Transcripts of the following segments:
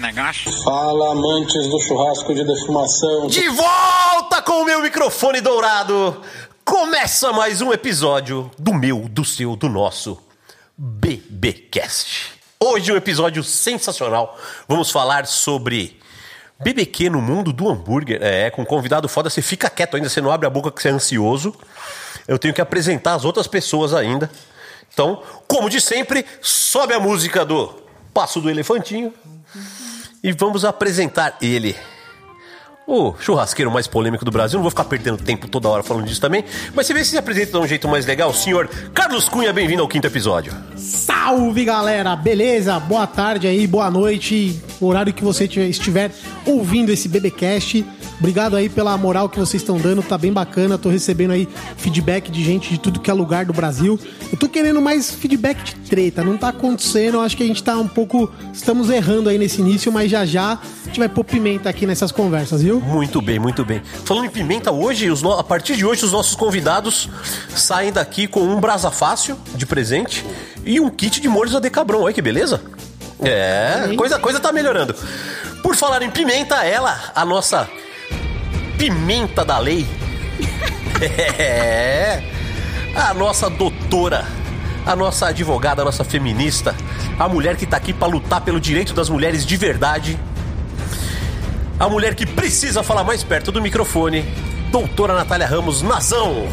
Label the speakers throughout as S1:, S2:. S1: bagaço.
S2: Fala, amantes do churrasco de defumação.
S3: De volta com o meu microfone dourado. Começa mais um episódio do meu, do seu, do nosso BBcast. Hoje um episódio sensacional. Vamos falar sobre BBQ no mundo do hambúrguer. É, com um convidado foda, você fica quieto ainda, você não abre a boca que você é ansioso. Eu tenho que apresentar as outras pessoas ainda. Então, como de sempre, sobe a música do Passo do Elefantinho e vamos apresentar ele. O churrasqueiro mais polêmico do Brasil, não vou ficar perdendo tempo toda hora falando disso também, mas você vê se se apresenta de um jeito mais legal, senhor Carlos Cunha, bem-vindo ao quinto episódio.
S4: Salve galera, beleza? Boa tarde aí, boa noite, o horário que você tiver- estiver ouvindo esse BBcast. Obrigado aí pela moral que vocês estão dando, tá bem bacana. Tô recebendo aí feedback de gente de tudo que é lugar do Brasil. Eu tô querendo mais feedback de treta, não tá acontecendo. eu Acho que a gente tá um pouco. Estamos errando aí nesse início, mas já já a gente vai pôr pimenta aqui nessas conversas, viu?
S3: Muito bem, muito bem. Falando em pimenta, hoje, os no- a partir de hoje, os nossos convidados saem daqui com um brasa fácil de presente e um kit de molhos a decabrão. Olha que beleza! É, coisa, coisa tá melhorando. Por falar em pimenta, ela, a nossa pimenta da lei. É. A nossa doutora, a nossa advogada, a nossa feminista, a mulher que tá aqui pra lutar pelo direito das mulheres de verdade. A mulher que precisa falar mais perto do microfone, doutora Natália Ramos Nazão.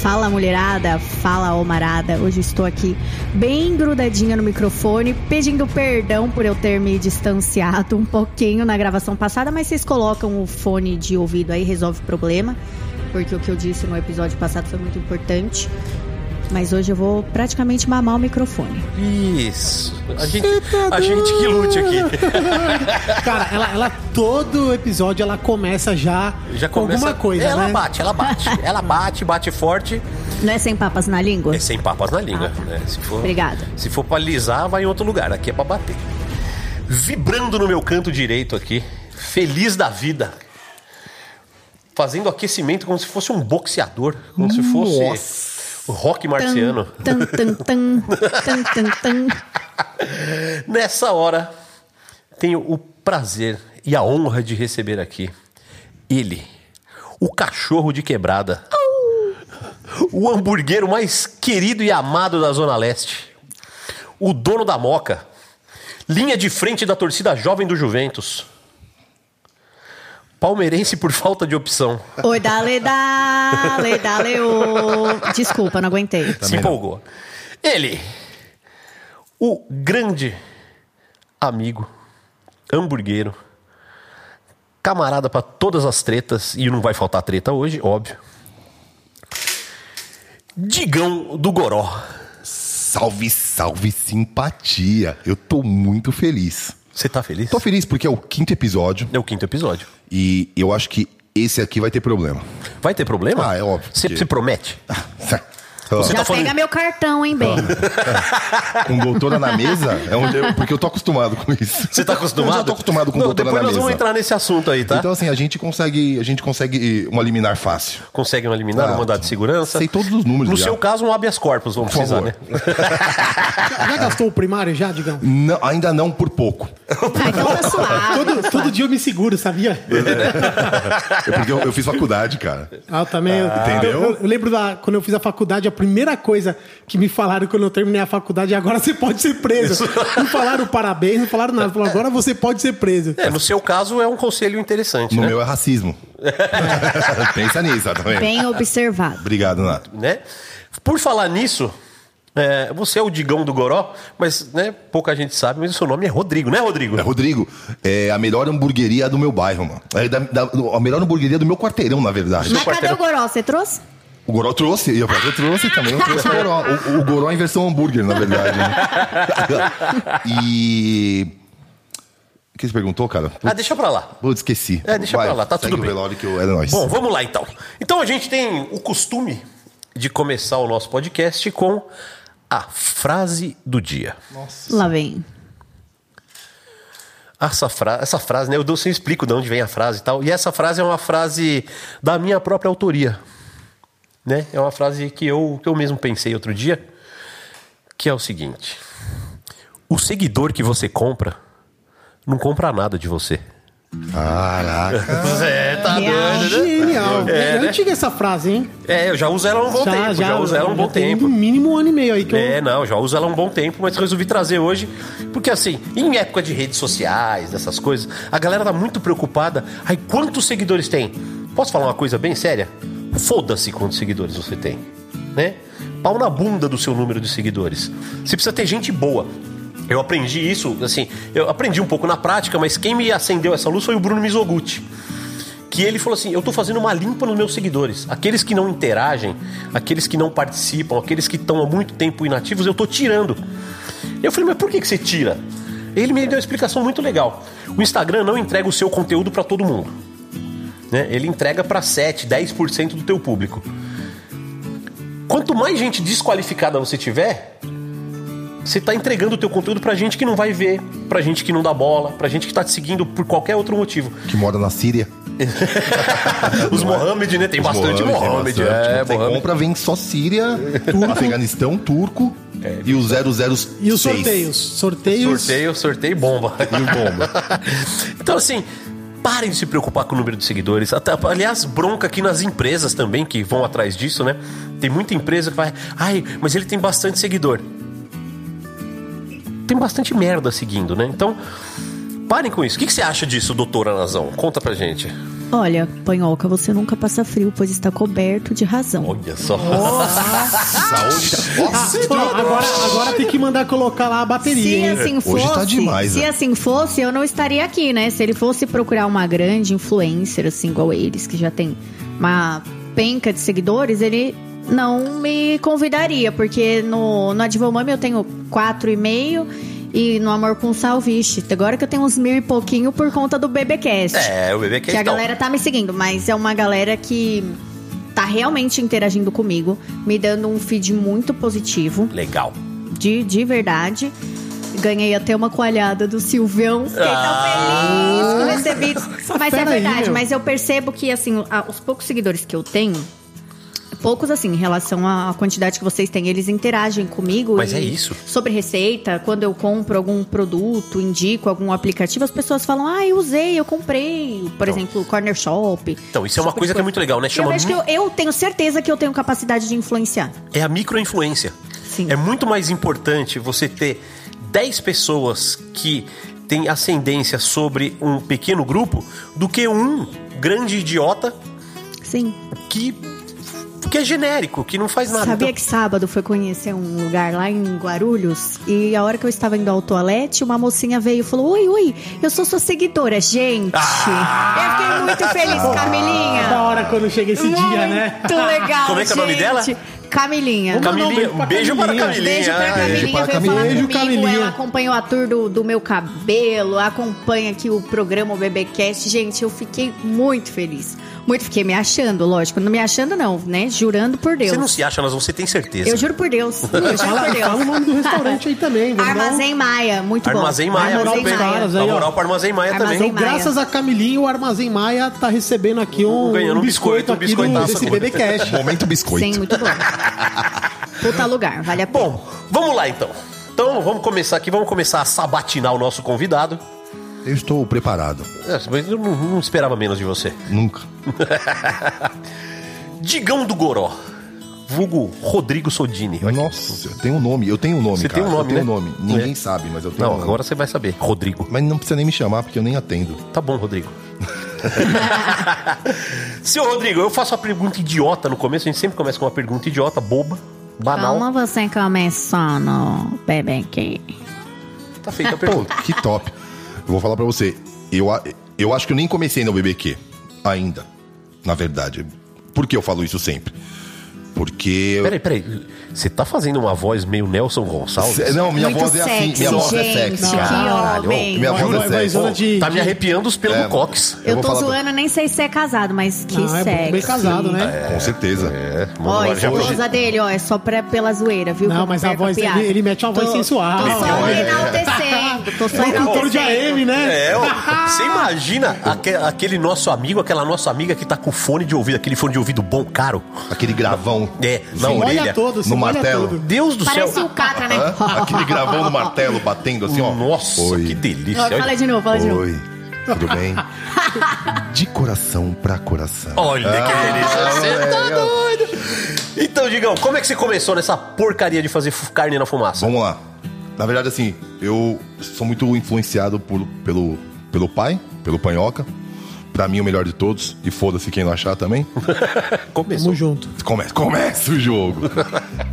S5: Fala mulherada, fala homarada. Hoje estou aqui bem grudadinha no microfone, pedindo perdão por eu ter me distanciado um pouquinho na gravação passada, mas vocês colocam o fone de ouvido aí, resolve o problema, porque o que eu disse no episódio passado foi muito importante. Mas hoje eu vou praticamente mamar o microfone.
S3: Isso. A gente, a gente que lute aqui.
S4: Cara, ela, ela- todo episódio ela começa já,
S3: Já
S4: com
S3: começa.
S4: alguma coisa,
S3: ela
S4: né?
S3: bate, ela bate. Ela bate, bate forte.
S5: Não é sem papas na língua?
S3: É sem papas na língua.
S4: Ah.
S3: né? Se for,
S5: Obrigada.
S3: Se for pra lisar, vai em outro lugar. Aqui é pra bater. Vibrando no meu canto direito aqui. Feliz da vida. Fazendo aquecimento como se fosse um boxeador. Como se fosse o rock marciano.
S5: Tan, tan, tan, tan, tan, tan.
S3: Nessa hora, tenho o prazer e a honra de receber aqui ele, o cachorro de quebrada, o hamburguero mais querido e amado da Zona Leste, o dono da Moca, linha de frente da torcida jovem do Juventus, palmeirense por falta de opção,
S5: Oi, dale, dale, dale, ô. Desculpa, não aguentei.
S3: se empolgou. Ele, o grande amigo, hamburguero, camarada pra todas as tretas, e não vai faltar treta hoje, óbvio. Digão do Goró.
S6: Salve, salve simpatia. Eu tô muito feliz.
S3: Você tá feliz?
S6: Tô feliz porque é o quinto episódio
S3: É o quinto episódio.
S6: e eu acho que esse aqui vai ter problema.
S3: Vai ter problema?
S6: Ah, é óbvio
S3: Você
S6: que-
S3: se promete?
S6: Ó,
S3: Você
S5: Já
S3: tá falando-
S5: pega meu cartão, hein, Ben?
S6: Com doutora na mesa? É onde eu- porque eu tô acostumado com isso.
S3: Você tá acostumado?
S6: Eu já tô acostumado com
S3: Não,
S6: doutora
S3: Depois
S6: na
S3: nós
S6: mesa.
S3: vamos entrar nesse assunto aí, tá?
S6: Então assim, a gente consegue, a gente consegue uma liminar fácil.
S3: Conseguem eliminar
S6: Ah,
S3: o mandado de segurança?
S6: sei todos os números
S3: No
S6: já.
S3: seu caso, um habeas corpus, vamos
S6: Por
S3: precisar,
S6: favor.
S3: né?
S4: Já gastou o primário já, Digão?
S6: Não, ainda não por pouco.
S5: Ah, então tá suave.
S4: Todo, todo dia eu me seguro, sabia?
S6: É porque eu, eu fiz faculdade, cara.
S4: Ah, eu também. eu-
S6: entendeu?
S4: Eu, eu lembro da, quando eu fiz a faculdade, a primeira coisa que me falaram quando eu terminei a faculdade é agora você pode ser preso. Não falaram parabéns, não falaram nada. Falaram agora você pode ser preso.
S3: É, no seu caso é um conselho interessante,
S6: No
S3: né?
S6: meu é racismo. Pensa nisso também.
S5: Bem observado.
S6: Obrigado, Nato.
S3: né? Por falar nisso, é, você é o Digão do Goró, mas né, pouca gente sabe, mas o seu nome é Rodrigo, né, Rodrigo?
S6: É, Rodrigo, é a melhor hamburgueria do meu bairro, mano. É da- da- do- a melhor hamburgueria do meu quarteirão, na verdade.
S5: Mas cadê
S3: quarteirão.
S5: o Goró? Você trouxe?
S6: O Goró trouxe, e eu eu trouxe também, eu trouxe o Goró. O, o Goró é em versão hambúrguer, na verdade. né? e... O que você perguntou, cara?
S3: Ah, deixa pra lá.
S6: Putz, esqueci.
S3: É, deixa
S6: Vai,
S3: pra lá, tá
S6: segue
S3: tudo
S6: o
S3: bem.
S6: velório que eu... É nóis.
S3: Bom, vamos lá então. Então a gente tem o costume de começar o nosso podcast com a frase do dia.
S5: Lá vem.
S3: Ah, Essa, fra- essa frase, né? Eu dou, eu explico de onde vem a frase e tal. E essa frase é uma frase da minha própria autoria. Né? É uma frase que eu, que eu mesmo pensei outro dia, que é o seguinte: O seguidor que você compra não compra nada de você.
S6: Caraca.
S3: É, tá
S5: Real.
S4: Genial.
S3: É,
S4: É,
S3: né?
S4: antiga essa frase, hein?
S3: É, eu já uso ela há um bom tempo. Já, uso ela há um bom
S4: tem
S3: tempo.
S4: No mínimo um ano e meio aí que
S3: É,
S4: eu.
S3: não, já uso ela há um bom tempo, mas resolvi trazer hoje. Porque assim, em época de redes sociais, dessas coisas, a galera tá muito preocupada. Ai, quantos seguidores tem? Posso falar uma coisa bem séria? Foda-se quantos seguidores você tem, né? Pau na bunda do seu número de seguidores. Você precisa ter gente boa. Eu aprendi isso, assim, eu aprendi um pouco na prática, mas quem me acendeu essa luz foi o Bruno Mizoguchi que ele falou assim: eu tô fazendo uma limpa nos meus seguidores. Aqueles que não interagem, aqueles que não participam, aqueles que estão há muito tempo inativos, eu tô tirando. Eu falei, mas por que, que você tira? Ele me deu uma explicação muito legal. O Instagram não entrega o seu conteúdo para todo mundo. Né? Ele entrega para 7, 10% do teu público. Quanto mais gente desqualificada você tiver, você tá entregando o teu conteúdo pra gente que não vai ver, pra gente que não dá bola, pra gente que tá te seguindo por qualquer outro motivo.
S6: Que mora na Síria.
S3: Os Mohamed, né? Tem
S6: Os
S3: bastante Mohamed.
S6: tem bastante.
S3: É,
S6: Você
S3: Mohamed.
S6: compra, vem só Síria, Afeganistão, turco
S3: É,
S6: e os 006.
S4: E os sorteios? Sorteios.
S3: Sorteio, sorteio e bomba.
S6: E o bomba.
S3: Então, assim, parem de se preocupar com o número de seguidores. Até- aliás, bronca aqui nas empresas também que vão atrás disso, né? Tem muita empresa que vai. Ai, mas ele tem bastante seguidor. Tem bastante merda seguindo, né? Então, parem com isso. O que, que você acha disso, doutora Nazão? Conta pra gente.
S5: Olha, panhoca, você nunca passa frio, pois está coberto de razão.
S3: Olha só.
S6: Saúde.
S3: Ah,
S6: Nossa,
S4: Pô, agora, agora tem que mandar colocar lá a bateria,
S5: Se
S4: hein?
S5: assim
S6: Hoje
S5: fosse,
S6: tá demais,
S5: se
S6: né?
S5: assim fosse, eu não estaria aqui, né? Se ele fosse procurar uma grande influencer, assim, igual eles, que já tem uma penca de seguidores, ele não me convidaria, porque no, no Advomami eu tenho quatro e meio e no Amor com Sal, vixe, agora que eu tenho uns mil e pouquinho por conta do BBcast.
S3: É, o bebê que
S5: Que a galera tá me seguindo, mas é uma galera que tá realmente interagindo comigo, me dando um feed muito positivo,
S3: Legal.
S5: de, de verdade. Ganhei até uma coalhada do
S3: Ah.
S5: Silvão. Fiquei tão feliz com recebi. Mas é
S4: fera aí,
S5: verdade,
S4: meu.
S5: mas eu percebo que, assim, a- os poucos seguidores que eu tenho. Poucos, assim, em relação à quantidade que vocês têm. Eles interagem comigo.
S3: Mas
S5: e
S3: é isso.
S5: Sobre receita, quando eu compro algum produto, indico algum aplicativo, as pessoas falam, ah, eu usei, eu comprei. Por exemplo, Corner Shop.
S3: Então, isso é uma
S5: Esse tipo de
S3: coisa que é muito legal, né?
S5: eu
S3: Chama
S5: vejo que eu, eu tenho certeza que eu tenho capacidade de influenciar.
S3: é a microinfluência.
S5: Sim.
S3: É muito mais importante você ter 10 pessoas que têm ascendência sobre um pequeno grupo do que um grande idiota
S5: Sim.
S3: que, que é genérico, que não faz nada.
S5: Sabia
S3: Então,
S5: que sábado foi conhecer um lugar lá em Guarulhos? E a hora que eu estava indo ao toalete, uma mocinha veio e falou: Oi, oi, eu sou sua seguidora, gente.
S3: Ah!
S5: Eu fiquei muito feliz, Camilinha.
S4: Da hora quando chega esse dia, né?
S5: Muito legal.
S3: Como é que é o nome
S5: gente.
S3: dela?
S5: Camilinha.
S3: Camilinha, um beijo para Camilinha.
S5: Beijo pra
S3: Ah,
S5: Camilinha,
S6: para
S5: veio
S6: Camilinha.
S5: falar
S4: Beijo,
S5: comigo,
S4: Camilinha.
S5: ela acompanhou a tour do, do meu cabelo, acompanha aqui o programa o BBcast. Gente, eu fiquei muito feliz. Muito fiquei me achando, lógico. Não me achando não, né? Jurando por Deus.
S3: Você não se acha, nós você tem certeza.
S5: Eu juro por Deus. Eu juro
S4: Fala,
S5: por
S4: fala o
S5: Deus.
S4: nome do restaurante aí também. vamos dar um-
S5: Armazém Maia, muito bom.
S3: né? Armazém Maia,
S4: Armazém
S3: muito bem.
S4: Maia. Caras aí,
S3: Na
S4: ó.
S3: moral para Armazém Maia
S5: Armazém
S3: também.
S5: Maia.
S4: Então, Graças a Camilinha, o Armazém Maia tá recebendo aqui um,
S3: Ganhando um
S4: um biscoito,
S3: biscoito, um
S4: aqui do,
S3: biscoitaço
S4: desse
S3: aqui.
S4: BBcast.
S6: Momento biscoito.
S5: Sim, muito bom. Puta lugar, vale a pena.
S3: Bom, vamos lá então. Então vamos começar aqui, vamos começar a sabatinar o nosso convidado.
S6: Eu estou preparado.
S3: É, mas Eu não- não esperava menos de você.
S6: Nunca.
S3: Digão do Goró. Vulgo Rodrigo Sodini.
S6: Nossa, eu tenho um nome. Eu tenho um nome,
S3: Você
S6: cara.
S3: tem um nome,
S6: eu tenho
S3: né?
S6: um nome. Ninguém
S3: É.
S6: sabe, mas eu tenho um
S3: Não,
S6: nome.
S3: agora você vai saber. Rodrigo.
S6: Mas não precisa nem me chamar, porque eu nem atendo.
S3: Tá bom, Rodrigo. Seu Rodrigo, eu faço uma pergunta idiota no começo. A gente sempre começa com uma pergunta idiota, boba, banal.
S5: Como você começou no BBQ?
S3: Tá feita a
S6: Pô,
S3: pergunta.
S6: que top. Eu vou falar pra você. Eu, a- eu acho que eu nem comecei no BBQ. Ainda. Na verdade. Por que eu falo isso sempre? Porque... eu-
S3: Peraí, peraí. Você tá fazendo uma voz meio Nelson Gonçalves?
S6: Cê- não, minha
S5: Muito
S6: voz é assim. Minha voz é
S5: gente,
S6: sexy.
S5: que
S3: caralho.
S5: homem.
S6: Minha
S4: Juro,
S6: voz
S4: é
S6: é sexy.
S4: zona de-
S3: Tá me arrepiando os pelos
S6: É.
S3: do cox.
S5: Eu,
S6: Eu vou
S5: tô
S6: falar pra-
S5: zoando, nem sei se é casado, mas que
S4: Não, é
S5: sexy.
S4: bem casado, né?
S6: Com certeza.
S3: É.
S5: Ó,
S3: Mano,
S5: essa
S3: já
S5: esposa dele, ó, é só pra, pela zoeira, viu?
S4: Não,
S5: Que eu
S4: mas a
S5: perco
S4: voz
S5: piada.
S4: dele- ele mete uma voz
S5: Tô-
S4: sensual.
S5: Tô só
S6: Olha.
S5: enaltecendo, tô só
S4: Locutor de
S5: enaltecendo.
S4: AM, né?
S3: É, ó, você imagina aque- aquele nosso amigo, aquela nossa amiga que tá com fone de ouvido, aquele fone de ouvido bom, caro.
S6: Aquele gravão gravão.
S3: É, na
S6: Sim.
S3: orelha.
S4: Molha todo, se
S6: No
S4: molha
S6: martelo.
S4: todo.
S3: Deus do
S1: Parece
S5: um
S3: céu.
S1: o Catra, né?
S6: Hã? Aquele gravão no martelo batendo assim, ó.
S3: Nossa,
S6: Oi.
S3: que delícia. Olha-
S5: Fala de novo, fala de novo.
S6: Oi, tudo bem? De coração pra coração. Ah, é.
S3: Olha que delícia. Você tá doido. Então, Digão, como é que você começou nessa porcaria de fazer fu- carne na fumaça?
S6: Vamos lá. Na verdade, assim, eu sou muito influenciado por- pelo, pelo pai, pelo Panhoca. Pra mim, o melhor de todos. E foda-se quem não achar também.
S3: Começou.
S4: Tamo junto.
S6: Começa, começa o jogo.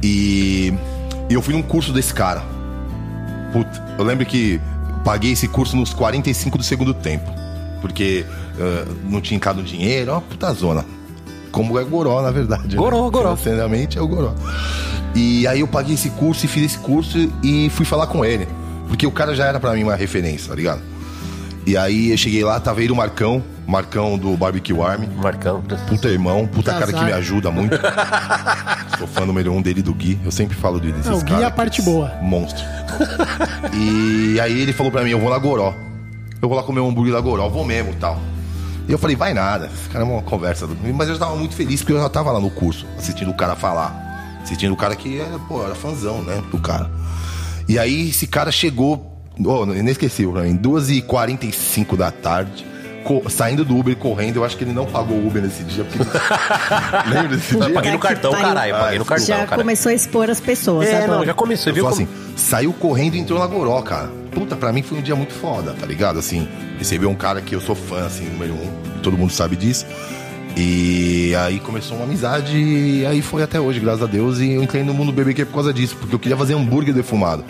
S6: e, e eu fui num curso desse cara. Puta, eu lembro que paguei esse curso nos 45 do segundo tempo. Porque ah, não tinha encado dinheiro, ó, puta zona. Como é goró, na verdade.
S3: Goró,
S6: né?
S3: goró.
S6: Sinceramente, é o goró. E aí eu paguei esse curso e fiz esse curso e fui falar com ele. Porque o cara já era pra mim uma referência, tá ligado? E aí eu cheguei lá, tava aí o Marcão, Marcão do Barbecue Army.
S3: Marcão.
S6: Puta irmão, puta
S4: Azar.
S6: cara que me ajuda muito. Sou fã número um dele e do Gui. Eu sempre falo dele. desses
S4: Não, o Gui
S6: caras
S4: é a parte
S6: que-
S4: boa.
S6: Monstro. e aí ele falou pra mim, eu vou lá Goró. Eu vou lá comer um hambúrguer lá Goró, vou mesmo tal. E eu falei, vai nada. Esse cara é uma conversa. do- Mas eu já tava muito feliz porque eu já tava lá no curso, assistindo o cara falar. Assistindo o cara que era, pô, era fãzão, né? Do cara. E aí esse cara chegou, oh, inesquecível pra mim, 2h45 da tarde, co- saindo do Uber e correndo. Eu acho que ele não pagou o Uber nesse dia. Porque... Lembra desse
S3: Eu
S6: dia?
S3: paguei no
S5: Puta que
S3: cartão,
S5: pariu.
S3: caralho. Paguei no
S6: Já
S3: cartão,
S5: Já
S3: cara.
S5: começou a expor as pessoas. tá
S3: É,
S5: adoro.
S3: não, já comecei,
S6: Eu
S3: viu?
S6: falo
S3: como-
S6: assim, saiu correndo e entrou na Goró, cara. Puta, pra mim foi um dia muito foda, tá ligado? Assim, recebi um cara que eu sou fã, assim, número um, todo mundo sabe disso. E aí começou uma amizade e aí foi até hoje, graças a Deus. E eu entrei no mundo BBQ por causa disso, porque eu queria fazer hambúrguer defumado.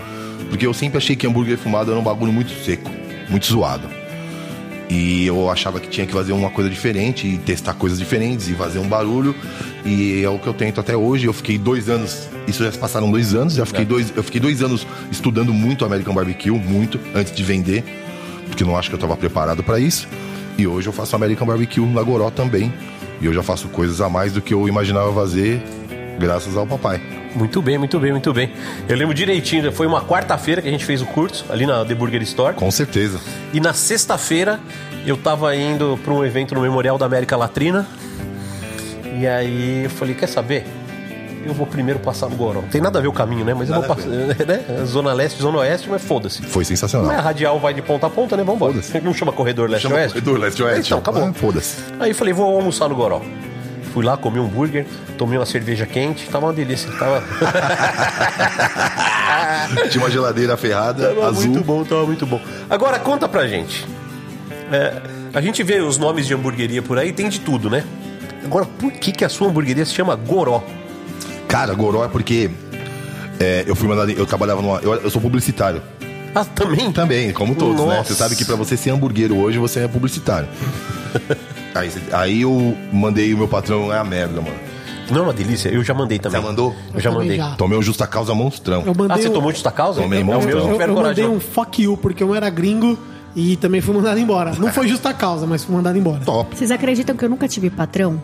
S6: Porque eu sempre achei que hambúrguer defumado era um bagulho muito seco, muito zoado. E eu achava que tinha que fazer uma coisa diferente e testar coisas diferentes e fazer um barulho. E é o que eu tento até hoje. Eu fiquei dois anos, isso já se passaram dois anos, já
S3: É.
S6: fiquei dois, eu fiquei dois anos estudando muito American Barbecue, muito, antes de vender, porque eu não acho que eu estava preparado para isso. E hoje eu faço American Barbecue na Goró também. E eu já faço coisas a mais do que eu imaginava fazer, graças ao papai.
S3: Muito bem, muito bem, muito bem. Eu lembro direitinho, foi uma quarta-feira que a gente fez o curso ali na The Burger Store.
S6: Com certeza.
S3: E na sexta-feira eu tava indo pra um evento no Memorial da América Latina. E aí eu falei, quer saber? Eu vou primeiro passar no Goró. Tem nada a ver o caminho, né? Mas eu vou
S6: Nada a
S3: passar. Né? Zona leste, zona oeste, mas foda-se.
S6: Foi sensacional.
S3: Mas a radial vai de ponta a ponta, né? Vambora. Não chama corredor
S6: Chama
S3: leste-oeste?
S6: corredor leste-oeste.
S3: Então, acabou.
S6: Ah, foda-se.
S3: Aí eu falei, vou almoçar no Goró. Fui lá, comi um hambúrguer, tomei uma cerveja quente, tava uma delícia. Tava...
S6: Tinha uma geladeira ferrada,
S3: Tava
S6: azul.
S3: muito bom, tava muito bom. Agora conta pra gente. É, a gente vê os nomes de hamburgueria por aí, tem de tudo, né? Agora, por que, que a sua hamburgueria se chama Goró?
S6: Cara, Goró é porque é, eu fui mandado. Eu trabalhava numa. Eu, eu sou publicitário.
S3: Ah, também?
S6: Também, como todos, né?
S3: Nossa.
S6: Você sabe que pra você ser hamburguero hoje, você é publicitário. aí, você- aí eu mandei o meu patrão é a merda, mano.
S3: Não é uma delícia? Eu já mandei também.
S6: Já mandou?
S3: Eu já
S4: Eu também
S3: mandei.
S4: já.
S6: Tomei um justa causa monstrão.
S4: Eu
S3: Ah,
S4: mandei
S3: você
S4: um-
S3: tomou de tua causa?
S6: Tomei,
S3: Então, é o
S6: monstrão.
S3: meu,
S4: Eu,
S3: não tiveram
S4: eu
S3: coragem.
S4: mandei
S3: não.
S4: um fuck you, porque eu era gringo e também fui mandado embora. Não foi justa causa, mas fui mandado embora.
S6: Top.
S5: Vocês acreditam que eu nunca tive patrão?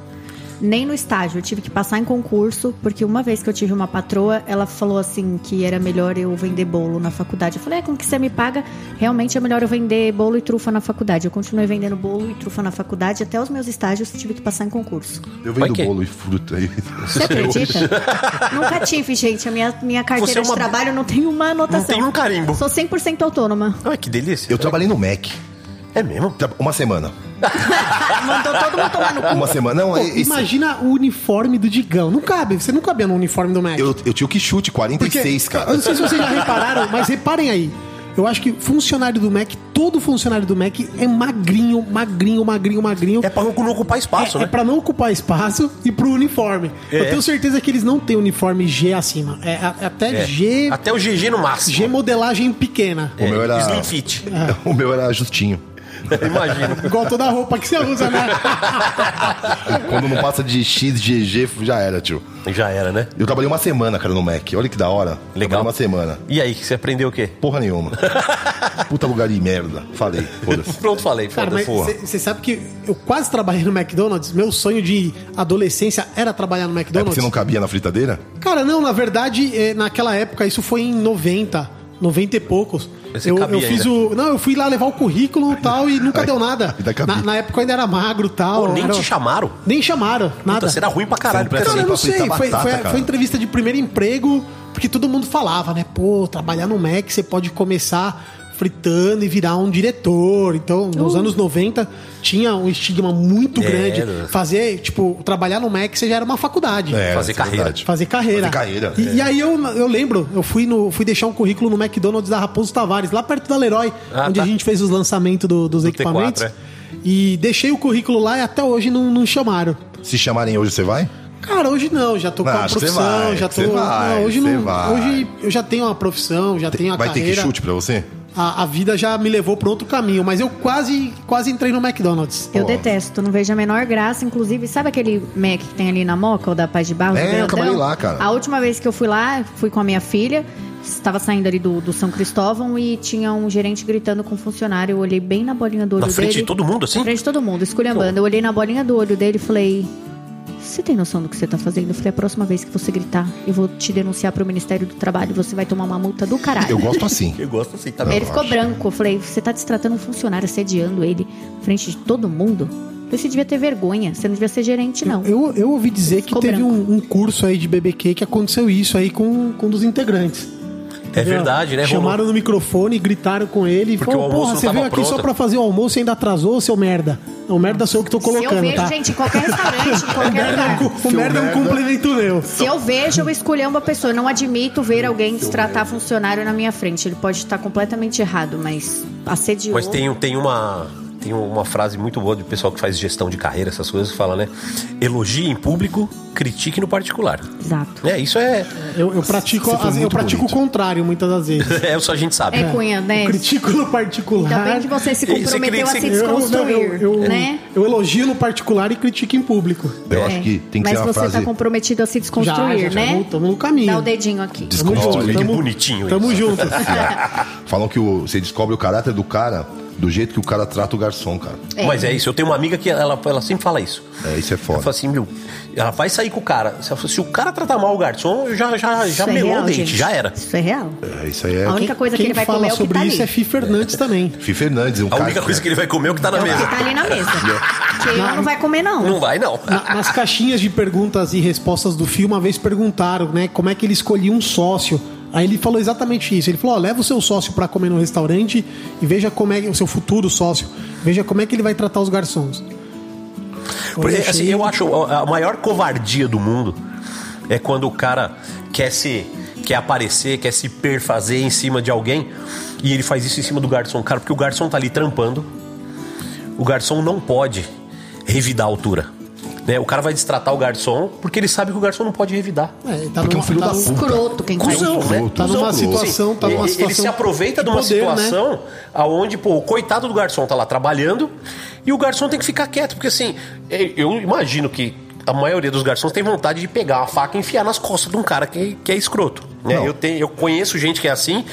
S5: Nem no estágio, eu tive que passar em concurso, porque uma vez que eu tive uma patroa, ela falou assim que era melhor eu vender bolo na faculdade. Eu falei, é, com que você me paga? Realmente é melhor eu vender bolo e trufa na faculdade. Eu continuei vendendo bolo e trufa na faculdade, até os meus estágios eu tive que passar em concurso.
S6: Eu vendo
S3: que-
S6: bolo e fruta aí.
S5: Você acredita? Nunca tive, gente. A minha, minha
S3: Você é
S5: carteira
S3: uma-
S5: de trabalho não tem uma anotação.
S3: tem um carimbo.
S5: Sou 100% autônoma.
S4: um-
S3: Ai, que delícia.
S6: Eu trabalhei no Mac.
S3: É mesmo?
S6: Tra- Uma semana.
S4: Ah, então
S5: Mandou todo mundo tomar no cu.
S6: Uma semana. Não,
S4: Pô,
S6: é- esse-
S4: imagina o uniforme do Digão. Não cabe, você não cabia no uniforme do Mac.
S6: eu, eu tinha o que chute, 46, cara.
S4: Eu não sei se vocês já repararam, mas reparem aí. Eu acho que funcionário do Mac, todo funcionário do Mac é magrinho, magrinho, magrinho, magrinho.
S3: É pra não não ocupar espaço,
S4: É, é
S3: né?
S4: pra não ocupar espaço e pro uniforme.
S6: É.
S4: Eu tenho certeza que eles não têm uniforme G acima. É, a- é até
S3: É.
S4: G,
S3: Até o GG no máximo.
S4: G modelagem pequena.
S6: O meu era.
S3: Slim Fit.
S4: É.
S6: O meu era justinho.
S3: Imagina.
S6: É.
S4: Igual toda roupa que você usa, né?
S6: Quando não passa de X, GG, já era, tio.
S3: Já era, né?
S6: Eu trabalhei uma semana, cara, no Mac. Olha que da hora. Trabalhei
S3: Legal.
S6: uma semana.
S3: E aí, que você aprendeu o quê?
S6: Porra nenhuma. Puta lugar de merda. Falei, foda-se.
S3: Pronto, falei.
S4: Cara,
S3: Foda-se.
S4: mas
S6: porra.
S4: você sabe que eu quase trabalhei no McDonald's. Meu sonho de adolescência era trabalhar no
S6: É porque
S4: McDonald's.
S6: você não cabia na fritadeira?
S4: é, Cara, não, na verdade, eh, naquela época, isso foi em 90, 90 e poucos.
S3: Esse
S4: Eu,
S3: cabia
S4: eu fiz
S3: ainda.
S4: o. Não, eu fui lá levar o currículo e tal e nunca deu nada.
S6: ainda cabia.
S4: Na, na época eu ainda era magro e tal.
S3: Pô, nem
S4: era-
S3: te chamaram.
S4: Nem chamaram, nada.
S3: Puta, será ruim pra caralho. assim,
S6: Cara,
S3: pra
S4: Cara,
S3: fazer.
S4: eu não sei.
S6: pra fritar
S4: Foi,
S6: batata,
S4: foi,
S6: cara.
S4: foi entrevista de primeiro emprego, porque todo mundo falava, né? Pô, trabalhar no Mac, você pode começar fritando e virar um diretor. Então, nos anos 90, tinha um estigma muito
S3: É,
S4: grande.
S3: né?
S4: Fazer, tipo, trabalhar no Mac, você já era uma faculdade.
S6: É,
S3: Fazer
S6: essa é
S3: carreira.
S6: verdade.
S4: Fazer carreira.
S6: Fazer carreira,
S4: E,
S6: é.
S4: e aí eu, eu lembro, eu fui, no, fui deixar um currículo no McDonald's da Raposo Tavares, lá perto da Leroy,
S3: Ah,
S4: onde
S3: tá.
S4: a gente fez os lançamentos do- dos
S3: Do T4,
S4: equipamentos.
S3: é.
S4: E deixei o currículo lá e até hoje não, não chamaram.
S6: Se chamarem hoje, você vai?
S4: Cara, hoje não, já tô com
S6: Não,
S4: a
S6: acho que
S4: profissão,
S6: você vai,
S4: já
S6: que
S4: tô.
S6: você vai,
S4: não, hoje
S6: você
S4: não.
S6: vai.
S4: Hoje eu já tenho uma profissão, já tenho a
S6: vai
S4: carreira.
S6: ter que chute pra você?
S4: A, a vida já me levou para outro caminho, mas eu quase, quase entrei no McDonald's.
S5: Eu
S6: Pô.
S5: detesto, não vejo a menor graça. Inclusive, sabe aquele Mac que tem ali na Moca, ou da Paz de Barro?
S6: É, eu trabalhei lá, cara.
S5: A última vez que eu fui lá, fui com a minha filha. Estava saindo ali do, do São Cristóvão e tinha um gerente gritando com um funcionário. Eu olhei bem na bolinha do olho
S3: Na frente
S5: dele.
S3: de todo mundo, assim?
S5: Na frente de todo mundo, esculhambando. Eu olhei na bolinha do olho dele e falei... Você tem noção do que você tá fazendo? Eu falei, a próxima vez que você gritar, eu vou te denunciar pro Ministério do Trabalho. Você vai tomar uma multa do caralho.
S6: Eu gosto assim.
S3: Eu gosto assim, tá
S5: Ele
S3: vendo?
S5: ficou branco. Eu falei, você tá destratando um funcionário, assediando ele na frente de todo mundo? Eu falei, Você devia ter vergonha, você não devia ser gerente, não.
S4: Eu, eu ouvi dizer que
S5: Ficou
S4: teve
S5: branco.
S4: um, um curso aí de BBQ que aconteceu isso aí com, com um dos integrantes.
S3: É verdade, né? Rolou.
S4: Chamaram no microfone, gritaram com ele e
S3: Porque
S4: falaram:
S3: o almoço
S4: Porra,
S3: não
S4: você
S3: tava
S4: veio aqui só
S3: pronto."
S4: pra fazer o almoço e ainda atrasou, seu merda. Não, merda sou eu que tô
S5: Se eu
S4: colocando,
S5: vejo,
S4: tá?
S5: gente, em qualquer restaurante, em qualquer lugar.
S4: O merda é um complemento meu.
S5: Se eu vejo, eu escolhendo uma pessoa. Eu não admito ver alguém destratar funcionário na minha frente. Ele pode estar completamente errado, mas assediou.
S3: Mas tem, um, tem uma. Tem uma frase muito boa do pessoal que faz gestão de carreira, essas coisas, que fala, né? Elogie em público, critique no particular.
S5: Exato.
S3: É, isso é.
S4: Eu, eu pratico,
S6: Você foi
S4: as- eu
S6: muito
S4: pratico
S6: bonito.
S4: o contrário muitas das vezes.
S3: É, só a gente sabe.
S5: É, Cunha, né?
S4: Eu critico no
S5: Ainda
S4: particular.
S5: bem que você se
S3: Você
S5: comprometeu
S3: queria-
S5: a
S3: você-
S5: se
S4: Eu- eu-
S5: desconstruir,
S4: eu, eu-
S5: né?
S4: eu elogio no particular e critico em público.
S6: Eu
S5: É.
S6: acho que tem que
S5: mas
S6: ser uma
S5: você
S6: frase.
S5: tá comprometido a se desconstruir,
S4: já, já,
S5: né?
S4: Estamos no caminho.
S5: Dá o dedinho aqui.
S6: Desculpa.
S4: Tamo junto.
S6: Olha,
S3: que
S4: tamo-
S3: bonitinho
S4: Tamo
S3: isso.
S4: junto.
S6: Falam que o- você descobre o caráter do cara do jeito que o cara trata o garçom, cara.
S3: Mas é isso, eu tenho uma amiga que ela, ela sempre fala isso.
S6: É, isso é
S3: Ela fala
S6: foda.
S3: assim, meu, ela vai sair com o cara. Se ela fala, Se o cara tratar mal o garçom, eu já, já,
S5: Isso
S3: já
S5: é
S3: melou
S5: real,
S3: o dente,
S5: gente.
S3: já era.
S5: Isso é real.
S6: É, isso aí é.
S5: A única coisa que
S4: Quem
S5: ele vai
S4: fala
S5: comer é o que
S4: sobre
S5: tá
S4: isso
S5: ali.
S4: é Fi Fernandes também.
S6: Fi Fernandes, um
S3: A
S6: cara.
S3: única coisa que ele vai comer é o que tá na
S5: É o que
S3: mesa.
S5: tá ali na mesa. que eu não vai comer, não.
S3: Não vai, não.
S4: Na- nas caixinhas de perguntas e respostas do filme, uma vez perguntaram, né, como é que ele escolhia um sócio. Aí ele falou exatamente isso. Ele falou: ó, leva o seu sócio pra comer no restaurante e veja como é que- o seu futuro sócio, veja como é que ele vai tratar os garçons.
S3: Porque,
S4: achei-
S3: assim, eu acho a a maior covardia do mundo é quando o cara quer se quer aparecer, quer se perfazer em cima de alguém e ele faz isso em cima do garçom, cara, porque o garçom tá ali trampando. O garçom não pode revidar a altura. Né? O cara vai destratar o garçom porque ele sabe que o garçom não pode revidar.
S4: É, ele tá
S6: Porque é um filho da puta.
S5: Escroto quem faz
S3: Cusão,
S5: isso.
S3: né?
S6: Escroto,
S4: Tá numa
S6: escroto.
S4: situação, tá
S3: Ele-
S4: numa situação.
S3: ele se aproveita de uma
S4: poder, né?
S3: situação aonde, pô, o coitado do garçom tá lá trabalhando e o garçom tem que ficar quieto, porque assim, é, eu imagino que a maioria dos garçons tem vontade de pegar uma faca e enfiar nas costas de um cara que, que é escroto. né?
S6: Não.
S3: Eu, tenho, eu conheço gente que é assim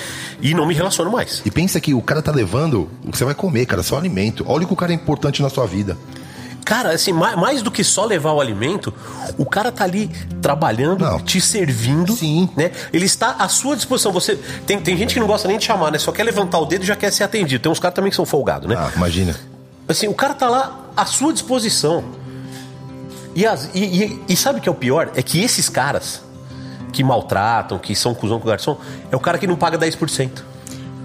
S3: e não me relaciono mais.
S6: E pensa que o cara tá levando o que você vai comer, cara, só alimento. Olha o que o cara é importante na sua vida.
S3: Cara, assim, ma- mais, do que só levar o alimento, o cara tá ali trabalhando,
S6: Não.
S3: te servindo,
S6: Sim.
S3: né? Ele está à sua disposição. Você tem, tem gente que não gosta nem de chamar, né? Só quer levantar o dedo e já quer ser atendido. Tem uns caras também que são folgados, né?
S6: Ah, imagina.
S3: Assim, o cara tá lá à sua disposição. E, as- e- e- e sabe o que é o pior? É que esses caras que maltratam, que são cuzão com o garçom, é o cara que não paga 10%.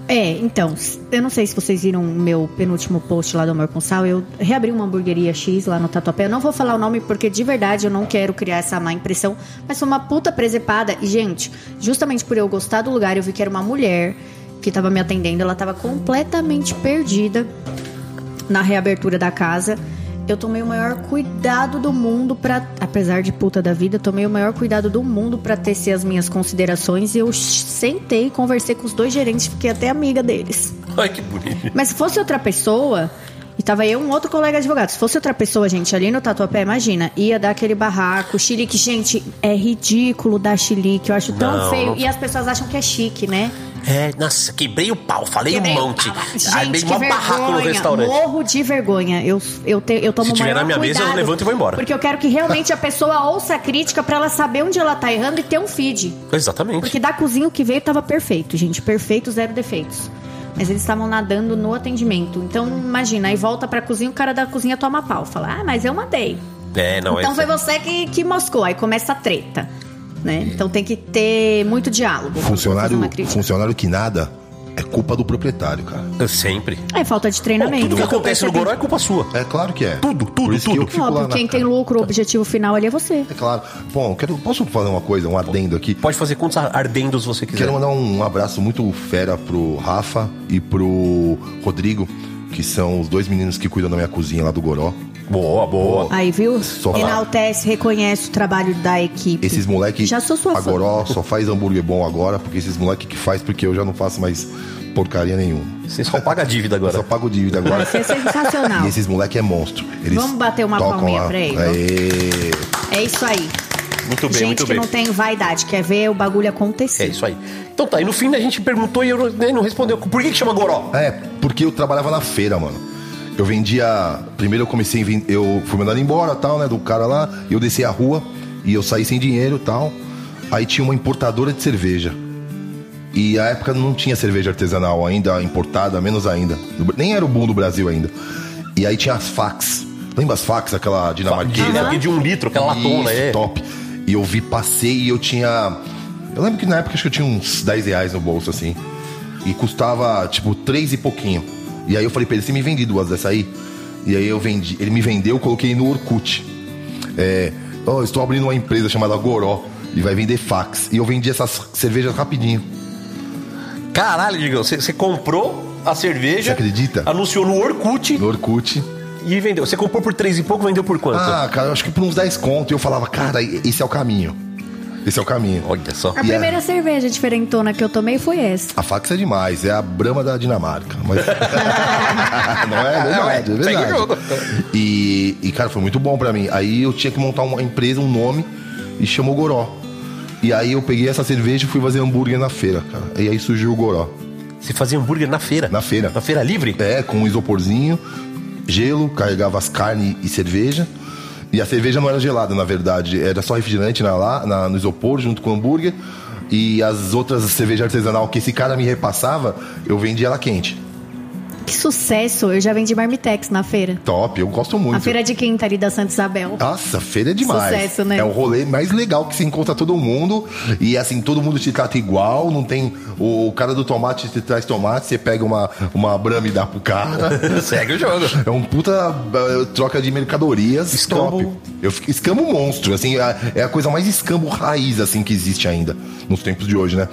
S5: É, então, eu não sei se vocês viram o meu penúltimo post lá do Amor com Sal. Eu reabri uma hamburgueria X lá no Tatuapé. Eu não vou falar o nome porque de verdade eu não quero criar essa má impressão. Mas foi uma puta presepada. E, gente, justamente por eu gostar do lugar, eu vi que era uma mulher que tava me atendendo. Ela tava completamente perdida na reabertura da casa. Eu tomei o maior cuidado do mundo pra. apesar de puta da vida, eu tomei o maior cuidado do mundo pra tecer as minhas considerações e eu sentei, conversei com os dois gerentes, fiquei até amiga deles.
S3: Ai, que bonito.
S5: Mas se fosse outra pessoa, e tava eu e um outro colega advogado, se fosse outra pessoa, gente, ali no Tatuapé, imagina, ia dar aquele barraco, chilique, gente, é ridículo dar chilique, eu acho tão
S3: Não,
S5: feio.
S3: não-
S5: E as pessoas acham que é chique, né?
S3: É, nossa, quebrei o pau, falei
S5: Eu
S3: um
S5: dei-
S3: monte.
S5: Ah, Gente,
S3: Armei
S5: que
S3: mó
S5: vergonha.
S3: barraco no restaurante.
S5: Morro de vergonha. Eu, eu, te, eu tomo
S3: Se tiver
S5: maior
S3: na minha mesa, eu
S5: cuidado,
S3: levanto e vou embora.
S5: Porque eu quero que realmente a pessoa ouça a crítica pra ela saber onde ela tá errando e ter um feed.
S3: Exatamente.
S5: Porque da cozinha o que veio tava perfeito, gente. Perfeito, zero defeitos. Mas eles estavam nadando no atendimento. Então, imagina, aí volta pra cozinha, o cara da cozinha toma pau. Fala, ah, mas eu mandei.
S3: É, não,
S5: Então
S3: é,
S5: foi você que, que moscou, aí começa a treta. Né? Então tem que ter muito diálogo. quando for fazer
S6: Funcionário,
S5: uma crítica.
S6: funcionário que nada é culpa do proprietário, cara.
S3: Eu sempre.
S5: É falta de
S3: Bom,
S5: treinamento.
S3: tudo que acontece no
S5: Percebi.
S3: Goró é culpa sua.
S6: É claro que é.
S3: Tudo, tudo,
S6: Por isso que
S3: tudo.
S6: eu fico lá
S5: Óbvio,
S6: na
S5: quem tem lucro, o objetivo final ali é você.
S6: É claro. Bom, eu quero, posso fazer uma coisa, um adendo aqui?
S3: Pode fazer quantos ardendos você quiser.
S6: Quero mandar um abraço muito fera pro Rafa e pro Rodrigo, que são os dois meninos que cuidam da minha cozinha lá do Goró.
S3: Boa, boa.
S5: Aí, viu?
S6: Só falar.
S5: Enaltece, reconhece o trabalho da equipe.
S6: Esses moleques.
S5: Já sou sua
S6: A
S5: fã.
S6: Goró só faz hambúrguer bom agora, porque esses moleques que faz, porque eu já não faço mais porcaria nenhuma.
S3: Você só paga a dívida
S6: Eu só
S3: agora.
S6: pago dívida agora.
S5: Isso é sensacional.
S6: E esses moleque é monstro. Eles
S5: Vamos bater uma
S6: tocam
S5: palminha
S6: lá.
S5: pra ele.
S6: Aê.
S5: É isso aí.
S3: Muito bem,
S5: Gente
S3: muito
S5: que
S3: bem.
S5: não tem vaidade, quer ver o bagulho acontecer.
S3: É isso aí. Então tá, e no fim a gente perguntou e eu nem não respondeu. Por que, que chama Goró?
S6: É, porque eu trabalhava na feira, mano. Eu vendia. Primeiro eu comecei. a ven- Eu fui mandado embora tal, né? Do cara lá. E eu desci a rua. E eu saí sem dinheiro tal. Aí tinha uma importadora de cerveja. E a época não tinha cerveja artesanal ainda, importada, menos ainda. Nem era o boom do Brasil ainda. E aí tinha as fax. Lembra as fax, aquela dinamarquesa?
S3: Aquele de um litro, aquela latona,
S6: Isso,
S3: é.
S6: top. E eu vi, passei e eu tinha. Eu lembro que na época acho que eu tinha uns 10 reais no bolso, assim. E custava, tipo, 3 e pouquinho. E aí eu falei pra ele, você me vende duas dessa aí? E aí eu vendi. Ele me vendeu, eu coloquei no Orkut. É. "Ó, estou abrindo uma empresa chamada Goró. E vai vender fax. E eu vendi essas cervejas rapidinho.
S3: Caralho, Digão, você você comprou a cerveja.
S6: Você acredita?
S3: Anunciou no Orkut
S6: No Orkut.
S3: e vendeu. Você comprou por três e pouco, vendeu por quanto?
S6: Ah, cara, eu acho que por uns 10 conto. E eu falava, cara, esse é o caminho. Esse é o caminho.
S3: Olha só.
S6: É.
S5: A primeira cerveja diferentona que eu tomei foi essa.
S6: A fax é demais, é a brama da Dinamarca. Mas...
S3: Não
S6: não é, é verdade, é
S3: é, segue o
S6: verdade.
S3: jogo.
S6: E, e, cara, foi muito bom pra mim. Aí eu tinha que montar uma empresa, um nome, e chamou Goró. E aí eu peguei essa cerveja e fui fazer hambúrguer na feira, cara. E aí surgiu o Goró.
S3: Você fazia hambúrguer na feira?
S6: Na feira.
S3: Na feira livre?
S6: É, com um isoporzinho, gelo, carregava as carnes e cerveja. E a cerveja não era gelada, na verdade. Era só refrigerante na, lá, na- no isopor, junto com o hambúrguer. E as outras cervejas artesanal que esse cara me repassava, eu vendia ela quente.
S5: Que sucesso! Eu já vendi marmitex na feira.
S6: Top, eu gosto muito.
S5: A feira de quinta ali da Santa Isabel.
S6: Nossa, feira é demais.
S5: Sucesso, né?
S6: É o rolê mais legal que se encontra todo mundo. E assim, todo mundo te trata igual. Não tem. O cara do tomate te traz tomate, você pega uma, uma brama e dá pro cara.
S3: Segue o jogo.
S6: É um puta eh, troca de mercadorias.
S3: Escambo.
S6: Top. Eu fico- escambo monstro, assim, é a- é a coisa mais escambo raiz, assim, que existe ainda, nos tempos de hoje, né?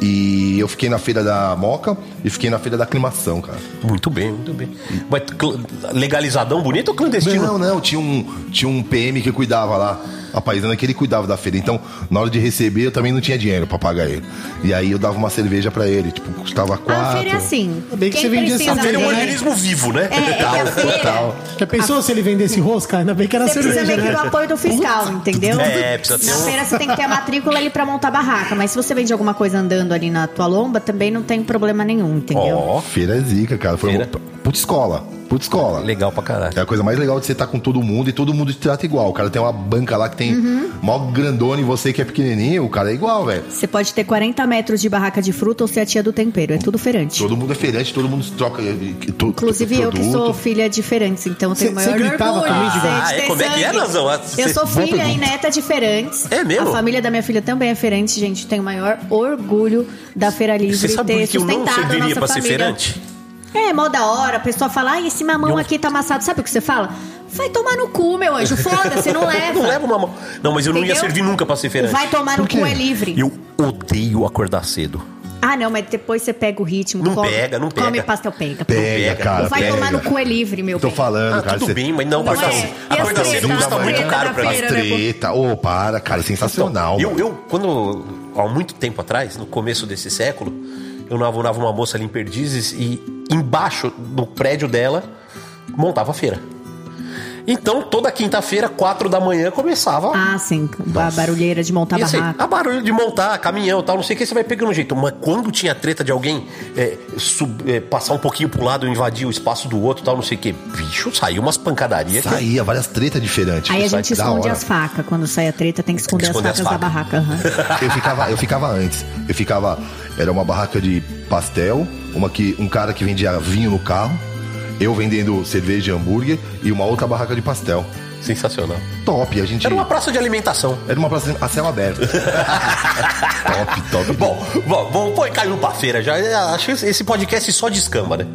S6: E eu fiquei na feira da Moca e fiquei na feira da aclimação, cara.
S3: Muito bem, muito bem. Mas cl- legalizadão bonito ou clandestino?
S6: Não, não, tinha um, tinha um PM que cuidava lá, a paisana que ele cuidava da feira. Então, na hora de receber, eu também não tinha dinheiro pra pagar ele. E aí eu dava uma cerveja pra ele, tipo, custava
S5: A
S6: quatro.
S5: feira é assim.
S4: bem que
S5: Quem
S4: você vendia
S5: precisa
S4: essa
S3: Ele é um
S4: feira,
S5: dele-
S3: organismo vivo, né?
S5: É, é que a feira.
S4: Já pensou se ele vendesse rosca? Ainda bem que era
S5: Você precisa
S4: cerveja.
S5: meio que do apoio do fiscal, entendeu?
S3: É, precisa ter
S5: Na
S3: um-
S5: feira você tem que ter a matrícula ali pra montar a barraca, mas se você vende alguma coisa andando ali na tua lomba, também não tem problema nenhum, entendeu?
S3: Ó,
S6: Feira é zica, cara. Foi uma
S3: Feira.
S6: puta escola. Puta escola.
S3: legal pra caralho.
S6: É a coisa mais legal de você estar com todo mundo e todo mundo te trata igual. O cara tem uma banca lá que tem
S5: Uhum.
S6: mó grandona e você que é pequenininho, o cara é igual, velho.
S5: Você pode ter 40 metros de barraca de fruta ou ser a tia do tempero, é tudo feirante.
S6: Todo mundo é feirante, todo mundo troca. eh, eh, to-
S5: Inclusive eu que
S6: produto.
S5: sou filha de Ferantes, então eu tenho
S4: Cê-
S5: o maior
S4: cê gritava
S5: orgulho
S4: comigo,
S5: de ser
S3: Igor?
S5: de
S3: Ah, é?
S5: ter
S3: Como é que é,
S5: sangue.
S3: Nazão? Ah,
S5: Eu
S3: cê-
S5: sou
S6: Boa
S5: filha e
S6: pergunta.
S5: neta de Ferantes.
S3: É mesmo?
S5: A família da minha filha também é Feirante, gente. Tenho o maior orgulho da Feira Livre
S3: Você sabe
S5: ter
S3: por que eu não
S5: sustentado a
S3: serviria
S5: nossa
S3: pra ser
S5: família.
S3: feirante?
S5: É, mó da hora. A pessoa fala, ai, esse mamão
S3: Eu-
S5: aqui tá amassado. Sabe o que você fala? Vai tomar no cu, meu anjo. Foda-se, não leva.
S3: Não leva uma mão. Não, mas eu não ia
S5: Entendeu?
S3: servir nunca pra ser feirante.
S5: Vai tomar no
S6: Por quê?
S5: cu é livre.
S3: Eu odeio acordar cedo.
S5: Ah, não, mas depois você pega o ritmo.
S3: Não
S5: come,
S3: pega, não pega.
S5: Come pastel, pega.
S6: Pega,
S3: Pega.
S6: cara.
S5: Vai
S6: pega.
S5: tomar no cu é livre, meu
S6: Tô
S5: bem.
S6: falando,
S3: Ah,
S6: cara.
S3: tudo
S6: você-
S3: bem, mas não,
S5: Não
S3: acordar
S5: é?
S3: cedo.
S5: E as
S3: Acordar cedo
S5: tretas?
S3: custa
S5: As
S3: muito
S5: tretas
S3: caro
S5: da
S3: pra mim.
S5: feira? né, Então,
S6: As treta. Ô, para, cara. Sensacional.
S3: Eu,
S6: mano.
S3: eu, quando, há muito tempo atrás, no começo desse século, eu namorava uma moça ali em Perdizes e embaixo do prédio dela montava a feira. Então, toda quinta-feira, quatro da manhã, começava.
S5: Ah, sim. A barulheira de montar
S3: E assim,
S5: barraca.
S3: a barulho de montar caminhão e tal, não sei o que, você vai pegando um jeito. Mas quando tinha treta de alguém é, sub- é, passar um pouquinho pro lado, invadir o espaço do outro e tal, não sei o que, bicho, saiu umas pancadarias. que-
S6: Saía várias tretas diferentes.
S5: Aí a
S6: Ah, Isso
S5: gente
S6: da
S5: esconde
S6: hora.
S5: as facas. Quando sai a treta, tem que esconder,
S3: esconder
S5: as
S3: as
S5: facas da barraca. aham.
S6: Eu ficava, eu ficava antes. Eu ficava. Era uma barraca de pastel, uma que, um cara que vendia vinho no carro, eu vendendo cerveja e hambúrguer e uma outra barraca de pastel.
S3: Sensacional.
S6: Top, a gente.
S3: Era uma praça de alimentação.
S6: Era uma praça a céu aberto. top, top.
S3: Bom, bom, bom pô, caiu pra feira já. Eu Acho que esse podcast só descamba, né?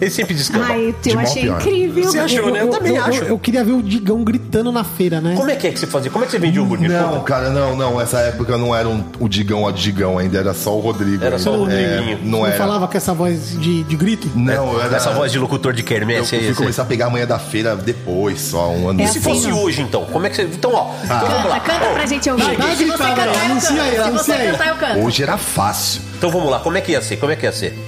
S3: Ele sempre descamba.
S5: Ai,
S6: De
S5: eu
S6: mal
S5: achei
S6: pior.
S5: incrível.
S3: Você achou, né? Eu também acho.
S4: Eu, eu queria ver o Digão gritando na feira, né?
S3: Como é que é que você fazia? Como é que você vendia o hambúrguer?
S6: Não, cara, não, não. Essa época não era um- o Digão a Digão ainda, era só o Rodrigo.
S3: Era só o
S6: É,
S3: Rodriguinho. É,
S6: não
S4: Não
S6: era.
S4: falava com essa voz de, de grito?
S6: Não, era.
S3: Essa voz de locutor de
S6: Eu
S3: quermesse
S6: fui
S3: aí. esse-
S6: começar a pegar a manhã da feira depois, só um ano.
S5: É
S3: E se
S5: assim,
S3: fosse
S5: não.
S3: hoje, então? Como é que você. Então, ó.
S6: Ah.
S3: Então vamos lá.
S5: Canta, canta pra gente ouvir.
S4: Dá uma
S5: Se você
S4: gritada
S5: cantar,
S4: aí,
S5: eu
S4: anuncia aí,
S5: canto. Se
S4: anuncia
S5: você
S4: aí.
S5: cantar, eu canto.
S6: Hoje era fácil.
S3: Então vamos lá. Como é que ia ser? Como é que ia ser?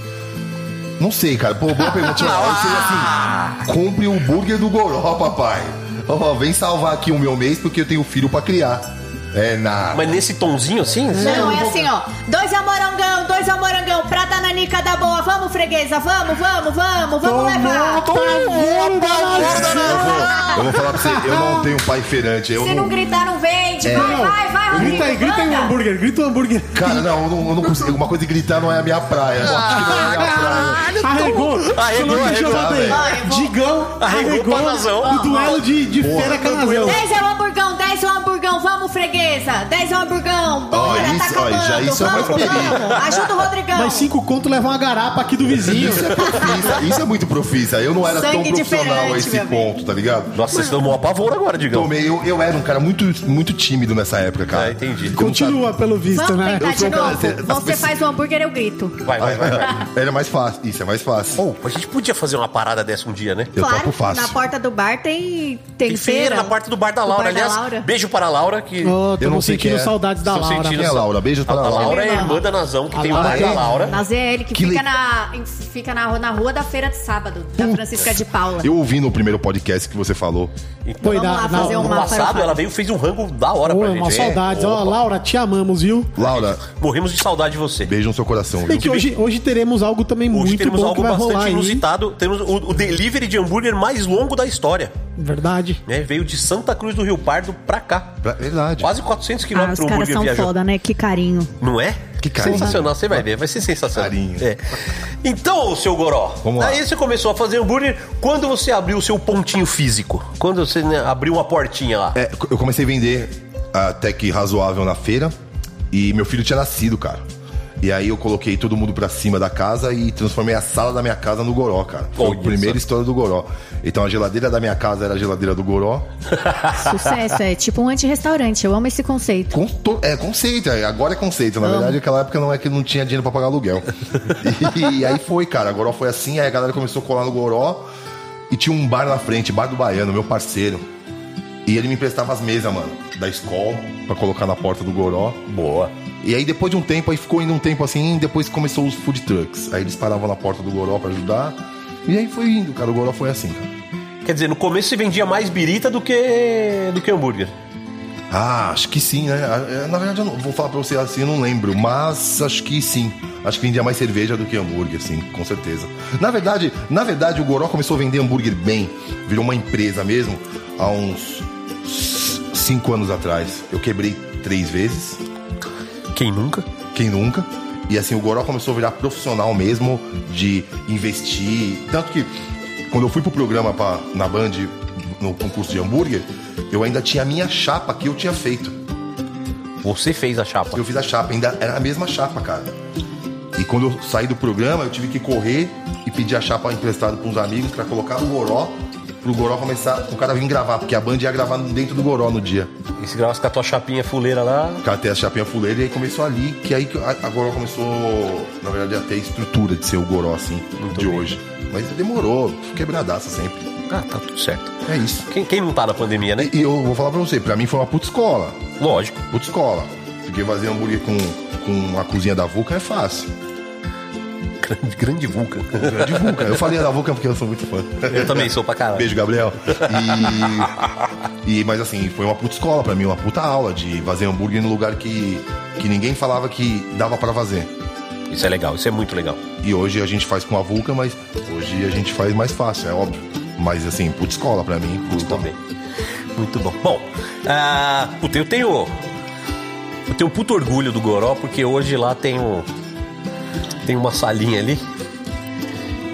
S6: Não sei, cara. Pô, boa pergunta. Ah, Eu sei
S3: Ah,
S6: assim. Compre o burger do Goró, papai. Ó, vem salvar aqui o meu mês porque eu tenho filho pra criar. É na.
S3: Mas nesse tonzinho assim?
S5: Não, é assim, ó. Dois amorangão, dois amorangão, prata na nica da boa. Vamos, freguesa, vamos, vamos, vamos, vamos levar.
S6: Eu vou, eu vou falar pra você, eu não tenho pai feirante. Eu
S5: Se
S6: não,
S5: não gritar, não vende. Vai, vai, vai, Rodrigo.
S4: É, Grita aí, grita aí o
S5: manda.
S4: hambúrguer, grita o hambúrguer.
S6: Cara, não, eu não, eu não consigo. Uma coisa de gritar não é a minha praia. Eu acho que não é a
S5: Ah.
S6: minha praia.
S4: Arregou.
S5: tipo
S3: Arregou,
S4: Deixa eu
S3: arregou,
S4: botar aí.
S5: velho. Arregou.
S4: Digão,
S3: Arregou
S4: arregou.
S3: pra Nazão.
S4: O duelo de, de feira com a Nazão.
S5: Dez é o hamburgão, dez é o hamburgão, vamos, freguesa. Dez é o hamburgão, bora,
S6: Ó,
S5: tá
S6: isso- ó,
S5: acabando.
S6: já isso é
S5: vamos,
S6: mais perigo.
S5: vamos. Ajuda o Rodrigão.
S4: Mas cinco conto leva uma garapa aqui do vizinho.
S6: Isso é profissa, isso é muito profissa. Eu não era
S5: Sangue
S6: tão profissional a
S5: diferente,
S6: esse
S5: meu bem.
S6: ponto, tá ligado?
S3: Nossa, você tomou a pavor agora, digamos.
S6: Tomei, eu, eu era um cara muito, muito tímido nessa época, cara.
S3: Ah, entendi.
S6: Eu não
S4: Continua, pelo visto,
S5: Vamos
S4: né?
S5: tentar
S6: Eu sou
S5: de
S6: um cara-
S5: novo.
S6: as
S5: Você
S6: pessoas-
S5: faz o hambúrguer, eu grito.
S3: Vai, vai, vai. vai.
S6: sabia- Era mais fácil, isso é mais fácil.
S3: Ou a gente podia fazer uma parada dessa um dia, né?
S6: Eu topo
S5: claro,
S6: fácil.
S5: na porta do bar tem, tem,
S3: Tem feira na parte do bar da
S5: O
S3: Laura.
S5: bar da
S3: Aliás,
S5: Laura.
S3: beijo para a Laura, que
S4: Ô,
S6: Eu
S4: tamo
S6: não sei
S4: sentindo
S6: quem é.
S4: saudades da
S3: Tô
S4: Laura.
S3: sentindo-
S6: Quem é a Laura? Beijo
S3: a,
S6: pra
S3: a
S6: Laura.
S3: Laura é a
S5: Minha
S3: irmã
S5: irmã.
S3: da Nazão, que
S4: A
S3: tem o
S4: Laura
S3: bar da
S4: é-
S3: Laura.
S5: Mas é ele que,
S6: Que
S5: fica,
S6: le-
S5: na, em- fica na, ru- na rua da feira de sábado, da
S6: Putz.
S5: Francisca de Paula.
S6: Eu ouvi no primeiro podcast que você falou.
S4: Pô, e
S5: Vamos
S4: na-
S5: lá
S4: na-
S5: fazer
S3: No
S5: um mapa.
S3: passado, ela veio e fez um rango da hora
S4: Pô,
S3: pra gente.
S4: uma
S3: É.
S4: saudade. Ó,
S3: Opa.
S4: Laura, te amamos, viu?
S6: Laura,
S3: Morremos de saudade de você.
S6: beijo no seu coração.
S4: Bem
S6: Viu?
S4: que hoje, hoje teremos algo também
S3: Hoje
S4: muito
S3: temos
S4: bom
S3: algo
S4: que vai rolar
S3: bastante
S4: aí.
S3: inusitado. Temos o, o delivery de hambúrguer mais longo da história.
S4: Verdade.
S3: né? Veio de Santa Cruz do Rio Pardo pra cá.
S6: Pra- Verdade.
S3: Quase 400
S5: Ah,
S3: quilômetros
S5: os
S3: o
S5: caras
S3: hambúrguer
S5: são
S3: viajou.
S5: foda, né? Que carinho.
S3: Não é?
S6: Que carinho.
S3: Sensacional, você vai ver, vai ser sensacional.
S6: Carinho.
S3: É. Então, seu Goró,
S6: Vamos lá.
S3: aí você começou a fazer hambúrguer quando você abriu o seu pontinho físico. Quando você né, abriu uma portinha lá.
S6: É, eu comecei a vender até que razoável na feira e meu filho tinha nascido, cara. E aí eu coloquei todo mundo pra cima da casa e transformei a sala da minha casa no Goró, cara. Foi
S3: Olha
S6: a primeira
S3: só.
S6: história do Goró. Então a geladeira da minha casa era a geladeira do Goró.
S5: Sucesso, é tipo um anti-restaurante. Eu amo esse conceito.
S6: Con- to- é conceito, é, agora é conceito. Na verdade, naquela época não é que não tinha dinheiro pra pagar aluguel. e, aí foi, cara. Goró foi assim, aí a galera começou a colar no Goró e tinha um bar na frente, bar do Baiano, meu parceiro. E ele me emprestava as mesas, mano, da escola, pra colocar na porta do Goró.
S3: Boa.
S6: E aí depois de um tempo, aí ficou indo um tempo assim, depois começou os food trucks. Aí eles paravam na porta do Goró pra ajudar. E aí foi indo, cara. O Goró foi assim, cara.
S3: Quer dizer, no começo você vendia mais birita do que, do que hambúrguer.
S6: Ah, acho que sim, né? Ah, é, Na verdade, eu não, vou falar pra você assim, eu não lembro, mas acho que sim. Acho que vendia mais cerveja do que hambúrguer, sim, com certeza. Na verdade, na verdade, o Goró começou a vender hambúrguer bem, virou uma empresa mesmo, há uns cinco anos atrás. Eu quebrei três vezes,
S3: Quem nunca?
S6: quem nunca? E assim, o Goró começou a virar profissional mesmo, de investir. Tanto que quando eu fui pro programa pra, na Band, no concurso de hambúrguer, eu ainda tinha a minha chapa que eu tinha feito.
S3: Você fez a chapa.
S6: Eu fiz a chapa, ainda era a mesma chapa, cara. E quando eu saí do programa, eu tive que correr e pedir a chapa emprestada para uns amigos pra colocar no Goró, pro Goró começar, o cara vir gravar, porque a banda ia gravar dentro do Goró no dia.
S3: E se gravasse com a tua chapinha fuleira lá.
S6: O cara tem a chapinha fuleira e aí começou ali, que aí que a, a Goró começou, na verdade, a ter estrutura de ser o Goró, assim, de hoje. Mas demorou, quebradaça sempre.
S3: Ah, tá tudo certo.
S6: É isso.
S3: Quem, quem não tá na pandemia, né?
S6: E, e eu vou falar pra você, pra mim foi uma puta escola.
S3: Lógico.
S6: Puta escola. Porque fazer hambúrguer com, com a cozinha da Vulca é fácil.
S3: Grande, grande vulca.
S6: Grande Vulca. Eu falei da Vulca porque eu sou muito fã.
S3: Eu também sou pra caralho.
S6: Beijo, Gabriel. E, e- mas assim, foi uma puta escola pra mim, uma puta aula de fazer hambúrguer num lugar que, que ninguém falava que dava pra fazer.
S3: Isso é legal, isso é muito legal.
S6: E hoje a gente faz com a Vulca, mas hoje a gente faz mais fácil, é óbvio. Mas assim, puta escola pra mim. Puta
S3: Também. Muito bom. Bom, ah, puta, eu tenho. Eu tenho um puto orgulho do Goró, porque hoje lá tem um. Tem uma salinha ali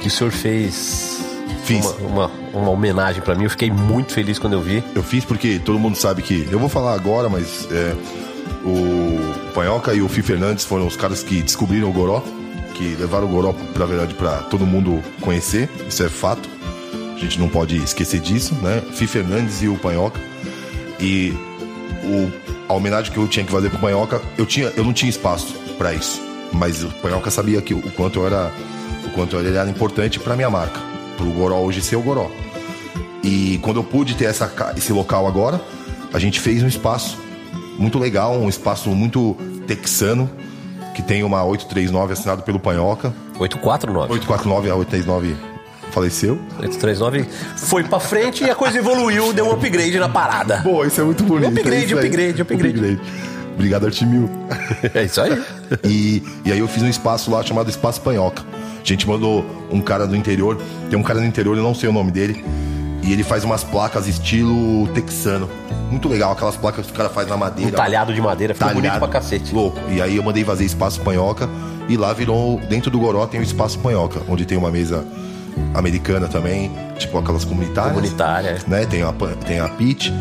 S3: que o senhor fez
S6: Fiz.
S3: Uma, uma, uma homenagem pra mim. Eu fiquei muito feliz quando eu vi.
S6: Eu fiz porque todo mundo sabe que. Eu vou falar agora, mas é, o Panhoca e o Fih Fernandes foram os caras que descobriram o Goró, que levaram o Goró, pra verdade, pra todo mundo conhecer. Isso é fato. A gente não pode esquecer disso, né? Fih Fernandes e o Panhoca. E o, a homenagem que eu tinha que fazer pro Panhoca, eu, tinha, eu não tinha espaço pra isso. Mas o Panhoca sabia que, o quanto eu era. O quanto ele era importante pra minha marca. Pro Goró hoje ser o Goró. E quando eu pude ter essa, ca- esse local agora, a gente fez um espaço muito legal, um espaço muito texano, que tem uma 839 assinado pelo Panhoca.
S3: 849.
S6: 849, a 839 faleceu.
S3: 839. Foi pra frente e a coisa evoluiu, deu um upgrade na parada.
S6: Pô, isso é muito bonito.
S3: Upgrade,
S6: é isso aí.
S3: upgrade, upgrade.
S6: Obrigado, Artimil.
S3: É isso aí.
S6: E, e aí eu fiz um espaço lá chamado Espaço Panhoca. A gente mandou um cara do interior, tem um cara do interior, eu não sei o nome dele, e ele faz umas placas estilo texano. Muito legal, aquelas placas que o cara faz na
S3: Um
S6: madeira.
S3: talhado de madeira, ficou bonito
S6: Talhado.
S3: pra cacete.
S6: Louco. E aí eu mandei fazer espaço panhoca e lá virou dentro do Goró tem o espaço panhoca, onde tem uma mesa americana também, tipo aquelas comunitárias.
S3: Comunitária. é.
S6: Né? Tem a pan- tem a pit,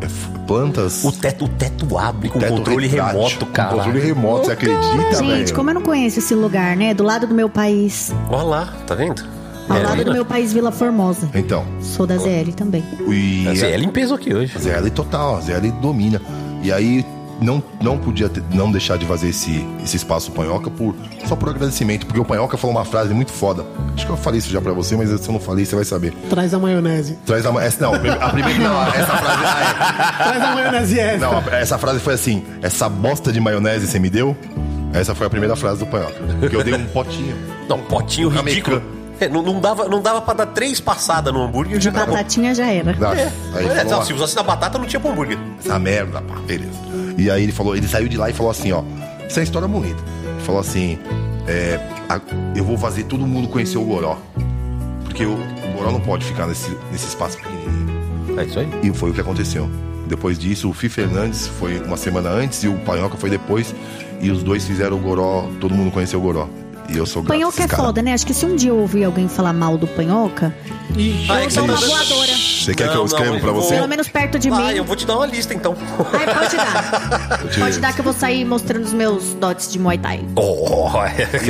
S6: é, f- plantas.
S3: O teto, o teto abre com
S6: teto
S3: controle
S6: retrátil,
S3: remoto,
S6: com
S3: cara.
S6: Controle remoto, você acredita,
S5: Gente,
S6: velho?
S5: como eu não conheço esse lugar, né? Do lado do meu país.
S3: Olha lá, tá vendo?
S5: Ao
S3: É,
S5: lado do
S3: mina.
S5: meu país, Vila Formosa.
S6: Então,
S5: Sou da ZL também.
S6: e
S3: Assim, é limpeza aqui hoje.
S6: ZL total, a ZL domina. E aí não, não podia ter- não deixar de fazer esse, esse espaço Panhoca por, só por agradecimento, porque o Panhoca falou uma frase muito foda. Acho que eu falei isso já pra você, mas se eu não falei, você vai saber.
S4: Traz a maionese.
S6: Traz a ma- essa, não, a primeira não, essa frase. ah,
S4: Traz a maionese
S6: é.
S4: essa.
S6: Não, a- essa frase foi assim: essa bosta de maionese você me deu? Essa foi a primeira frase do panhoca. Que eu dei um potinho.
S3: Não, potinho ridículo. É, não, não dava, não dava pra dar três passadas no hambúrguer. Já tava-
S5: Batatinha já era.
S6: Dá.
S3: É,
S6: Aí ele
S3: é,
S6: falou,
S3: não,
S6: ó, É
S3: se usasse na batata, não tinha pra hambúrguer.
S6: essa merda, pá, beleza. E aí ele falou, ele saiu de lá e falou assim, ó, isso é uma história bonita. Ele falou assim, é, a- eu vou fazer todo mundo conhecer o Goró. Porque o, o Goró não pode ficar nesse, nesse espaço pequenininho.
S3: É isso aí.
S6: E foi o que aconteceu. Depois disso, o Fi Fernandes foi uma semana antes e o Panhoca foi depois. E os dois fizeram o Goró, todo mundo conheceu o Goró. E eu sou grato a
S5: Panhoca
S6: esses
S5: é
S6: caras.
S5: foda, né? Acho que se um dia eu ouvir alguém falar mal do panhoca,
S4: E
S3: Ah, é que
S5: eu dou uma
S3: você-
S5: voadora.
S6: Você quer que
S3: Não,
S6: eu escreva
S3: não,
S6: pra
S3: eu vou-
S6: você?
S5: Pelo menos perto de
S3: Ah,
S5: mim.
S3: eu vou te dar uma lista então.
S5: Ai, pode dar.
S6: Eu te-
S5: Pode dar que eu vou sair mostrando os meus dotes de Muay Thai.
S3: Oh,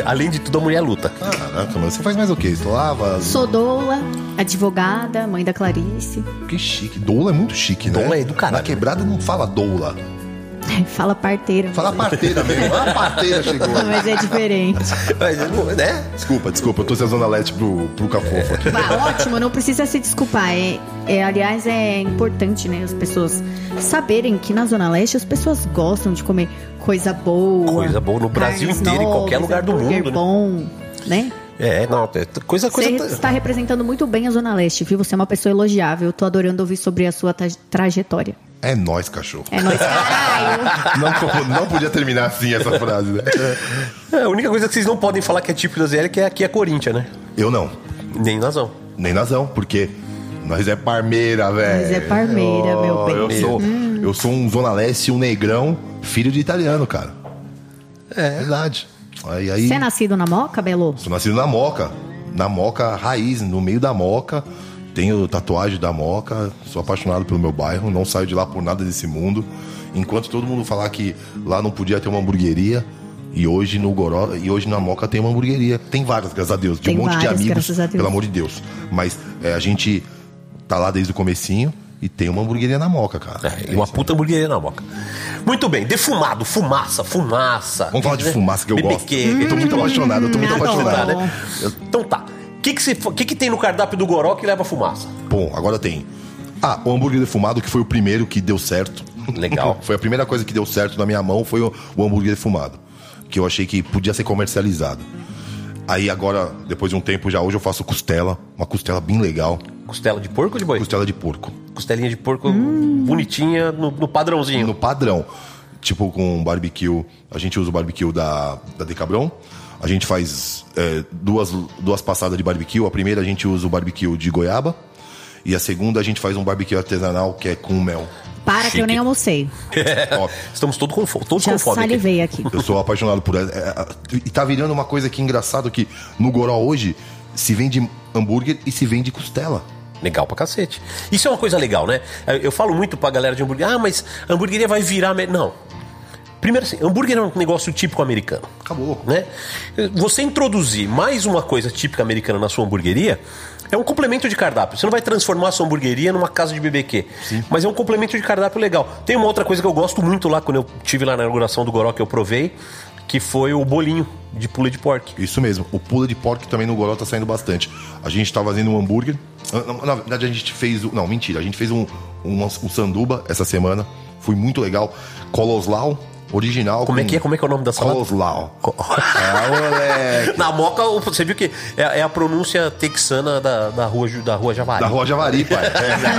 S3: além de tudo, a mulher luta.
S6: Caraca, mas você faz mais o quê? Você lava?
S5: Sou doula, advogada, mãe da Clarice.
S6: Que chique. Doula é muito chique, né?
S3: Doula é do caralho.
S6: Na quebrada não fala doula.
S5: Fala parteira.
S6: Fala parteira mesmo. A parteira chegou.
S5: Mas é diferente.
S3: Mas, né?
S6: Desculpa, desculpa. Eu tô se a Zona Leste pro, pro Cafofa.
S5: Ah, ótimo, não precisa se desculpar. É, é, aliás, é importante, né, as pessoas saberem que na Zona Leste as pessoas gostam de comer coisa boa.
S3: Coisa boa no Brasil inteiro, em qualquer lugar do
S5: hambúrguer
S3: mundo, né?
S5: bom, né?
S3: É, não, é coisa,
S5: Você
S3: coisa.
S5: está representando muito bem a Zona Leste, viu? Você é uma pessoa elogiável. Eu tô adorando ouvir sobre a sua tra- trajetória.
S6: É nóis, cachorro.
S5: É nóis, caralho.
S6: Não, como- não podia terminar assim essa frase, né?
S3: É, a única coisa que vocês não podem falar que é típico da ZL é que aqui é Corinthians, né?
S6: Eu não.
S3: Nem razão.
S6: Nem nazão, porque nós é parmeira, velho.
S5: Nós é parmeira, meu
S6: Oh,
S5: bem.
S6: Eu sou, eu sou um Zona Leste, um negrão, filho de italiano, cara. É. Verdade. Aí, aí...
S5: Você é nascido na Moca, Belo?
S6: Sou nascido na Moca. Na Moca raiz, no meio da Moca. Tenho tatuagem da Moca. Sou apaixonado pelo meu bairro. Não saio de lá por nada desse mundo. Enquanto todo mundo falar que lá não podia ter uma hamburgueria. E hoje no Goró, e hoje na Moca tem uma hamburgueria. Tem várias, graças a Deus. De
S5: Tem
S6: um monte
S5: várias,
S6: de amigos,
S5: graças a Deus.
S6: pelo amor de Deus. Mas é, a gente tá lá desde o comecinho e tem uma hamburgueria na Moca, cara.
S3: É, e uma puta hamburgueria na boca. Muito bem, defumado, fumaça, fumaça.
S6: Vamos falar de fumaça que eu gosto.
S3: BBQ.
S6: Eu tô muito apaixonado, eu tô muito
S5: Hum,
S6: apaixonado.
S5: adoro.
S3: né? Então tá. O que, que, se- que que tem no cardápio do Goró que leva fumaça?
S6: Bom, agora tem. Ah, o hambúrguer defumado, que foi o primeiro que deu certo.
S3: Legal.
S6: foi a primeira coisa que deu certo na minha mão, foi o, o hambúrguer defumado. Que eu achei que podia ser comercializado. Aí agora, depois de um tempo já, hoje eu faço costela. Uma costela bem legal.
S3: Costela de porco ou de boi?
S6: Costela de porco.
S3: Costelinha de porco
S5: Hum.
S3: bonitinha, no, no padrãozinho.
S6: No padrão. Tipo com barbecue. A gente usa o barbecue da, da Decabron. A gente faz é, duas, duas passadas de barbecue. A primeira a gente usa o barbecue de goiaba. E a segunda a gente faz um barbecue artesanal que é com mel.
S5: Para que
S3: Chique.
S5: eu nem almocei.
S6: Top.
S3: Estamos todos com, fo- todos
S5: Já
S3: com fome aqui.
S5: salivei aqui.
S6: Eu sou apaixonado por ela. É, é, E tá virando uma coisa que é engraçado que no Goró hoje se vende hambúrguer e se vende costela.
S3: Legal pra cacete. Isso é uma coisa legal, né? Eu falo muito pra galera de hambúrguer. Ah, mas a hambúrgueria vai virar... me-" Não. Primeiro assim, hambúrguer é um negócio típico americano.
S6: Acabou.
S3: né? Você introduzir mais uma coisa típica americana na sua hamburgueria é um complemento de cardápio. Você não vai transformar a sua hamburgueria numa casa de BBQ. Mas é um complemento de cardápio legal. Tem uma outra coisa que eu gosto muito lá, quando eu tive lá na inauguração do Goró que eu provei, que foi o bolinho de pula de porco.
S6: Isso mesmo. O pula de porco também no Goró tá saindo bastante. A gente tá fazendo um hambúrguer. Na- Na verdade, a gente fez. o- Não, mentira. A gente fez um, um, um sanduba essa semana. Foi muito legal. Coloslau, original.
S3: Como é
S6: com-
S3: que é? Como é que é o nome da salada?
S6: Coloslau. É, moleque.
S3: Na moca, você viu que é, é a pronúncia texana da, da rua, Ju- da rua Javari.
S6: Da Rua Javari, pai.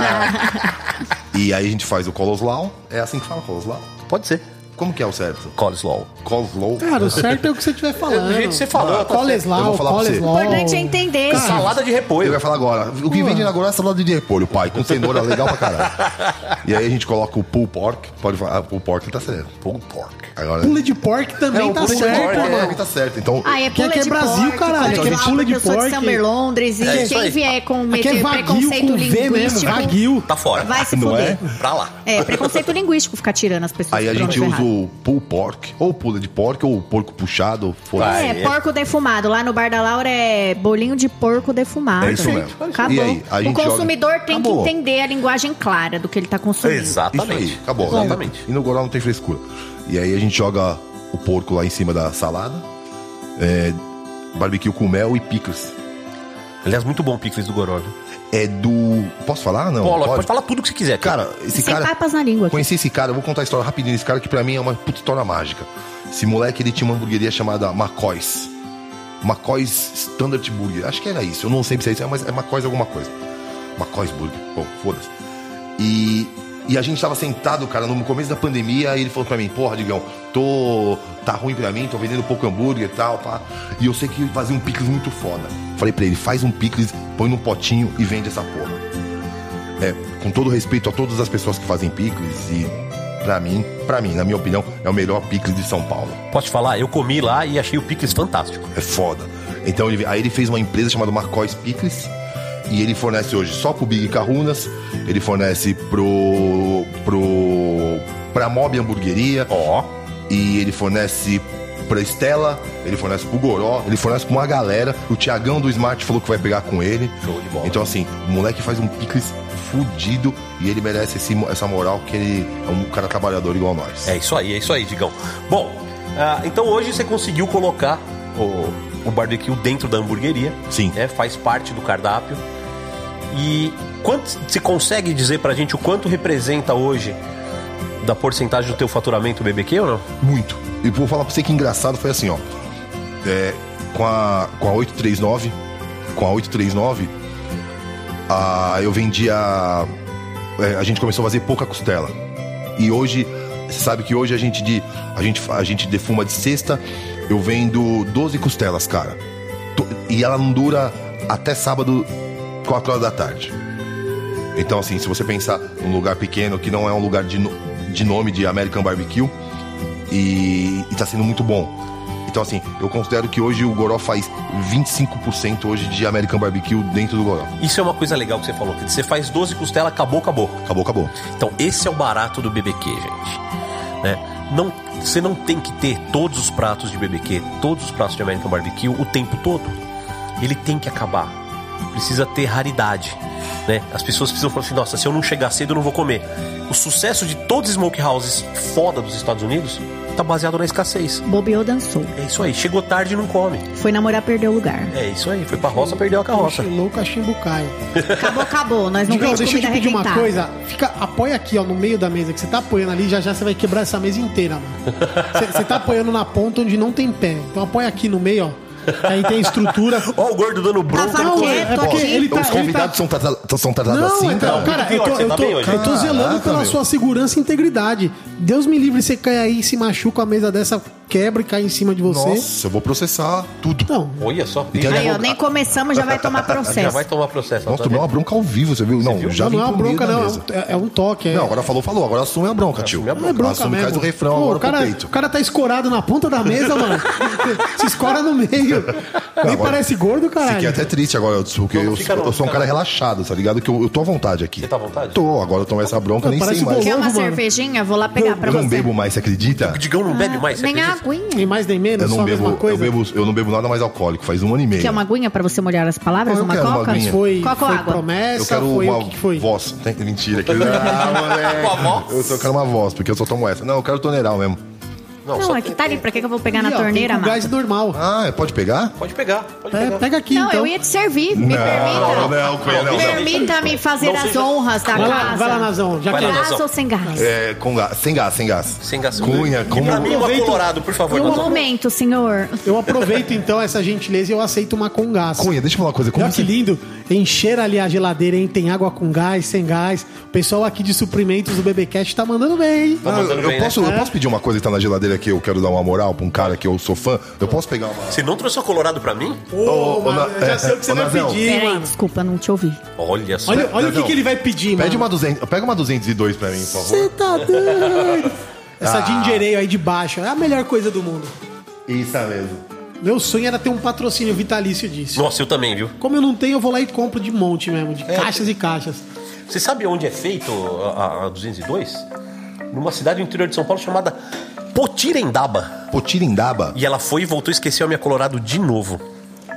S6: É. e aí a gente faz o Coloslau. É assim que fala Coloslau.
S3: Pode ser.
S6: Como que é o certo?
S3: Coleslaw.
S6: Coloslau.
S4: Cara, o certo é o que você estiver falando.
S3: Do jeito que você falou, tá certo.
S6: Eu
S4: Coleslaw,
S6: vou falar pra você.
S4: coleslaw.
S5: O importante é entender.
S3: Salada de
S6: Ele
S3: repolho.
S6: vai falar agora. O que vende na Goró é salada de repolho, pai. Com cenoura legal pra caralho. E aí a gente coloca o pull pork. Pode falar. Ah, pull pork tá certo. Pull pork. Agora, é
S4: Pula de pork também
S6: o
S4: tá
S6: pulled
S4: certo,
S6: pork,
S4: mano.
S6: é, tá certo. Então,
S5: Ah, é
S4: Aqui
S5: pula
S4: é
S5: de
S4: Brasil,
S5: porco,
S4: caralho,
S5: pode
S4: aqui é
S5: falar,
S4: pula de
S5: porque Eu sou de
S4: porco.
S5: Summer Londres e
S3: É isso aí.
S5: quem vier com
S4: Aqui é
S5: meter
S4: vaguio
S5: preconceito
S4: com V mesmo,
S5: linguístico
S4: vaguio.
S3: Tá fora.
S5: vai se
S6: Não
S5: fuder.
S3: Pra lá.
S5: É? preconceito linguístico ficar tirando as pessoas.
S6: aí a
S5: que
S6: gente
S5: provam
S6: usa
S5: tá errado.
S6: o pull pork. Ou pula de pork, ou porco puxado. Foda-se.
S3: Vai.
S5: É, porco defumado. Lá no Bar da Laura é bolinho de porco defumado.
S6: É isso mesmo.
S5: Acabou.
S6: E aí, a
S5: o
S6: gente
S5: consumidor
S6: joga-
S5: tem
S6: Acabou.
S5: que entender a linguagem clara do que ele tá consumindo.
S3: Exatamente.
S6: Isso aí, acabou. né?
S3: Exatamente.
S6: E no Goró não tem frescura. E aí a gente joga o porco lá em cima da salada. É, barbecue com mel e picles.
S3: Aliás, muito bom o picles do Goró. viu?
S6: É do... Posso falar? Não.
S3: Pô, Então, pode falar tudo que você quiser.
S6: Cara, esse
S5: Sem
S6: cara...
S5: papas na língua. aqui.
S6: Conheci esse cara, eu vou contar a história rapidinho desse cara que pra mim é uma puta história mágica. Esse moleque, ele tinha uma hamburgueria chamada McCoy's. McCoy's Standard Burger. Acho que era isso. Eu não sei se é isso, mas é McCoy's alguma coisa. McCoy's Burger. Bom, foda-se. E, e a gente tava sentado, cara, no começo da pandemia, e ele falou pra mim, porra, Digão, tô. tá ruim pra mim, tô vendendo pouco hambúrguer e tal, pá. E eu sei que fazia um picles muito foda. Falei pra ele, faz um picles, põe num potinho e vende essa porra. É, com todo respeito a todas as pessoas que fazem picles e pra mim, pra mim, na minha opinião, é o melhor picles de São Paulo.
S3: Pode falar, eu comi lá e achei o picles fantástico.
S6: É foda. Então ele, aí ele fez uma empresa chamada Marcois Picles. E ele fornece hoje só pro Big Carrunas, ele fornece pro. pro. pra Mob Hamburgueria,
S3: Ó,
S6: e ele fornece pra Estela, ele fornece pro Goró, ele fornece pra uma galera. O Tiagão do Smart falou que vai pegar com ele.
S3: Show de bola.
S6: Então, assim, o moleque faz um picles fudido e ele merece esse- essa moral que ele é um cara trabalhador igual nós.
S3: é isso aí, é isso aí, Digão. Bom, ah, então hoje você conseguiu colocar o, o barbecue dentro da hamburgueria.
S6: Sim.
S3: Né, faz parte do cardápio. E quanto você consegue dizer pra gente o quanto representa hoje da porcentagem do teu faturamento BBQ ou não?
S6: Muito. E vou falar pra você que engraçado foi assim, ó. É, com, a, com a 839, com a 839, a, eu vendia. é, a gente começou a fazer pouca costela. E hoje, você sabe que hoje a gente, de, a gente, fa- a gente defuma de sexta, eu vendo 12 costelas, cara. To- E ela não dura até sábado, 4 horas da tarde. Então, assim, se você pensar num lugar pequeno, que não é um lugar de, no- de nome de American Barbecue, e, e tá sendo muito bom. Então, assim, eu considero que hoje o Goró faz 25% hoje de American Barbecue dentro do Goró.
S3: Isso é uma coisa legal que você falou, que você faz 12 costela, acabou, acabou.
S6: Acabou, acabou.
S3: Então, esse é o barato do BBQ, gente. Né? Não, você não tem que ter todos os pratos de BBQ, todos os pratos de American Barbecue o tempo todo. Ele tem que acabar. Precisa ter raridade. Né? As pessoas precisam falar assim: nossa, se eu não chegar cedo, eu não vou comer. O sucesso de todos os smokehouses foda dos Estados Unidos tá baseado na escassez.
S5: Bobeou, dançou.
S3: É isso aí. Chegou tarde e não come.
S5: Foi namorar, perdeu o lugar.
S3: É isso aí. Foi pra roça, perdeu a carroça.
S4: Cochilou cachimbucaio.
S5: Acabou, acabou. Nós não
S4: Digão,
S5: vamos
S4: um deixa eu
S5: comida
S4: te pedir uma
S5: arrebentada.
S4: coisa. Fica, apoia aqui, ó, no meio da mesa, que você tá apoiando ali, já já você vai quebrar essa mesa inteira, mano. Você- Você tá apoiando na ponta onde não tem pé. Então apoia aqui no meio, ó. Aí tem estrutura.
S3: Ó, o gordo dando bronca.
S5: Tá
S3: no
S5: falando
S3: comer.
S5: quê? Eu tô
S6: Ó,
S5: aqui.
S4: Ele tá-
S6: os
S4: ele
S6: convidados
S4: tá-
S6: são tra- Então são tratadas assim,
S4: então,
S6: cara?
S4: cara,
S3: Muito pior,
S4: eu tô,
S3: você
S4: eu
S3: tá
S4: tô-
S3: bem hoje.
S4: eu tô zelando
S6: Caraca,
S4: pela
S6: meu.
S4: sua segurança e integridade. Deus me livre, você cair aí, se machuca, a mesa dessa quebra e cai em cima de você.
S6: Nossa, eu vou processar tudo.
S4: Não,
S3: Olha só.
S6: Então,
S5: Aí, ó,
S6: advogado.
S5: nem começamos, já vai tomar
S3: Já
S5: processo.
S3: vai tomar processo. tá
S6: Nossa, tomei uma bronca ao vivo, você viu? Não, já
S4: não,
S6: vim
S4: não é uma
S6: pro meio
S4: bronca,
S6: da
S4: não. É
S6: mesa.
S4: um, é- é um toque. É,
S6: Não, agora falou, falou. Agora assume a bronca, tio.
S3: Assume a
S4: Não é bronca
S6: assume,
S4: mesmo.
S6: faz o refrão
S4: Pô,
S6: agora
S4: o cara,
S6: pro peito.
S4: O cara tá escorado na ponta da mesa, mano. Se escora no meio. Nem
S6: agora-
S4: parece gordo, caralho.
S6: Fiquei até triste agora, Hudson, porque
S3: Não, não
S6: eu,
S3: fica
S6: sou-
S3: não,
S6: eu sou um
S3: fica
S6: cara
S3: não.
S6: relaxado, tá ligado? Que eu, eu tô à vontade aqui.
S3: Você tá à vontade?
S6: Tô, agora eu tomei essa bronca,
S4: Não,
S6: nem
S4: parece
S6: sei
S4: o
S6: mais.
S5: Quer uma
S4: Novo, mano.
S5: cervejinha? Vou lá pegar pra
S6: Eu não
S5: você.
S6: bebo mais, você acredita?
S3: O Digão não bebe mais. você
S5: Ah, Nem
S3: acredita?
S5: aguinha.
S4: Nem mais nem menos,
S6: Eu
S4: só
S6: não,
S4: a mesma
S6: bebo, eu,
S4: coisa.
S6: bebo, eu não bebo nada mais alcoólico, faz um ano e meio.
S5: Quer uma aguinha pra você molhar as palavras?
S6: Não, eu
S5: uma
S6: quero uma
S5: coca?
S6: aguinha.
S4: Foi,
S5: Coca ou
S4: foi
S5: é água?
S6: Eu
S4: promessa,
S6: quero
S4: foi
S6: uma
S4: o que que foi?
S6: voz. Tem- Mentira. Que... Ah, moleque. eu tô querendo uma voz, porque eu só tomo essa. Não, eu quero toneral mesmo.
S3: Não,
S5: Não,
S3: só
S5: é que tá ali. Pra que que eu vou
S4: Ih,
S5: pegar na
S4: ó,
S5: torneira,
S4: tem com
S5: mano?
S4: gás normal.
S6: Ah, pode pegar?
S3: pode pegar. Pode
S4: É,
S3: pegar.
S4: pega aqui,
S5: Não,
S4: então.
S5: eu ia te servir. Me
S6: não,
S5: permita.
S6: não, Cunha, não.
S3: Me
S6: não.
S5: Permita-me fazer
S3: Não
S5: as
S3: seja-
S5: honras da
S4: Vai lá,
S5: casa.
S4: vai lá, Nazão. Já
S3: Vai
S4: que
S3: lá,
S5: Gás
S3: Nazão.
S5: ou sem gás?
S6: É, com gás. Sem gás, sem gás.
S3: Sem gás.
S6: Cunha,
S3: E
S6: como...
S3: pra mim, uma
S4: Aproveita-
S3: colorado, por favor.
S5: No
S3: Nazão.
S5: Um momento, senhor.
S4: eu aproveito, então, essa gentileza e eu aceito uma com gás.
S6: Cunha, deixa eu falar uma coisa. Como
S4: Olha que
S6: você-
S4: lindo. Encher ali a geladeira, hein? Tem água com gás, sem gás. O pessoal aqui de suprimentos do BBcast tá mandando bem, hein?
S3: Tá
S6: Não,
S3: mandando
S6: eu,
S3: bem, né?
S6: posso, eu posso pedir uma coisa que tá na geladeira que eu quero dar uma moral pra um cara que eu sou fã? Eu posso pegar uma.
S3: Você não trouxe o colorado pra mim?
S6: ô,
S4: mano,
S6: ô,
S4: eu já sei o que você
S6: É. ô,
S4: vai
S6: Nazão.
S4: pedir,
S5: Peraí,
S4: mano.
S5: desculpa, não te ouvi.
S3: Olha só.
S4: Olha, olha o que,
S6: Nazão,
S4: que ele vai pedir,
S6: Pede
S4: mano.
S6: uma 200, pega uma 202 pra mim, por favor.
S4: Você tá doido.
S6: Ah.
S4: Essa ginger ale aí de baixo é a melhor coisa do mundo.
S6: Isso mesmo.
S4: Meu sonho era ter um patrocínio vitalício disso.
S3: Nossa, eu também, viu?
S4: Como eu não tenho, eu vou lá e compro de monte mesmo, de
S6: É.
S4: caixas e caixas.
S3: Você sabe onde é feito a, a- a 202? Numa cidade do interior de São Paulo chamada Potirendaba.
S6: Potirindaba?
S3: E ela foi e voltou e esqueceu a minha colorado de novo.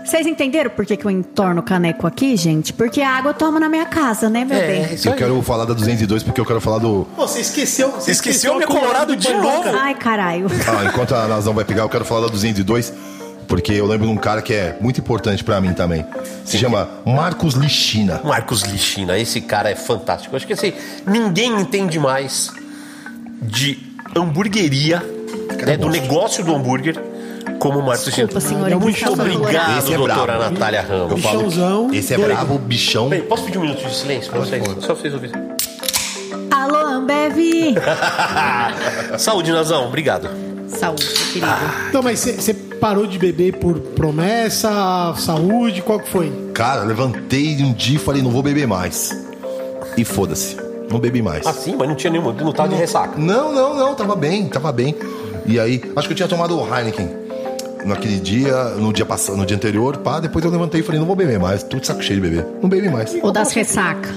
S5: Vocês entenderam por que, que eu entorno o caneco aqui, gente? Porque a água eu tomo na minha casa, né, meu bem?
S3: É, isso
S6: Eu
S3: aí.
S6: quero falar da 202 porque eu quero falar do.
S4: Pô, você esqueceu. Você
S3: Esqueceu meu colorado de novo.
S5: Ai, caralho.
S6: Ah, enquanto a Nazão vai pegar, eu quero falar da 202 porque eu lembro de um cara que é muito importante pra mim também. Se chama Marcos Lixina.
S3: Marcos Lixina, esse cara é fantástico. Eu acho que assim, ninguém entende mais de hamburgueria, né, do negócio do hambúrguer, como o Marcos
S5: Desculpa,
S3: Lixina.
S5: senhora,
S3: Muito
S5: eu não estava colorado.
S3: obrigado,
S6: Esse é
S3: doutora
S6: brabo.
S3: Natália
S6: Eu
S3: Ramos.
S6: falo.
S4: Bichãozão,
S6: Esse é
S4: doido.
S6: brabo, bichão.
S3: Bem, posso pedir um minuto de silêncio pra vocês? Só pra vocês ouvirem.
S5: Alô, Ambev!
S3: Saúde, Nazão. Obrigado.
S5: Saúde, querido.
S4: Então, mas você- você parou de beber por promessa, saúde, qual que foi?
S6: Cara, levantei um dia e falei, não vou beber mais. E foda-se. Não bebi mais.
S3: Assim, mas não tinha nenhuma. Não tava de ressaca.
S6: Não, não, não, tava bem, tava bem. E aí, acho que eu tinha tomado o Heineken naquele dia, no dia passado, no dia anterior, pá, depois eu levantei e falei, não vou beber mais, tô de saco cheio de beber. Não bebi mais.
S5: Ou das ressaca.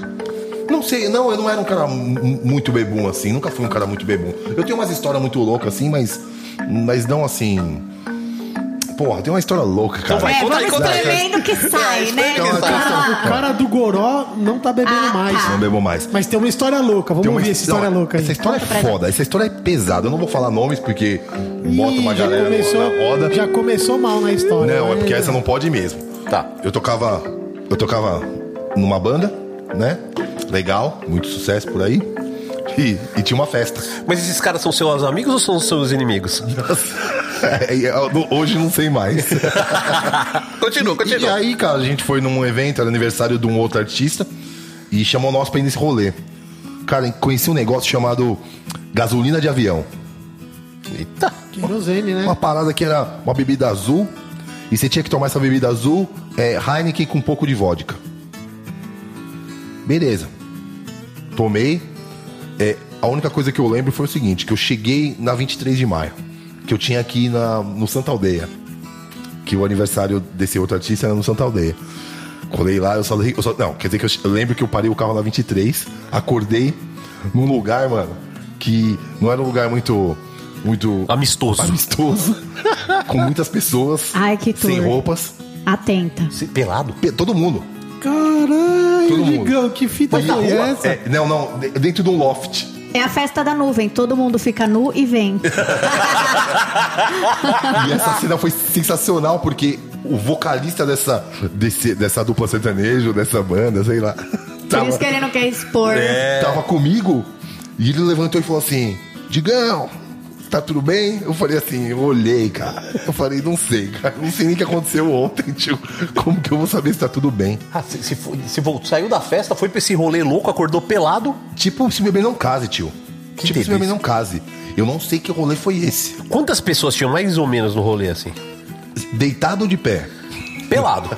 S6: Não sei, não, eu não era um cara mu- muito bebum assim, nunca fui um cara muito bebum. Eu tenho umas histórias muito loucas assim, mas mas não assim. Porra, tem uma história louca, cara.
S3: vai.
S5: É,
S3: conta aí,
S5: vamos
S3: conta aí. É,
S5: espremendo que sai, né?
S6: Então,
S5: Vai
S6: a
S5: lá.
S6: questão-
S4: O cara do Goró não tá bebendo
S5: Ah,
S4: mais.
S5: tá.
S6: Não bebo mais.
S4: Mas tem uma história louca, vamos
S6: Tem uma
S4: ouvir essa história
S6: não,
S4: louca aí.
S6: Essa história
S5: Conta pra
S6: é foda, essa história é pesada. Eu não vou falar nomes porque bota uma
S4: Ih, já
S6: galera
S4: começou,
S6: na roda.
S4: Já começou mal na história.
S6: Não, é
S4: né?
S6: porque essa não pode mesmo.
S3: Tá.
S6: Eu tocava. Eu tocava numa banda, né? Legal, muito sucesso por aí. E, e tinha uma festa.
S3: Mas esses caras são seus amigos ou são seus inimigos?
S6: É, e eu não- hoje não sei mais.
S3: continua,
S6: E
S3: continua.
S6: aí, cara, a gente foi num evento, era aniversário de um outro artista, e chamou nós pra ir nesse rolê. Cara, conheci um negócio chamado gasolina de avião.
S3: Eita.
S4: Querosene, né?
S6: Uma parada que era uma bebida azul, e você tinha que tomar essa bebida azul, é, Heineken com um pouco de vodka. Beleza. Tomei. É, a única coisa que eu lembro foi o seguinte, que eu cheguei na 23 de maio, que eu tinha aqui na, no Santa Aldeia. Que o aniversário desse outro artista era no Santa Aldeia. Colei lá, eu só, dei- eu só- Não, quer dizer que eu, che- eu lembro que eu parei o carro na 23, acordei num lugar, mano, que não era um lugar muito. Muito
S3: Amistoso.
S6: amistoso, com muitas pessoas,
S5: Ai, que
S6: sem
S5: tudo.
S6: roupas,
S5: Atenta.
S3: Se- Pelado?
S6: pe- todo mundo.
S4: Caralho,
S6: Todo mundo.
S4: Digão, que fita
S6: Mas na
S4: foi
S6: rua,
S4: essa?
S6: é, não, não, de- dentro de um loft.
S5: É a festa da nuvem, todo mundo fica nu e vem.
S3: Tá
S6: E essa cena foi sensacional, porque o vocalista dessa, desse- dessa dupla sertanejo, dessa banda, sei lá,
S5: Por
S6: tava,
S5: isso que é ele não
S3: É.
S5: quer expor.
S6: tava comigo e ele levantou e falou assim: Digão, tá tudo bem? Eu falei assim, eu olhei, cara. Eu falei, não sei, cara. Não sei nem o que aconteceu ontem, tio. Como que eu vou saber se tá tudo bem?
S3: Ah, se, se fo- se voltou- saiu da festa, foi pra esse rolê louco, acordou pelado.
S6: Tipo, se meu bem não case, tio.
S3: Que
S6: tipo, se
S3: delícia.
S6: meu bem não case. Eu não sei que rolê foi esse.
S3: Quantas pessoas tinham mais ou menos no rolê assim?
S6: Deitado ou de pé?
S3: Pelado.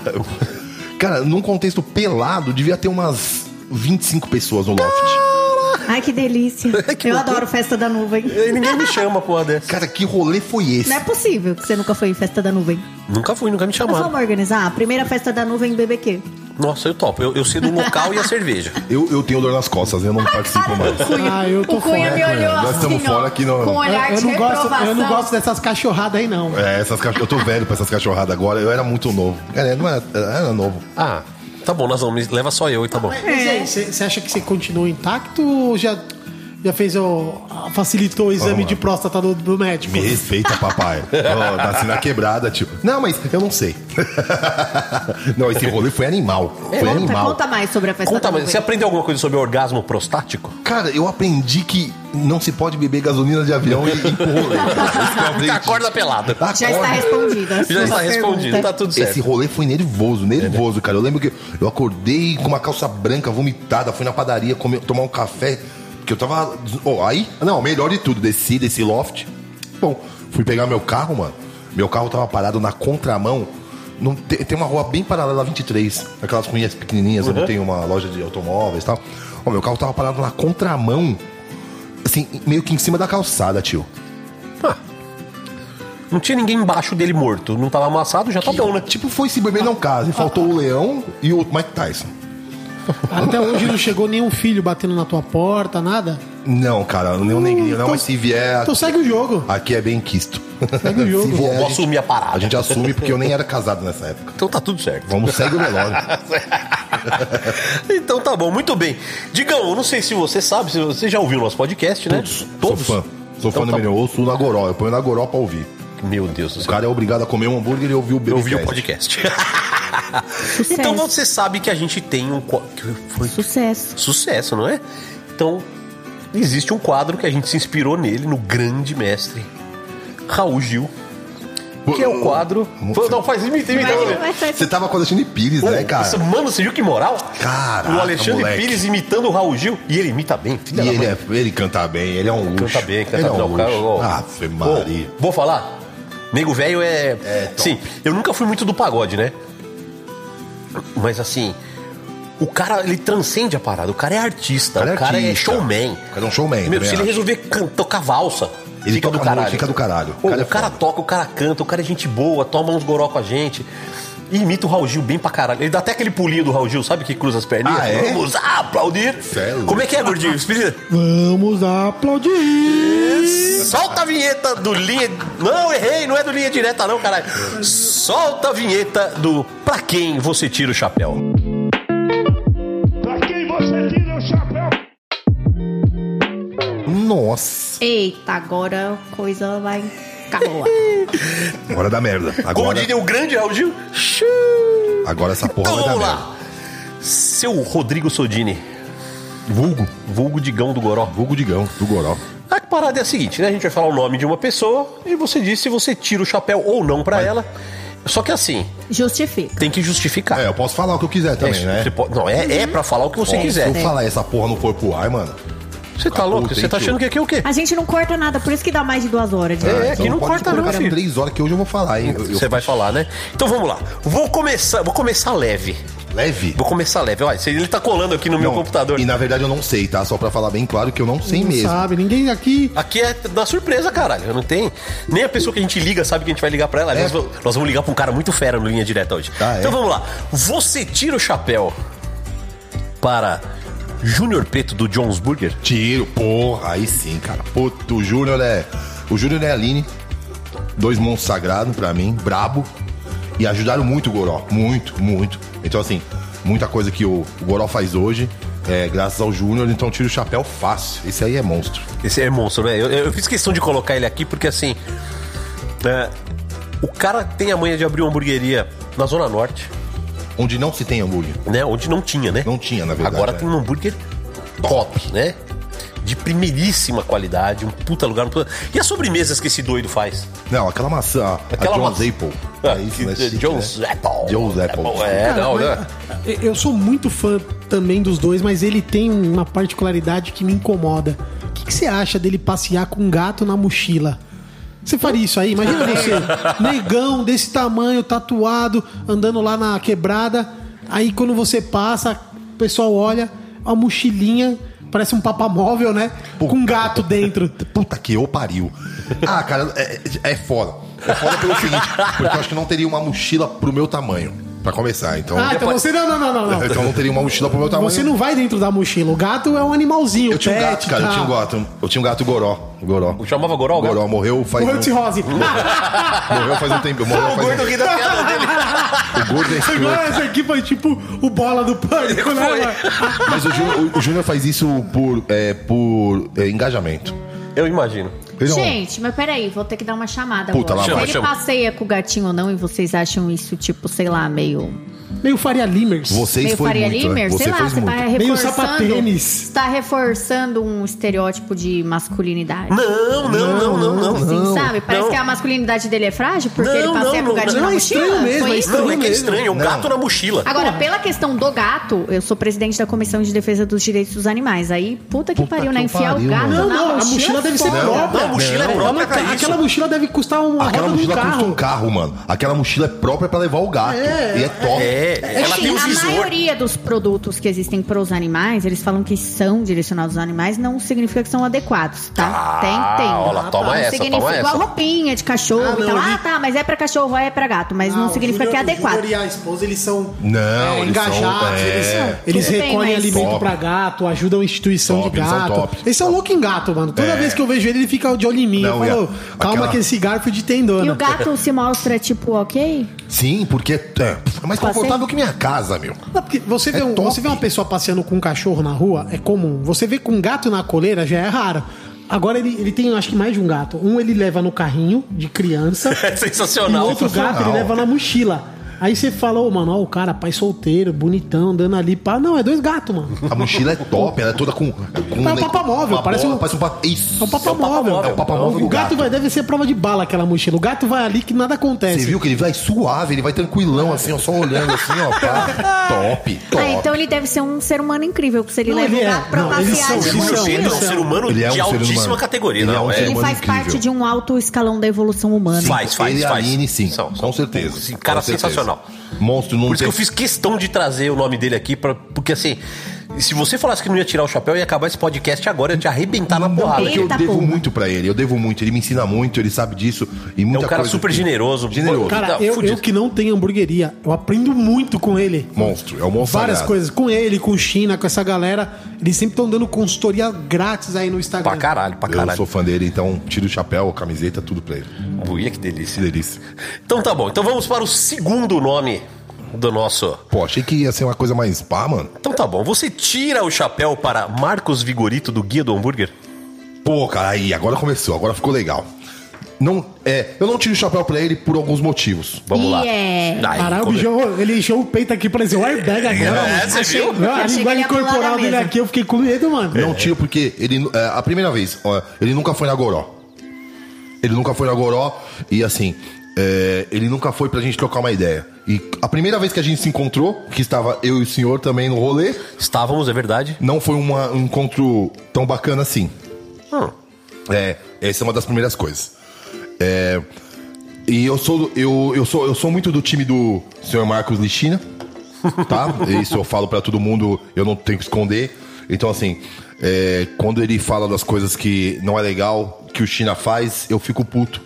S6: Cara, num contexto pelado, devia ter umas 25 pessoas no loft.
S5: Ai, que delícia.
S3: É Que É
S5: Eu
S3: loucura.
S5: adoro festa da nuvem.
S3: E Ninguém me chama, porra dessa.
S6: Cara, que rolê foi esse?
S5: Não é possível que você nunca foi em festa da nuvem.
S3: Nunca fui, nunca me
S5: Nós
S3: chamaram.
S5: vamos organizar a primeira festa da nuvem em BBQ.
S3: Nossa, eu topo. Eu, eu sei do local e a cerveja.
S6: Eu, eu tenho dor nas costas, eu não participo mais.
S5: Cunha.
S4: Ah, eu tô
S5: o Cunha
S4: fora,
S5: me
S6: Cunha.
S5: olhou
S6: Nós
S5: assim,
S6: estamos
S5: ó,
S6: fora aqui no-
S5: com um olhar
S4: Eu
S5: de
S4: não, gosto,
S5: reprovação.
S4: eu não gosto dessas cachorradas aí, não.
S6: É, essas cachorro- Eu tô velho pra essas cachorradas agora, eu era muito novo. Cara, eu não era, eu era novo.
S3: Ah, tá bom, nós vamos. Leva só eu e tá bom.
S4: Você acha que você continua intacto ou já, já fez o. facilitou o exame
S6: lá.
S4: de próstata do, do médico?
S6: Me respeita, papai. Ó, nasci na quebrada, tipo. Não, mas eu não sei. não, esse rolê foi animal. Foi
S5: Conta,
S6: animal.
S5: conta mais sobre a festa
S3: Conta,
S5: da
S3: mas
S5: nuvem.
S3: você aprendeu alguma coisa sobre orgasmo prostático?
S6: Cara, eu aprendi que não se pode beber gasolina de avião e e ir pro rolê. Isso que eu aprendi. Tá
S3: Acorda pelado.
S5: Já está
S6: Acorda.
S5: respondida. a
S3: é Já
S5: sua
S3: está respondido,
S5: pergunta.
S3: tá tudo
S6: Esse
S3: certo.
S6: rolê foi nervoso, nervoso, cara. Eu lembro que eu acordei com uma calça branca vomitada, fui na padaria comer- tomar um café, porque eu tava. ó, aí, não, melhor de tudo, desci desse loft. Bom, fui pegar meu carro, mano. Meu carro tava parado na contramão. Não, te- tem, uma rua bem paralela à 23, aquelas ruinhas pequenininhas,
S3: Uhum.
S6: onde tem uma loja de automóveis e tal. Ó, meu carro tava parado na contramão, assim, meio que em cima da calçada, tio.
S3: Ah, não tinha ninguém embaixo dele morto. Não tava amassado, já tá bom, né?
S6: Tipo, foi se beber não casa. E faltou o leão e o Mike Tyson.
S4: Até hoje não chegou nenhum filho batendo na tua porta, nada?
S6: Não, cara, não nem gringo, não,
S4: Então-
S6: mas se vier.
S4: Então segue o jogo.
S6: Aqui é bem quisto.
S4: Segue o jogo.
S6: Se
S3: Vou
S6: vier, a, gente,
S3: assumir a parada.
S6: a gente assume porque eu nem era casado nessa época.
S3: Então tá tudo certo.
S6: Vamos, segue o velório.
S3: então tá bom, muito bem. Digão, eu não sei se você sabe, se você já ouviu o nosso podcast, né?
S6: Todos. Sou fã. Sou
S3: Então
S6: fã do
S3: tá
S6: tá... Eu ouço o Nagoró. Eu ponho o Nagoró pra ouvir.
S3: Meu Deus do
S6: O
S3: céu.
S6: cara é obrigado a comer um hambúrguer e ouvir o bebê.
S3: Eu ouvi o podcast. então você sabe que a gente tem um. qua- que Foi
S5: Sucesso.
S3: sucesso, não é? Então, existe um quadro que a gente se inspirou nele, no grande mestre Raul Gil. Que é o quadro.
S6: Não
S3: Foi-
S6: sei.
S3: Não, faz imita, imita.
S5: Vai,
S3: imita.
S5: vai, vai.
S6: Hum, Você tava com a Alexandre Pires,
S3: Pô,
S6: né, cara?
S3: isso- é mano, você viu que moral?
S6: Caraca,
S3: o Alexandre
S6: moleque.
S3: Pires imitando o Raul Gil. E ele imita bem, filha
S6: E
S3: da
S6: ele,
S3: mãe.
S6: é, ele canta bem, ele é um luxo.
S3: Canta bem, canta
S6: ele é
S3: bem.
S6: um
S3: Não,
S6: luxo.
S3: cara, ó.
S6: Ave
S3: Pô,
S6: Maria.
S3: vou falar? Nego velho é.
S6: top.
S3: Sim, eu nunca fui muito do pagode, né? Mas assim. O cara, ele transcende a parada. O cara é artista. O
S6: cara
S3: cara,
S6: é
S3: é
S6: artista.
S3: showman.
S6: O cara é um showman,
S3: Meu,
S6: também
S3: se ele
S6: acho.
S3: resolver can- tocar valsa.
S6: Ele
S3: fica,
S6: toca
S3: do
S6: muito,
S3: caralho.
S6: fica do caralho. O
S3: Pô,
S6: cara é
S3: o cara
S6: foda.
S3: toca, o cara canta, o cara é gente boa, toma uns goró com a gente. E imita o Raul Gil bem pra caralho. Ele dá até aquele pulinho do Raul Gil, sabe? Que cruza as perninhas.
S6: Ah, é?
S3: Vamos aplaudir.
S6: Céu.
S3: Como é que é, gordinho? Explica.
S4: Vamos aplaudir!
S3: Solta a vinheta do linha. Não, errei, não é do linha direta, não, caralho. Solta a vinheta do Pra quem você tira o chapéu.
S1: Pra quem você tira o chapéu?
S6: Nossa.
S5: Eita, agora a coisa vai... Acabou.
S6: Agora dá merda.
S3: Como
S6: Agora,
S3: diria o grande Raul Gil. Xiu.
S6: agora essa porra
S3: Então
S6: vai dar
S3: vamos
S6: merda.
S3: lá. Seu Rodrigo Sodini,
S6: Vulgo.
S3: vulgo Digão do Goró.
S6: Vulgo Digão, do Goró.
S3: A parada é a seguinte, né? A gente vai falar o nome de uma pessoa e você diz se você tira o chapéu ou não pra ela. Só que assim,
S5: Justifica.
S3: tem que justificar.
S6: É, eu posso falar o que eu quiser também,
S3: Ah. É,
S6: né?
S3: você pode- não, é, é pra falar o que você
S6: Ó,
S3: quiser.
S6: Se eu falar essa porra no corpo ar, mano.
S3: Você tá louco?
S6: Puta,
S3: Você
S6: hein,
S3: tá
S6: tio?
S3: achando que aqui é o quê?
S5: A gente não corta nada, por isso que dá mais de duas horas. de
S3: É, aqui não
S6: ah, então
S3: corta
S6: pode
S3: não,
S4: assim.
S6: colocar
S3: filho.
S6: três horas que hoje eu vou falar, hein? Eu- eu-
S3: Você vai falar, né? Então vamos lá. Vou começar, vou começar leve.
S6: Leve.
S3: Vou começar leve. Olha, ele tá colando aqui no meu
S6: Não,
S3: computador.
S6: E na verdade eu não sei, tá? Só pra falar bem claro que eu não sei
S4: Não
S6: mesmo.
S4: sabe, ninguém aqui.
S3: Aqui é da surpresa, caralho. Não tem. Nem a pessoa que a gente liga sabe que a gente vai ligar pra ela.
S6: É.
S3: Nós, vamos, nós vamos ligar pra um cara muito fera no linha direta hoje.
S6: Ah, é?
S3: Então vamos lá. Você tira o chapéu para Júnior Preto do Jones Burger?
S6: Tiro, porra, aí sim, cara. Puto, o Júnior é. O Júnior é a Aline. Dois mãos sagrados pra mim, brabo. E ajudaram muito o Goró. Muito, muito. Então, assim, muita coisa que o, o Goró faz hoje é graças ao Júnior. Então, tiro o chapéu fácil. Esse aí é monstro.
S3: Esse é monstro, né? Eu, eu fiz questão de colocar ele aqui porque, assim. é, o cara tem a manha de abrir uma hamburgueria na Zona Norte,
S6: Onde não se tem hambúrguer.
S3: né? Onde não tinha, né?
S6: é. Não tinha, na verdade.
S3: Agora
S6: né?
S3: tem um hambúrguer top, né? de primeiríssima qualidade, um puta lugar. um puta- E as sobremesas que esse doido faz?
S6: Não, aquela maçã.
S3: Aquela
S6: a John's
S3: maçã.
S6: Apple.
S3: Ah,
S6: É isso,
S3: que-
S6: né? Chique,
S3: John's
S6: né?
S3: Apple.
S6: John's Apple.
S3: É,
S4: Cara,
S3: não,
S4: mas-
S3: né?
S4: Eu sou muito fã também dos dois, mas ele tem uma particularidade que me incomoda. O que, que você acha dele passear com um gato na mochila? Você faria isso aí? Imagina você, negão desse tamanho, tatuado, andando lá na quebrada. Aí quando você passa, o pessoal olha, a mochilinha parece um papamóvel, né? Com um gato dentro.
S6: Puta que eu pariu. Ah, cara, é, é- é foda. É foda pelo seguinte, porque eu acho que não teria uma mochila pro meu tamanho. Pra começar, então.
S4: Ah, então você. Não, não, não, não. não.
S6: Então não teria uma mochila pro meu tamanho.
S4: Você não vai dentro da mochila. O gato é um animalzinho.
S6: um- Eu tinha um
S4: pet,
S6: gato, cara. Eu tinha um
S4: tá?
S6: gato. Eu tinha um gato goró. Goró.
S3: O chamava Goró, né? o gato?
S6: Goró morreu faz.
S4: Morreu de
S6: um,
S4: cirrose.
S6: morreu faz um tempo. Morreu
S3: O
S6: faz
S3: gordo
S6: um
S3: ri da piada dele.
S6: O gordo
S4: Agora
S6: é escroto.
S4: essa aqui foi tipo o bola do pânico, né?
S3: Foi.
S4: mano?
S6: Mas o Júnior, o- o Júnior faz isso por, é, por é, engajamento.
S3: Eu imagino.
S6: Ele é um-
S5: Gente, mas peraí, vou ter que dar uma chamada
S6: Puta,
S5: agora.
S6: lá
S3: vai.
S5: Se ele
S3: Chama, chama.
S5: passeia com o gatinho ou não e vocês acham isso, tipo, sei lá, meio...
S4: Meio Faria Limers.
S6: Vocês
S5: meio
S6: foi
S5: Faria
S3: é.
S6: muito, né?
S5: Limer?
S6: Você
S5: sei lá,
S6: fez
S5: você
S6: muito.
S5: tá
S4: Meio
S5: reforçando...
S4: sapatênis.
S5: Você tá reforçando um estereótipo de masculinidade.
S3: Não, não, não, não, não.
S5: Assim, sabe? Parece
S3: Não.
S5: que a masculinidade dele é frágil porque
S3: Não,
S5: ele passeia
S3: não,
S5: com o gatinho
S4: não,
S5: na
S4: não, é
S5: mochila.
S4: estranho mesmo,
S5: Foi
S4: é
S5: isso?
S3: Não, é que é
S4: mesmo.
S3: estranho, é um
S6: Não.
S3: gato na mochila.
S5: Agora, pela questão do gato, eu sou presidente da Comissão de Defesa dos Direitos dos Animais. Aí, puta que
S6: Puta
S5: pariu,
S6: que
S5: né? Enfiar
S6: pariu,
S5: o gato
S4: Não,
S5: na é
S4: não, a mochila deve ser
S5: foda.
S4: própria.
S3: Não, a mochila é própria pra
S4: aquela,
S3: isso.
S4: aquela mochila deve custar uma
S6: Aquela
S4: roda de um
S6: mochila custa
S4: carro.
S6: um carro, mano. Aquela mochila é própria pra levar o gato. e é top.
S3: É, ela
S5: Assim,
S3: tem um
S5: a
S3: visor.
S5: maioria dos produtos que existem para os animais, eles falam que são direcionados aos animais, não significa que são adequados, tá?
S3: Ah,
S5: tem, tem.
S3: olha, toma
S5: não
S3: essa, toma
S5: significa igual
S3: essa.
S5: roupinha de cachorro
S4: Ah,
S5: e
S4: não, eu
S5: tal. Ah,
S4: vi-
S5: tá, mas é para cachorro, é para gato, mas não significa que é adequado.
S4: e a esposa, eles são
S6: Não,
S4: é,
S6: eles
S4: engajados.
S6: são- é.
S4: Eles, são- eles
S5: Tudo bem,
S4: recolhem
S5: mas-
S4: alimento
S6: Top.
S4: pra gato, ajudam a instituição
S6: Top,
S4: de
S6: eles são
S4: gato.
S6: top.
S4: Esse é um louco em gato, mano. Toda
S6: É.
S4: vez que eu vejo ele, ele fica de olho em mim.
S6: Não,
S4: eu falo,
S6: e a-
S4: calma
S6: aquela-
S4: que esse garfo de
S5: E o
S4: tendona.
S5: gato se mostra, tipo, ok?
S6: Sim, porque é, é mais confortável que minha casa, meu.
S4: Não, porque você vê,
S6: É
S4: um-
S6: top.
S4: você vê uma pessoa passeando com um cachorro na rua, é comum. Você vê com um gato na coleira, já é raro. Agora ele, ele tem, acho que mais de um gato. Um ele leva no carrinho de criança.
S3: É
S4: e
S6: Um
S3: sensacional.
S4: outro gato ele
S6: Sensacional.
S4: leva na mochila. Aí você fala, ô, mano, ó, o cara, pai solteiro, bonitão, andando ali. Pá. Não, é dois gatos, mano.
S6: A mochila é top, ela é toda com. com
S4: É um papamóvel,
S6: uma
S4: parece
S6: bola,
S4: um-
S6: Parece um pa-
S4: É
S6: Isso.
S4: um papamóvel.
S6: É um papamóvel
S4: O
S6: do
S4: gato,
S6: gato.
S4: vai, deve ser prova de bala aquela mochila. O gato vai ali que nada acontece.
S6: Você viu que ele vai suave, ele vai tranquilão, assim, ó, só olhando assim, ó. pá. Top, top.
S5: Ah, então ele deve ser um ser humano incrível, porque se ele
S4: Não,
S5: leva
S4: ele
S5: o
S4: é.
S5: gato pra
S4: Não, eles
S5: passear
S4: são-
S5: de
S4: eles
S3: O
S4: são-
S5: mochila.
S3: Pedro é um ser humano
S6: Ele é um
S3: de
S6: ser humano.
S3: altíssima categoria.
S6: Ele é
S3: não,
S6: um
S3: é.
S6: ser
S5: Ele
S6: humano.
S5: faz
S6: incrível.
S5: parte de um alto escalão da evolução humana.
S3: Sim. Faz, faz,
S6: ele e a
S3: faz.
S6: Aline, sim.
S3: São-
S6: com certeza.
S3: Sim, cara
S6: com certeza.
S3: sensacional.
S6: Monstro não
S3: Por isso que
S6: tem-
S3: eu fiz questão de trazer o nome dele aqui, pra, porque assim, se você falasse que não ia tirar o chapéu, eu ia acabar esse podcast agora, eu ia te arrebentar na porrada. É
S6: Porque eu
S5: Eita,
S6: devo
S5: porra.
S6: muito pra ele, eu devo muito. Ele me ensina muito, ele sabe disso. E
S3: É
S6: muita
S3: um cara
S6: coisa
S3: super
S6: que-
S3: generoso.
S6: Generoso.
S4: Cara,
S3: Tá
S4: eu,
S3: fudido.
S4: eu que não tenho hamburgueria, eu aprendo muito com ele.
S6: Monstro,
S3: um
S6: é o monstro
S4: Várias
S6: sagrado.
S4: coisas. Com ele, com China, com essa galera. Eles sempre estão dando consultoria grátis aí no Instagram.
S3: Pra caralho, pra
S6: Eu
S3: caralho.
S6: sou fã dele, então tiro o chapéu, camiseta, tudo pra ele.
S3: Buia, que
S6: Que
S3: delícia.
S6: delícia.
S3: Então tá bom, então vamos para o segundo nome do nosso.
S6: Pô, achei que ia ser uma coisa mais pá, mano.
S3: Então tá bom, você tira o chapéu para Marcos Vigorito do Guia do Hambúrguer?
S6: Pô, cara, aí, agora começou, agora ficou legal. Não, é, eu não tiro o chapéu pra ele por alguns motivos.
S3: Vamos lá.
S5: Yeah.
S3: Aí,
S4: Caralho, o
S3: come-
S4: bichão, ele encheu o peito aqui, parecia um airbag agora.
S3: É,
S4: mano.
S3: você
S5: Achei-
S3: viu?
S4: Não, a
S5: Achei que ele
S4: linguagem
S5: ia pular da
S4: corporal dele
S5: mesa.
S4: aqui, eu fiquei com medo, mano.
S6: Não tiro porque ele, é, a primeira vez, ó, ele nunca foi na Goró. Ele nunca foi na Goró e assim, é, ele nunca foi pra gente trocar uma ideia. E a primeira vez que a gente se encontrou, que estava eu e o senhor também no rolê,
S3: Estávamos, é verdade?
S6: não foi uma- um encontro tão bacana assim.
S3: Hum.
S6: É, essa é uma das primeiras coisas. É, e eu sou, eu, eu, sou, eu sou muito do time do senhor Marcos Lixina, tá? Isso eu falo pra todo mundo, eu não tenho que esconder. Então, assim, é, quando ele fala das coisas que não é legal, que o China faz, eu fico puto.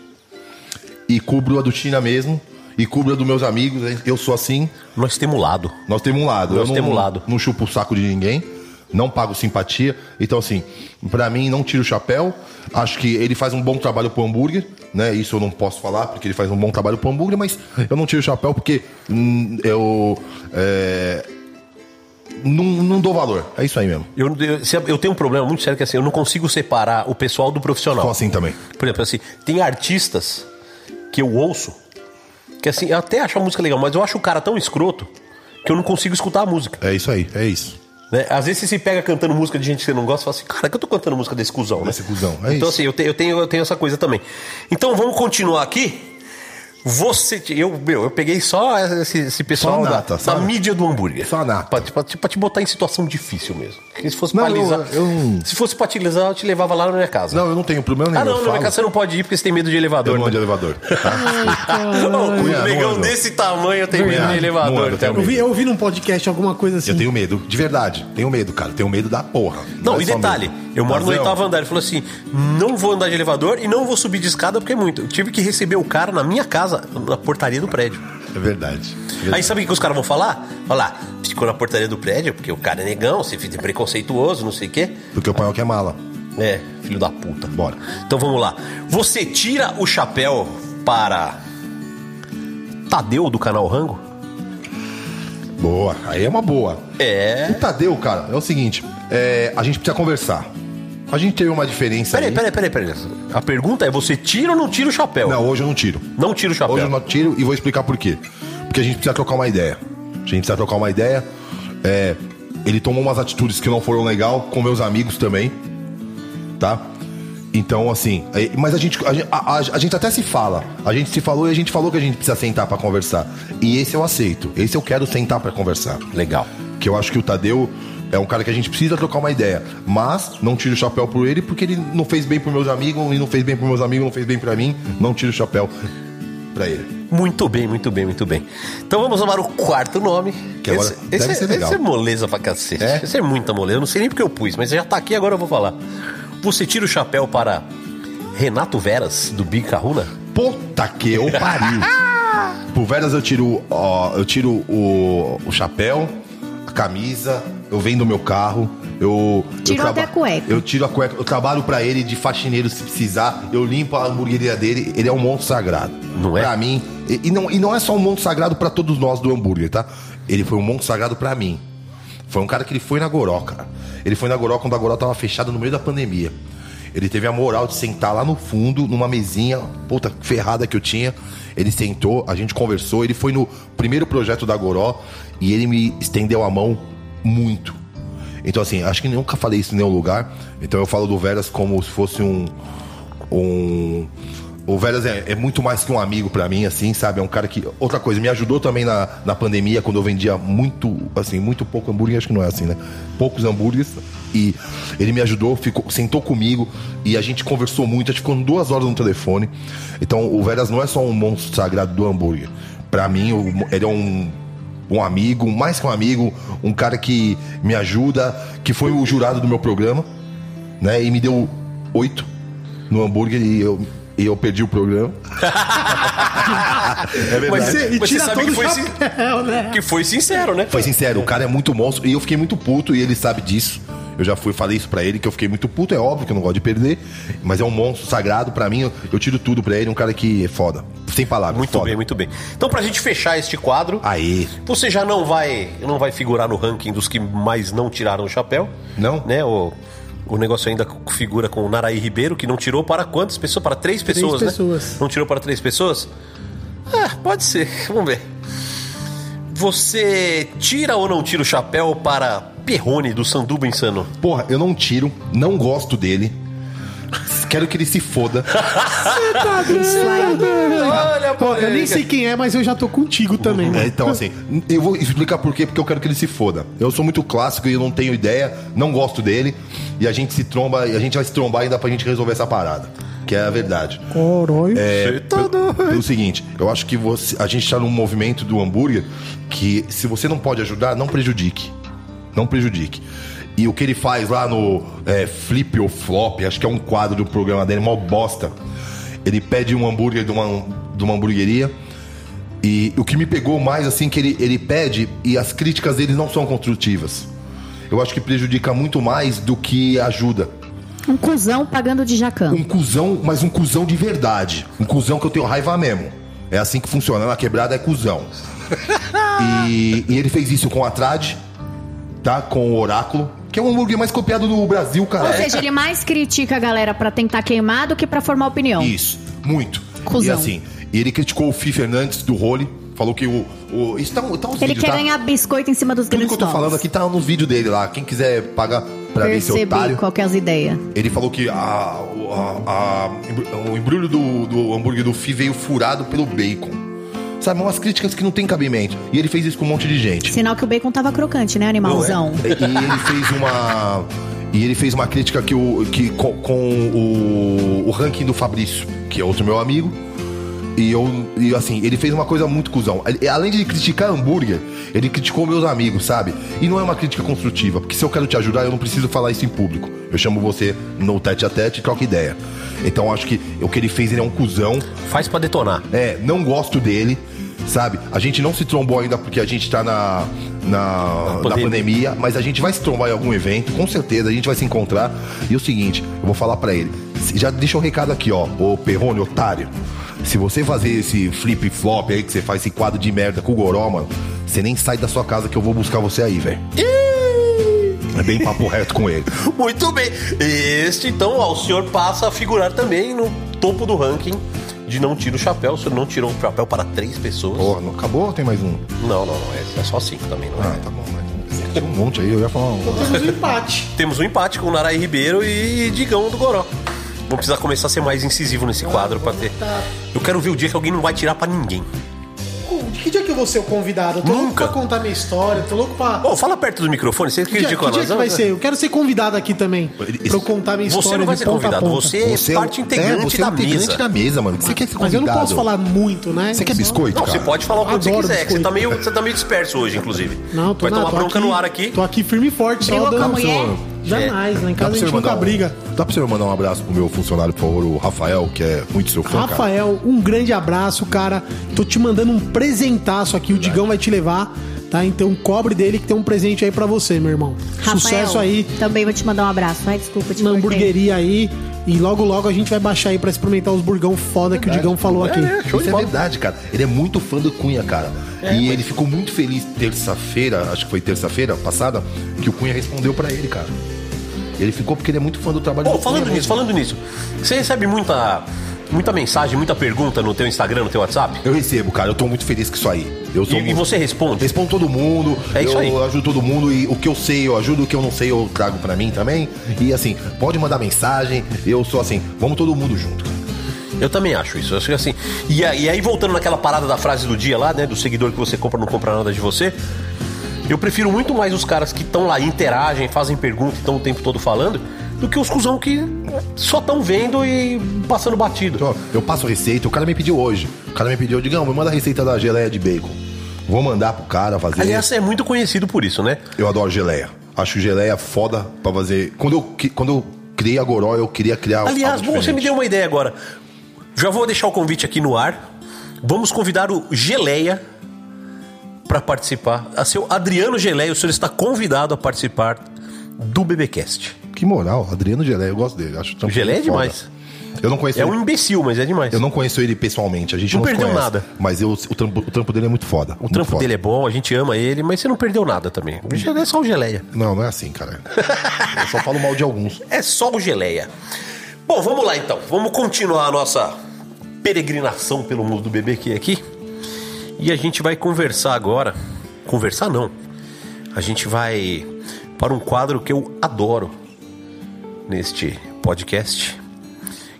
S6: E cubro a do China mesmo, e cubro a dos meus amigos, eu sou assim.
S3: Nós temos lado.
S6: Nós temos um lado.
S3: Nós
S6: eu não,
S3: temos um lado.
S6: Não chupo o saco de ninguém. Não pago simpatia. Então, assim, pra mim, não tiro o chapéu. Acho que ele faz um bom trabalho pro hambúrguer, né? Isso eu não posso falar, porque ele faz um bom trabalho pro hambúrguer, mas
S3: É.
S6: eu não tiro o chapéu porque hum, eu. é, não, não dou valor. É isso aí mesmo.
S3: Eu, eu, se- eu tenho um problema muito sério que é assim, eu não consigo separar o pessoal do profissional.
S6: Só assim também.
S3: Por exemplo, assim, tem artistas que eu ouço que assim, eu até acho a música legal, mas eu acho o cara tão escroto que eu não consigo escutar a música.
S6: É isso aí, é isso.
S3: Né? Às vezes você se pega cantando música de gente que você não gosta e fala assim, cara, que eu tô cantando música desse cuzão, né?
S6: Desse cuzão,
S3: Então,
S6: é isso.
S3: assim, eu, te- eu tenho, eu tenho essa coisa também. Então vamos continuar aqui. Você. Eu, meu, eu peguei só esse, esse pessoal
S6: Só a
S3: da-
S6: nata,
S3: da,
S6: só a-
S3: mídia do hambúrguer.
S6: só a nata.
S3: Pra, te- pra te- pra te botar em situação difícil mesmo. Porque se fosse
S6: Não,
S3: pra alisar.
S6: eu- eu-
S3: Se fosse pra te alisar, eu te levava lá na minha casa.
S6: Não, eu não tenho problema nenhum.
S3: ah, não,
S6: eu
S3: na minha
S6: falo.
S3: casa você não pode ir porque você tem medo de elevador.
S6: Eu não ando de
S3: né?
S6: elevador. tá?
S3: Ô,
S6: Não,
S3: um negão
S6: não.
S3: desse tamanho eu tenho medo
S6: Verdade.
S3: de
S6: Não ando,
S3: elevador.
S6: eu tenho
S3: então.
S4: Eu vi, eu vi num podcast alguma coisa assim.
S6: Eu tenho medo, de verdade. Tenho medo, cara. Tenho medo da porra.
S3: Não,
S6: é
S3: e
S6: só
S3: detalhe,
S6: medo.
S3: eu moro no
S6: Razão.
S3: oitavo andar. Ele falou assim: não vou andar de elevador e não vou subir de escada porque é muito. Eu tive que receber o cara na minha casa, na portaria do prédio.
S6: É verdade.
S3: Aí sabe o que os caras vão falar? Falar, "Ah, ficou na portaria do prédio, porque o cara é negão, você fica preconceituoso, não sei o quê.
S6: Porque o pai é mala.
S3: É, filho da puta.
S6: Bora.
S3: Então vamos lá. Você tira o chapéu para. Tadeu do canal Rango?
S6: Boa. Aí é uma boa.
S3: É.
S6: O Tadeu, cara, é o seguinte. é, a gente precisa conversar. A gente teve uma diferença
S3: Peraí,
S6: aí.
S3: peraí, peraí, peraí. A pergunta é: você tira ou não tira o chapéu?
S6: Não, hoje eu não tiro.
S3: Não tira o chapéu.
S6: Hoje eu não tiro e vou explicar por quê. Porque a gente precisa trocar uma ideia. A gente precisa trocar uma ideia. É, ele tomou umas atitudes que não foram legal com meus amigos também. Tá? Então, assim. é, mas a gente, a, gente- a- a- a gente até se fala. A gente se falou e a gente falou que a gente precisa sentar pra conversar. E esse eu aceito. Esse eu quero sentar pra conversar.
S3: Legal.
S6: Que eu acho que o Tadeu é um cara que a gente precisa trocar uma ideia. Mas não tiro o chapéu por ele porque ele não fez bem pros meus amigos, e não fez bem pros meus amigos, não fez bem pra mim. Não tiro o chapéu pra ele.
S3: Muito bem, muito bem, muito bem. Então vamos amar o quarto nome.
S6: Que agora
S3: esse,
S6: deve
S3: esse é-
S6: ser legal.
S3: esse é moleza pra cacete.
S6: É?
S3: Esse é muita moleza. Eu não sei nem porque eu pus, mas já tá aqui agora eu vou falar. Você tira o chapéu para Renato Veras, do Big Caruna?
S6: Puta que eu pariu. Por Veras eu tiro, ó, eu tiro o, o chapéu, a camisa, eu vendo o meu carro, eu.
S5: Tirou
S6: eu
S5: até a cueca.
S6: Eu tiro a cueca, eu trabalho pra ele de faxineiro se precisar, eu limpo a hamburgueria dele, ele é um monstro sagrado.
S3: Não é?
S6: Pra mim. E, e não, e não é só um monstro sagrado pra todos nós do hambúrguer, tá? Ele foi um monstro sagrado pra mim. Foi um cara que ele foi na Goró, cara. Ele foi na Goró quando a Goró tava fechada no meio da pandemia. Ele teve a moral de sentar lá no fundo, numa mesinha, puta ferrada que eu tinha. Ele sentou, a gente conversou, ele foi no primeiro projeto da Goró e ele me estendeu a mão muito. Então, assim, acho que nunca falei isso em nenhum lugar. Então eu falo do Veras como se fosse um, um. O Veras é, é muito mais que um amigo pra mim, assim, sabe? É um cara que. Outra coisa, me ajudou também na, na pandemia, quando eu vendia muito, assim, muito pouco hambúrguer, acho que não é assim, né? Poucos hambúrgueres. E ele me ajudou, ficou, sentou comigo e a gente conversou muito, a gente ficou duas horas no telefone. Então o Veras não é só um monstro sagrado do hambúrguer. Pra mim, o- ele é um um amigo, mais que um amigo, um cara que me ajuda, que foi o jurado do meu programa, né? E me deu oito no hambúrguer e eu, e eu perdi o programa. é verdade.
S3: Mas você-
S4: E
S3: Mas
S4: tira
S3: sabe
S4: todo
S3: que
S4: o
S3: foi esse-
S4: chapéu, né?
S3: Que foi sincero, né?
S6: Foi sincero, o cara é muito monstro e eu fiquei muito puto e ele sabe disso. Eu já fui, falei isso pra ele, que eu fiquei muito puto, é óbvio que eu não gosto de perder, mas é um monstro sagrado pra mim, eu, eu tiro tudo pra ele, um cara que é foda. Sem palavras,
S3: Muito
S6: foda.
S3: bem, muito bem. Então pra gente fechar este quadro,
S6: Aí,
S3: você já não vai não vai figurar no ranking dos que mais não tiraram o chapéu.
S6: Não.
S3: Né? O, o negócio ainda figura com o Naraí Ribeiro, que não tirou para quantas pessoas? Para três pessoas, né?
S4: pessoas.
S3: Não tirou para três pessoas? Ah, pode ser. Vamos ver. Você tira ou não tira o chapéu para Perrone, do Sanduba Insano?
S6: porra, eu não tiro, não gosto dele. Quero que ele se foda.
S3: Olha,
S4: Pô, eu nem sei quem é, mas eu já tô contigo também.
S6: É,
S4: né?
S6: então, assim, eu vou explicar por quê, porque eu quero que ele se foda. Eu sou muito clássico e eu não tenho ideia, não gosto dele. E a gente se tromba, e a gente vai se trombar ainda pra gente resolver essa parada. Que é a verdade.
S4: Corói.
S6: É, pelo, pelo seguinte, eu acho que você, a gente tá num movimento do hambúrguer que se você não pode ajudar, não prejudique. Não prejudique. E o que ele faz lá no é, Flip ou Flop, acho que é um quadro do programa dele, mó bosta. Ele pede um hambúrguer de uma, de uma hamburgueria. E o que me pegou mais, assim, que ele, ele pede e as críticas dele não são construtivas. Eu acho que prejudica muito mais do que ajuda
S5: Um cuzão pagando de jacan.
S6: um cuzão, mas um cuzão de verdade. Um cuzão que eu tenho raiva mesmo. É assim que funciona. Na quebrada é cuzão. e, e ele fez isso com a Trad, tá? Com o Oráculo, que é o hambúrguer mais copiado do Brasil, cara. É
S5: Ou seja, ele mais critica a galera pra tentar queimar do que pra formar opinião.
S6: Isso, muito.
S5: Cusão.
S6: E assim, e ele criticou o Fih Fernandes do Role, Falou que o. o isso tá, um- tá uns
S5: Ele
S6: vídeos,
S5: quer
S6: tá?
S5: ganhar biscoito em cima dos
S6: Tudo
S5: grandes
S6: que eu tô falando aqui tá no vídeo dele lá. Quem quiser pagar pra ver esse
S5: Percebi
S6: otário.
S5: qual que é as ideias.
S6: Ele falou que a- o- a- a- o embrulho do, do hambúrguer do Fi veio furado pelo bacon. Sabe, umas críticas que não tem cabimento. E ele fez isso com um monte de gente.
S5: Sinal que o bacon tava crocante,
S6: é.
S5: né, animalzão?
S6: E ele fez uma. E ele fez uma crítica que o, que, co- com, o, o ranking do Fabrício, que é outro meu amigo. E eu. E assim, ele fez uma coisa muito cuzão. Ele- além de criticar hambúrguer, ele criticou meus amigos, sabe? E não é uma crítica construtiva, porque se eu quero te ajudar, eu não preciso falar isso em público. Eu chamo você no tete a tete e troca ideia. Então acho que o que ele fez, ele é um cuzão.
S3: Faz pra detonar.
S6: É, não gosto dele, sabe? A gente não se trombou ainda porque a gente tá na, na, na pandemia.
S3: pandemia.
S6: mas a gente vai se trombar em algum evento, com certeza, a gente vai se encontrar. E o seguinte, eu vou falar pra ele. se- Já deixa um recado aqui, ó, ô Perrone, otário. Se você fazer esse flip-flop aí, que você faz esse quadro de merda com o Goró, mano, você nem sai da sua casa que eu vou buscar você aí, velho. É bem papo reto com ele.
S3: Muito bem. Este, então, ó, o senhor passa a figurar também no topo do ranking de não tira o chapéu. O senhor não tirou o chapéu para três pessoas.
S6: Porra, não acabou ou tem mais um?
S3: Não, não, não. É, é só cinco também, não é?
S6: Ah, tá bom, mas tem um monte aí, eu ia falar um.
S4: Temos um empate.
S3: Temos um empate com o Narai Ribeiro e Digão do Goró. Vou precisar começar a ser mais incisivo nesse quadro pra ter. Eu quero ver o dia que alguém não vai tirar pra ninguém.
S4: De que dia que eu vou ser o convidado? Eu tô louco
S3: Nunca.
S4: pra contar minha história, tô louco pra.
S3: Ô, fala perto do microfone, você
S4: Que dia,
S3: criticou
S4: que dia
S3: nós. né?
S4: que vai ser? Eu quero ser convidado aqui também.
S6: Ele-
S4: Pra eu contar minha história
S3: Você não vai
S4: de
S3: ser
S4: ponta a
S3: convidado,
S4: ponta.
S3: você, é
S6: o-
S3: parte integrante,
S6: você é o
S3: da,
S6: integrante
S3: mesa.
S6: da mesa, mano. Você quer ser
S4: Mas eu não
S6: é convidado?
S4: posso falar muito, né?
S6: Você quer
S4: Só-
S6: biscoito?
S3: Não, você
S6: cara?
S3: pode falar o que você
S4: Adoro
S3: quiser, que você
S4: biscoito.
S3: tá, meio, você tá meio disperso hoje, inclusive.
S4: Não, tô
S3: Vai
S4: não,
S3: tomar
S4: tô
S3: bronca no ar aqui.
S4: Tô aqui firme e forte,
S5: Brigou
S4: só
S5: com a
S4: dando.
S5: mulher?
S4: Jamais, lá em casa
S6: Dá pra
S4: a gente
S6: você
S4: nunca
S6: mandar um,
S4: briga.
S6: Dá pra você mandar um abraço pro meu funcionário, por favor, o Rafael, que é muito seu fã, cara.
S4: Rafael, um grande abraço, cara. Tô te mandando um presentaço aqui, o Digão vai te levar, tá? Então cobre dele que tem um presente aí pra você, meu irmão.
S5: Rafael,
S4: Sucesso aí
S5: Também vou te mandar um abraço. Ai, desculpa, te
S4: na
S5: cortei.
S4: hamburgueria aí e logo logo a gente vai baixar aí pra experimentar os burgão foda que o Digão falou aqui.
S6: Isso é verdade, cara. Ele é muito fã do Cunha, cara. e ele ficou muito feliz terça-feira, acho que foi terça-feira passada, que o Cunha respondeu pra ele, cara. Ele ficou porque ele é muito fã do trabalho
S3: Pô,
S6: do
S3: falando
S6: Cunha,
S3: nisso,
S6: mano.
S3: falando nisso, você recebe muita, muita mensagem, muita pergunta no teu Instagram, no teu WhatsApp?
S6: Eu recebo, cara. Eu tô muito feliz com isso aí. Eu
S3: E,
S6: sou
S3: e
S6: muito-
S3: você responde?
S6: Respondo todo mundo,
S3: É isso
S6: eu
S3: aí.
S6: ajudo todo mundo e o que eu sei eu ajudo, o que eu não sei eu trago pra mim também. E assim, pode mandar mensagem, eu sou assim, vamos todo mundo junto. cara.
S3: Eu também acho isso. Eu acho que assim. E, a- e aí, voltando naquela parada da frase do dia lá, né? Do seguidor que você compra não compra nada de você. Eu prefiro muito mais os caras que estão lá, interagem, fazem pergunta, estão o tempo todo falando, do que os cuzão que só estão vendo e passando batido.
S6: Então, ó, eu passo receita, o cara me pediu hoje. O cara me pediu, Digão, me manda a receita da geleia de bacon. Vou mandar pro cara fazer.
S3: Aliás, é muito conhecido por isso, né?
S6: Eu adoro geleia. Acho geleia foda pra fazer. Quando eu, qui- quando eu criei a Goró, eu queria criar
S3: Aliás,
S6: algo
S3: bom, você me
S6: diferente.
S3: deu uma ideia agora. Já vou deixar o convite aqui no ar. Vamos convidar o Geleia para participar. A seu Adriano Geleia, o senhor está convidado a participar do BBcast.
S6: Que moral, Adriano Geleia, eu gosto dele. Acho tão
S3: Geleia é
S6: foda.
S3: demais.
S6: Eu não conheço
S3: É
S6: ele.
S3: um imbecil, mas é demais.
S6: Eu não conheço ele pessoalmente, a gente
S3: Não
S6: não, se
S3: perdeu
S6: conhece,
S3: nada.
S6: Mas eu- o, trampo, o trampo dele é muito foda.
S3: O trampo dele é bom, a gente ama ele, mas você não perdeu nada também. O Geleia é só o Geleia.
S6: Não, não é assim, cara. Eu só falo mal de alguns.
S3: É só o Geleia. Bom, vamos lá então. Vamos continuar a nossa peregrinação pelo mundo do BBQ aqui. E a gente vai conversar agora. Conversar não. A gente vai para um quadro que eu adoro neste podcast.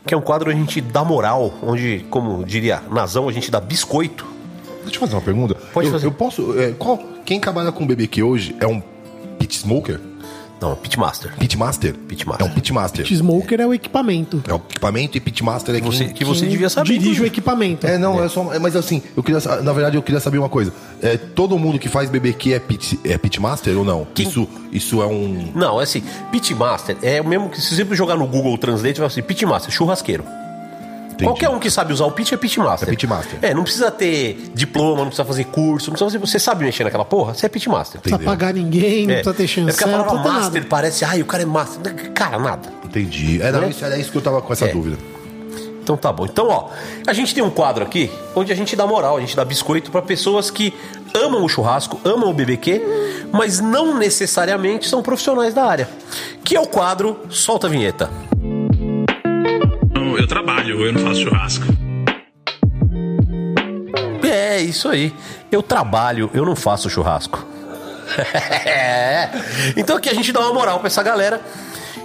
S3: Que é um quadro onde a gente dá moral, onde, como diria Nazão, a gente dá biscoito.
S6: Deixa eu fazer uma pergunta.
S3: Pode
S6: eu,
S3: fazer.
S6: Eu posso. é, qual, quem trabalha com BBQ hoje é um pit smoker?
S3: Não, é Pitmaster.
S6: Pit master?
S3: Pit master.
S6: É um pit master.
S4: Pit Smoker é o equipamento.
S6: É o equipamento e pit master é quem...
S3: Você- que você devia saber.
S4: Dirige o
S3: inclusive.
S4: equipamento.
S6: É, não, é, só. é, mas assim, eu queria. sa- Na verdade, eu queria saber uma coisa. É, todo mundo que faz BBQ é pit, é pit master ou não?
S3: Quem-
S6: Isso, isso é um.
S3: Não, é assim, pitmaster é o mesmo que se você jogar no Google Translate, vai assim, pitmaster, churrasqueiro. Qualquer um que sabe usar o pitch é pitmaster.
S6: É pitmaster.
S3: É, não precisa ter diploma, não precisa fazer curso, não precisa fazer... Você sabe mexer naquela porra? Você é pitmaster.
S4: Não precisa pagar ninguém, não
S3: É.
S4: precisa ter
S3: É
S4: chance.
S3: porque a palavra master parece, ai, o cara é master. Cara, nada.
S6: Entendi. Era,
S3: Né?
S6: isso, era isso que eu tava com essa
S3: É.
S6: dúvida.
S3: Então tá bom. Então, ó, a gente tem um quadro aqui onde a gente dá moral, a gente dá biscoito pra pessoas que amam o churrasco, amam o BBQ, mas não necessariamente são profissionais da área. Que é o quadro Solta a Vinheta.
S7: Eu, eu trabalho, eu não faço churrasco.
S3: É, É isso aí. Eu trabalho, eu não faço churrasco. então aqui a gente dá uma moral pra essa galera.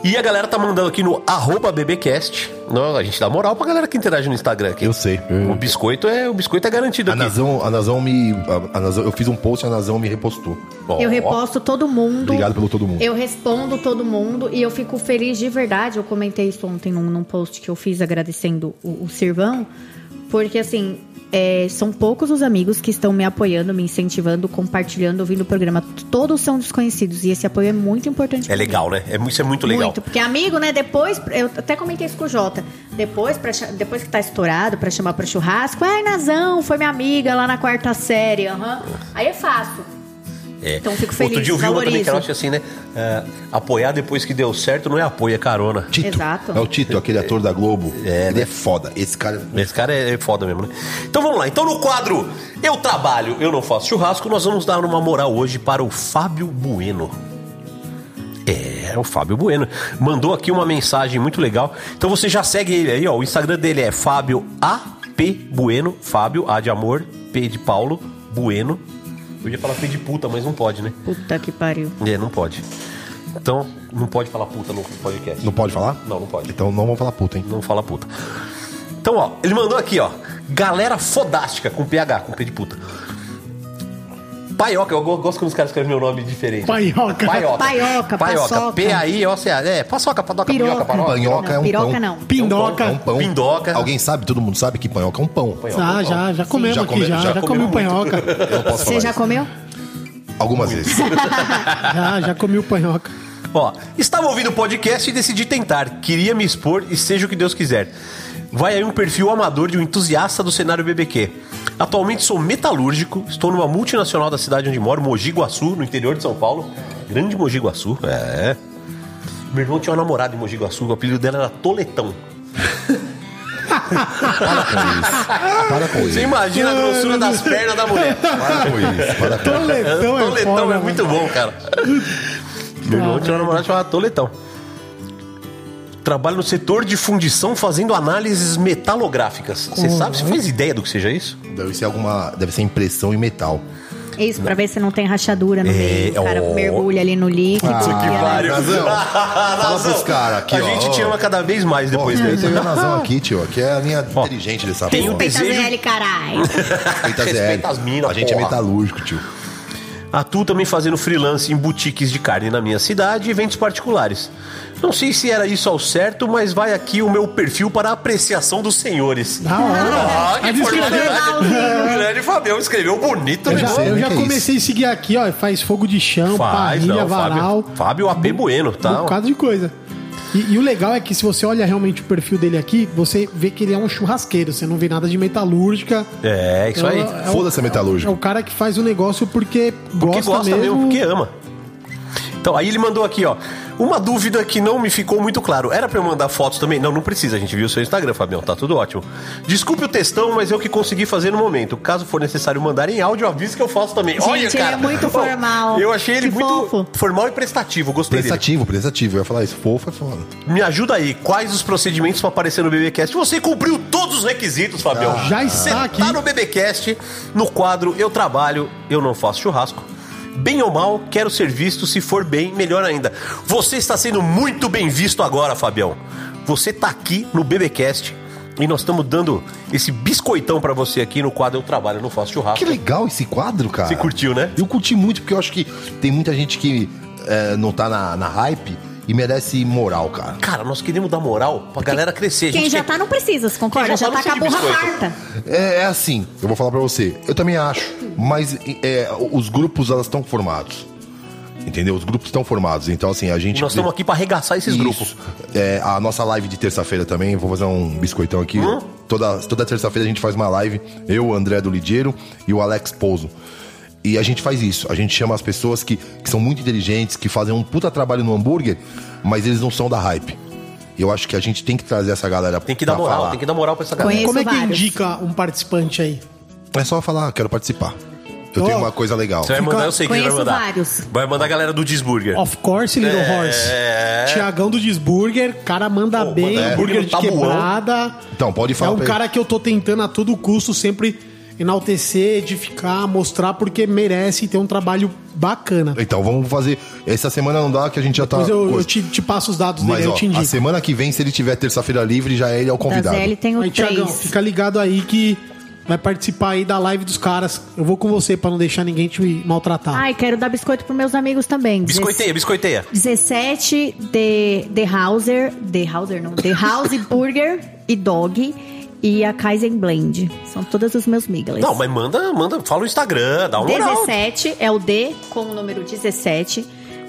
S3: E a galera tá mandando aqui no arroba bbcast. Não, a gente dá moral pra galera que interage no Instagram aqui.
S6: Eu sei. Ah,
S3: O biscoito é, o biscoito é garantido
S6: A
S3: aqui.
S6: Nazão, a Nazão me. a- a Nazão- eu fiz um post e a Nazão me repostou.
S3: Ó,
S5: Eu reposto todo mundo.
S6: Obrigado pelo todo mundo.
S5: Eu respondo todo mundo e eu fico feliz de verdade. Eu comentei isso ontem num, num post que eu fiz agradecendo o, o Sirvão, porque assim. é, são poucos os amigos que estão me apoiando, me incentivando, compartilhando, ouvindo o programa. Todos são desconhecidos e esse apoio é muito importante.
S3: É
S5: pra mim.
S3: legal, né? É, mu- isso é muito legal.
S5: Muito, porque amigo, né? Depois, eu até comentei isso com o Jota. Depois, pra, cha- depois que tá estourado, pra chamar pro churrasco, ai, Nazão, foi minha amiga lá na quarta série. aham." Aí é fácil.
S3: É.
S5: Então, fico
S3: Outro
S5: feliz,
S3: dia eu vi uma também que eu
S5: valorizo.
S3: acho assim, né? É, apoiar depois que deu certo não é apoio, é carona.
S6: Tito.
S5: Exato.
S6: É o Tito, aquele ator da Globo. Ele é foda. Esse cara.
S3: Esse cara né? é é foda mesmo, né? Então vamos lá. Então no quadro Eu Trabalho, Eu Não Faço Churrasco, nós vamos dar uma moral hoje para o Fábio Bueno. É, o Fábio Bueno. Mandou aqui uma mensagem muito legal. Então você já segue ele aí, ó. O Instagram dele é Fábio AP Bueno. Fábio, A de amor, P de Paulo, Bueno. Eu ia falar P de puta, mas não pode, né?
S5: Puta que pariu.
S3: É, não pode. Então, não pode falar puta no podcast.
S6: Não pode falar?
S3: Não, não pode.
S6: Então não vamos falar puta, hein?
S3: Não fala puta. Então, ó, ele mandou aqui, ó. Galera fodástica com PH, com P de puta. Paioca, eu go- gosto quando os caras escrevem meu nome diferente.
S4: Paioca.
S3: Paioca.
S5: Paioca, paçoca.
S3: P-A-I-O-C-A. É, paçoca, padoca,
S5: Piroca.
S3: piroca, paroca.
S6: Panhoca
S5: Não,
S6: é um
S5: piroca
S6: pão.
S5: não.
S6: É um
S4: Pindoca.
S6: pão.
S3: Pindoca.
S6: Alguém sabe? Todo mundo sabe que panhoca é um pão.
S4: Ah, já, já comemos
S6: Já
S4: aqui,
S6: come-
S4: já.
S6: já
S4: Já, comi
S3: comeu
S4: o panhoca.
S6: Eu não posso
S5: Você
S6: falar
S5: já
S6: isso.
S5: comeu?
S6: Algumas vezes.
S4: já, já comi o panhoca.
S3: Ó, estava ouvindo o podcast e decidi tentar. Queria me expor e seja o que Deus quiser. Vai aí um perfil amador de um entusiasta do cenário BBQ. Atualmente sou metalúrgico, estou numa multinacional da cidade onde moro, Mogi Guaçu, no interior de São Paulo. Grande Mogi Guaçu, é. Meu irmão tinha uma namorada em Mogi Guaçu, o apelido dela era Toletão.
S6: Para com
S3: Você
S6: isso.
S3: imagina a grossura das pernas da mulher.
S6: Para com isso. Para com isso.
S4: Toletão é
S3: Toletão
S4: foda,
S3: é
S4: mano.
S3: muito bom, cara. Meu irmão tinha uma namorada chamada Toletão. Trabalho no setor de fundição fazendo análises metalográficas. Você sabe?
S6: um-
S3: Você fez ideia do que seja isso?
S6: Deve ser alguma. Deve ser impressão em metal.
S5: É isso, pra ver se não tem rachadura no
S3: É,
S5: meio. O cara
S3: ó.
S5: mergulha ali no líquido.
S6: Puta que
S5: e ela-
S6: pariu. Ah, Nazão, fala
S3: Nazão,
S6: pros cara aqui,
S3: A
S6: ó.
S3: gente te ama cada vez mais depois
S6: Ó,
S3: dessa.
S6: Teve a Nazão aqui, tio. Aqui é a linha inteligente dessa
S3: é. tem um
S6: porra.
S5: Eita,
S3: Desejo-
S5: ZL, caralho.
S6: Respeita
S3: Respeita
S6: zero.
S3: as mina,
S6: A gente
S3: porra.
S6: é metalúrgico, tio.
S3: Atuo também fazendo freelance em boutiques de carne na minha cidade e eventos particulares. Não sei se era isso ao certo, mas vai aqui o meu perfil para apreciação dos senhores.
S4: Da hora.
S3: Ah, que
S4: Tá Aí descreveu.
S3: formalidade. O grande Fabião escreveu bonito né? o
S4: Eu já,
S3: negócio.
S6: sei
S4: eu
S6: nem
S4: já
S6: que é
S4: comecei a seguir aqui, ó. Faz fogo de chão, parrilha, varal.
S3: Fábio, Fábio AP Bueno,
S4: Um
S3: tá?
S4: bocado de coisa. E, e o legal é que se você olha realmente o perfil dele aqui, você vê que ele é um churrasqueiro, você não vê nada de metalúrgica.
S3: É, isso
S4: É
S3: aí.
S4: o- é o- É
S6: Foda-se a
S4: o
S6: metalúrgica.
S4: cara que faz o negócio porque gosta,
S3: Porque gosta mesmo,
S4: mesmo
S3: porque ama. Então, aí ele mandou aqui, ó. Uma dúvida que não me ficou muito claro. Era pra eu mandar fotos também? Não, não precisa. A gente viu o seu Instagram, Fabião. Tá tudo ótimo. Desculpe o textão, mas é o que consegui fazer no momento. Caso for necessário mandar em áudio, avisa que eu faço também.
S5: Gente,
S3: Olha,
S5: ele
S3: cara.
S5: é muito
S3: Ó,
S5: formal.
S3: Eu achei ele
S5: Que
S3: muito
S5: fofo.
S3: formal e prestativo. Gostei dele.
S6: Prestativo, prestativo. Eu ia falar isso. Fofo é foda.
S3: Me ajuda aí, quais os procedimentos para aparecer no BBcast? Você cumpriu todos os requisitos, Fabião.
S4: Ah, já
S3: Você
S4: está aqui.
S3: Tá no BBcast, no quadro Eu Trabalho, Eu Não Faço Churrasco. Bem ou mal, quero ser visto. Se for bem, melhor ainda. Você está sendo muito bem visto agora, Fabião. Você está aqui no BBcast e nós estamos dando esse biscoitão para você aqui no quadro Eu Trabalho, Eu Não Faço Churrasco.
S6: Que legal esse quadro, cara.
S3: Você curtiu, né?
S6: Eu curti muito, porque eu acho que tem muita gente que é, não tá na, na hype e merece moral, cara.
S3: Cara, nós queremos dar moral pra galera crescer. A
S5: Quem
S3: gente
S5: já
S3: quer-
S5: tá não precisa, você concorda?
S3: Quem já
S5: Já
S3: tá,
S5: tá
S3: não
S5: com a burra
S3: precisa de biscoito.
S5: farta.
S6: É, é assim, eu vou falar pra você. Eu também acho, mas é, os grupos, elas estão formados. Entendeu? Os grupos estão formados. Então, assim, a gente...
S3: Nós estamos aqui para arregaçar esses
S6: Isso.
S3: grupos.
S6: É, a nossa live de terça-feira também, vou fazer um biscoitão aqui. Toda, toda terça-feira a gente faz uma live, eu, o André do Ligeiro e o Alex Pouso. E a gente faz isso, a gente chama as pessoas que, que são muito inteligentes, que fazem um puta trabalho no hambúrguer, mas eles não são da hype. Eu acho que a gente tem que trazer essa galera
S3: Tem que dar
S6: pra
S3: moral,
S6: falar.
S3: tem que dar moral pra essa galera.
S5: Conheço
S4: Como é que
S5: vários.
S4: indica um participante aí?
S6: É só falar, quero participar. Eu
S4: Ó.
S6: tenho uma coisa legal.
S3: Você vai mandar, eu sei que você vai
S5: Conheço
S3: mandar.
S5: vários.
S3: Vai mandar a galera do É, Disburger.
S4: Of course,
S3: É,
S4: Little Horse. Tiagão do Disburger, cara manda
S3: Pô,
S4: bem,
S3: manda
S4: hambúrguer
S3: bem no
S4: de
S3: tabuão.
S4: quebrada.
S6: Então, pode falar
S4: É um
S6: pra ele.
S4: cara que eu tô tentando a todo custo sempre enaltecer, edificar, mostrar porque merece ter um trabalho bacana.
S6: Então vamos fazer. Essa semana não dá, que a gente já tá.
S4: Mas eu, eu
S6: coisa.
S4: te, te passo os dados
S6: Mas
S4: dele,
S6: ó, assim,
S4: eu te
S6: a
S4: indico.
S6: semana que vem, se ele tiver terça-feira livre, já ele é o
S5: Da
S6: convidado.
S5: ZL tem
S4: Aí,
S5: o
S4: Tiagão,
S5: 3.
S4: fica ligado aí que vai participar aí da live dos caras. Eu vou com você pra não deixar ninguém te maltratar.
S5: Ai, quero dar biscoito pros meus amigos também.
S3: Biscoiteia, biscoiteia.
S5: É 17 de The Hauser, The Hauser não, The House Burger e Dog e a Kaizen Blend. São todas os meus miglas.
S3: Não, mas manda, manda, fala o Instagram, dá uma moral.
S5: 17 é o D com o número 17.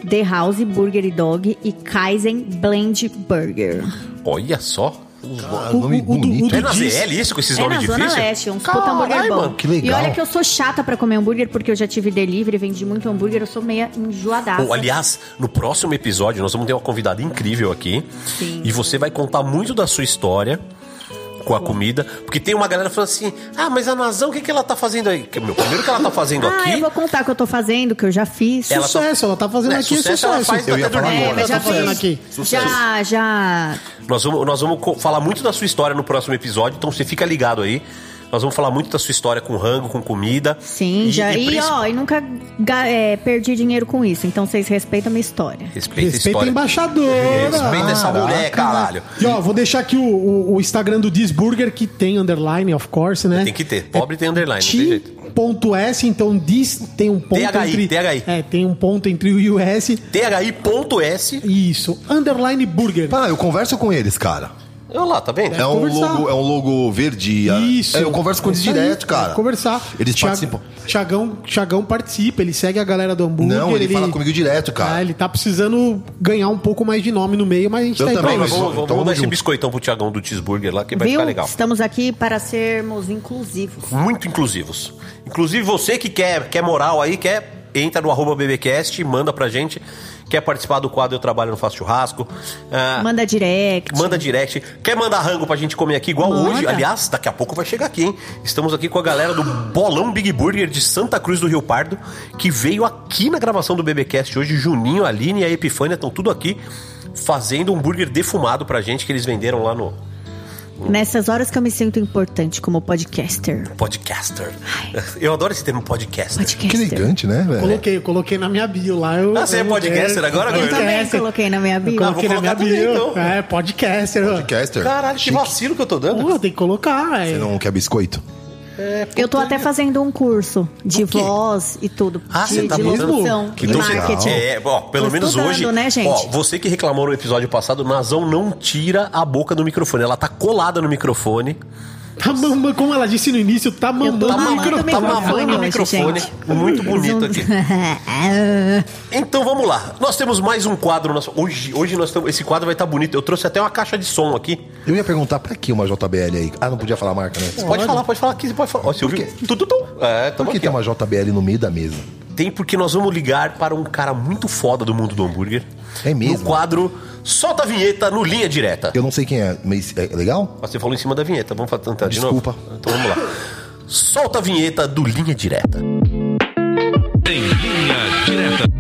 S5: The House Burger e Dog e Kaizen Blend Burger.
S3: Olha só.
S6: Ah, nome
S4: O- o- o do-
S6: bonito.
S4: o
S3: É
S4: do-
S3: na
S4: Diz-
S3: ZL isso, com esses
S5: é na
S3: nomes
S5: Zona
S3: difíceis?
S5: Leste, uns puta hambúrguer
S6: Caralho,
S5: bom.
S6: mano, que legal.
S5: E olha que eu sou chata pra comer hambúrguer porque eu já tive delivery, vendi muito hambúrguer, eu sou meia enjoadaça.
S3: Bom, aliás, no próximo episódio nós vamos ter uma convidada incrível aqui.
S5: Sim.
S3: E você vai contar muito da sua história com a comida. Porque tem uma galera falando assim: ah, mas a Nazão, o que, que ela tá fazendo aí? Que, meu, primeiro que ela tá fazendo
S5: ah, eu
S3: aqui.
S5: vou contar o que eu tô fazendo, que eu já fiz. É,
S3: Ela tá-
S4: Sucesso, ela tá fazendo
S3: É,
S4: aqui
S3: sucesso
S4: sucesso.
S3: ela faz
S6: Eu ia
S3: até
S6: falar
S3: dormir.
S6: agora.
S4: Ela
S5: já
S4: tá fazendo
S5: fiz.
S4: aqui.
S5: Já, já.
S3: Nós vamos, nós vamos co- falar muito da sua história no próximo episódio, então você fica ligado aí. Nós vamos falar muito da sua história com rango, com comida.
S5: Sim, já. E,
S3: princi-
S5: ó, e nunca ga- é, perdi dinheiro com isso. Então vocês respeitam a minha história.
S3: Respeita, a
S4: Respeita a
S3: história.
S4: embaixadora.
S3: Respeita essa mulher, caralho.
S4: E ó, vou deixar aqui o, o- o Instagram do Disburger, que tem underline, of course, né?
S3: Tem que ter. Pobre tem underline, não tem jeito.
S4: T.S, então diz tem um ponto
S3: THI,
S4: entre
S3: THI.
S4: É, tem um ponto entre o e o S.
S3: THI.S.
S4: Isso, underline burger.
S6: Ah, eu converso com eles, cara.
S3: Olha lá, tá vendo?
S6: É um,
S4: conversar.
S6: logo, é um logo verde. é-
S4: Isso.
S6: é, eu converso com eles
S4: Isso aí,
S6: direto, cara.
S4: Conversar.
S6: Eles
S4: Thiago-
S6: participam.
S4: Thiagão, Thiagão participa, ele segue a galera do hambúrguer.
S6: Não, ele, fala comigo direto,
S4: Ah,
S6: cara.
S4: ele tá precisando ganhar um pouco mais de nome no meio, mas a gente
S6: Eu
S4: tá aí
S6: também,
S4: pra
S3: Vamos,
S6: mas
S4: isso.
S3: vamos,
S6: Então
S3: vamos
S6: vamos
S3: dar esse
S6: junto.
S3: biscoitão pro Tiagão do cheeseburger lá, que vai
S5: Viu?
S3: ficar legal.
S5: Estamos aqui para sermos inclusivos.
S3: Muito inclusivos. Inclusive, você que quer, quer moral aí, quer, entra no arroba BBcast, manda pra gente. Quer participar do quadro Eu Trabalho no Faço Churrasco. Ah,
S5: Manda direct.
S3: Manda direct. Quer mandar rango pra gente comer aqui igual
S5: Manda.
S3: hoje? Aliás, daqui a pouco vai chegar aqui, hein? Estamos aqui com a galera do Bolão Big Burger de Santa Cruz do Rio Pardo, que veio aqui na gravação do BBcast hoje. Juninho, Aline e a Epifânia estão tudo aqui fazendo um burger defumado pra gente que eles venderam lá no
S5: Nessas horas que eu me sinto importante como podcaster.
S3: Podcaster. Eu adoro esse termo podcaster.
S6: Que
S5: Podcaster.
S6: elegante, né, velho?
S4: é Coloquei, eu coloquei na minha bio lá. Eu,
S3: Ah, você é
S4: eu-
S3: podcaster agora,
S5: Eu
S3: Gordo?
S5: também
S4: Podcaster.
S5: coloquei na minha bio.
S3: Ah, vou
S4: Coloquei na minha
S3: colocar
S4: bio.
S3: também, então.
S4: É, podcaster.
S6: Podcaster.
S3: Caralho, que vacilo que eu tô dando.
S4: Pô, tem que colocar. é.
S6: Você não quer biscoito?
S5: Eu tô até fazendo um curso de
S6: O quê?
S5: voz e tudo.
S3: Ah,
S5: de,
S3: você tá
S5: de
S3: mesmo?
S5: locução
S6: Que
S5: e
S6: legal.
S5: marketing.
S3: É, ó, pelo
S5: Tô
S3: menos
S5: estudando,
S3: hoje.
S5: né, gente?
S3: Ó, você que reclamou no episódio passado, Nazão não tira a boca do microfone. Ela tá colada no microfone.
S4: Tá mamando, como ela disse no início, tá mamando
S5: Tá
S4: o
S5: mamando
S4: microfone.
S3: tá mamando o
S5: hoje,
S3: microfone. é
S5: gente.
S3: Muito bonito
S5: Zoom.
S3: aqui. Então vamos lá. Nós temos mais um quadro. nosso- Hoje, hoje nós temos. Esse quadro vai estar bonito. Eu trouxe até uma caixa de som aqui.
S6: Eu ia perguntar pra que uma JBL aí? Ah, não podia falar a marca, né?
S3: Você pode falar, pode falar aqui. Você pode falar. Ó, você ouviu? Tu, tu, tu. É,
S6: Por
S3: tamo
S6: que
S3: aqui.
S6: tem
S3: ó.
S6: uma JBL no meio da mesa?
S3: Tem porque nós vamos ligar para um cara muito foda do mundo do hambúrguer.
S6: É mesmo?
S3: No quadro Solta a Vinheta no Linha Direta.
S6: Eu não sei quem é, mas é legal?
S3: Você falou em cima da vinheta, vamos fa- tentar de
S6: Desculpa.
S3: novo? Então vamos lá. Solta a vinheta do Linha Direta.
S7: Em linha direta.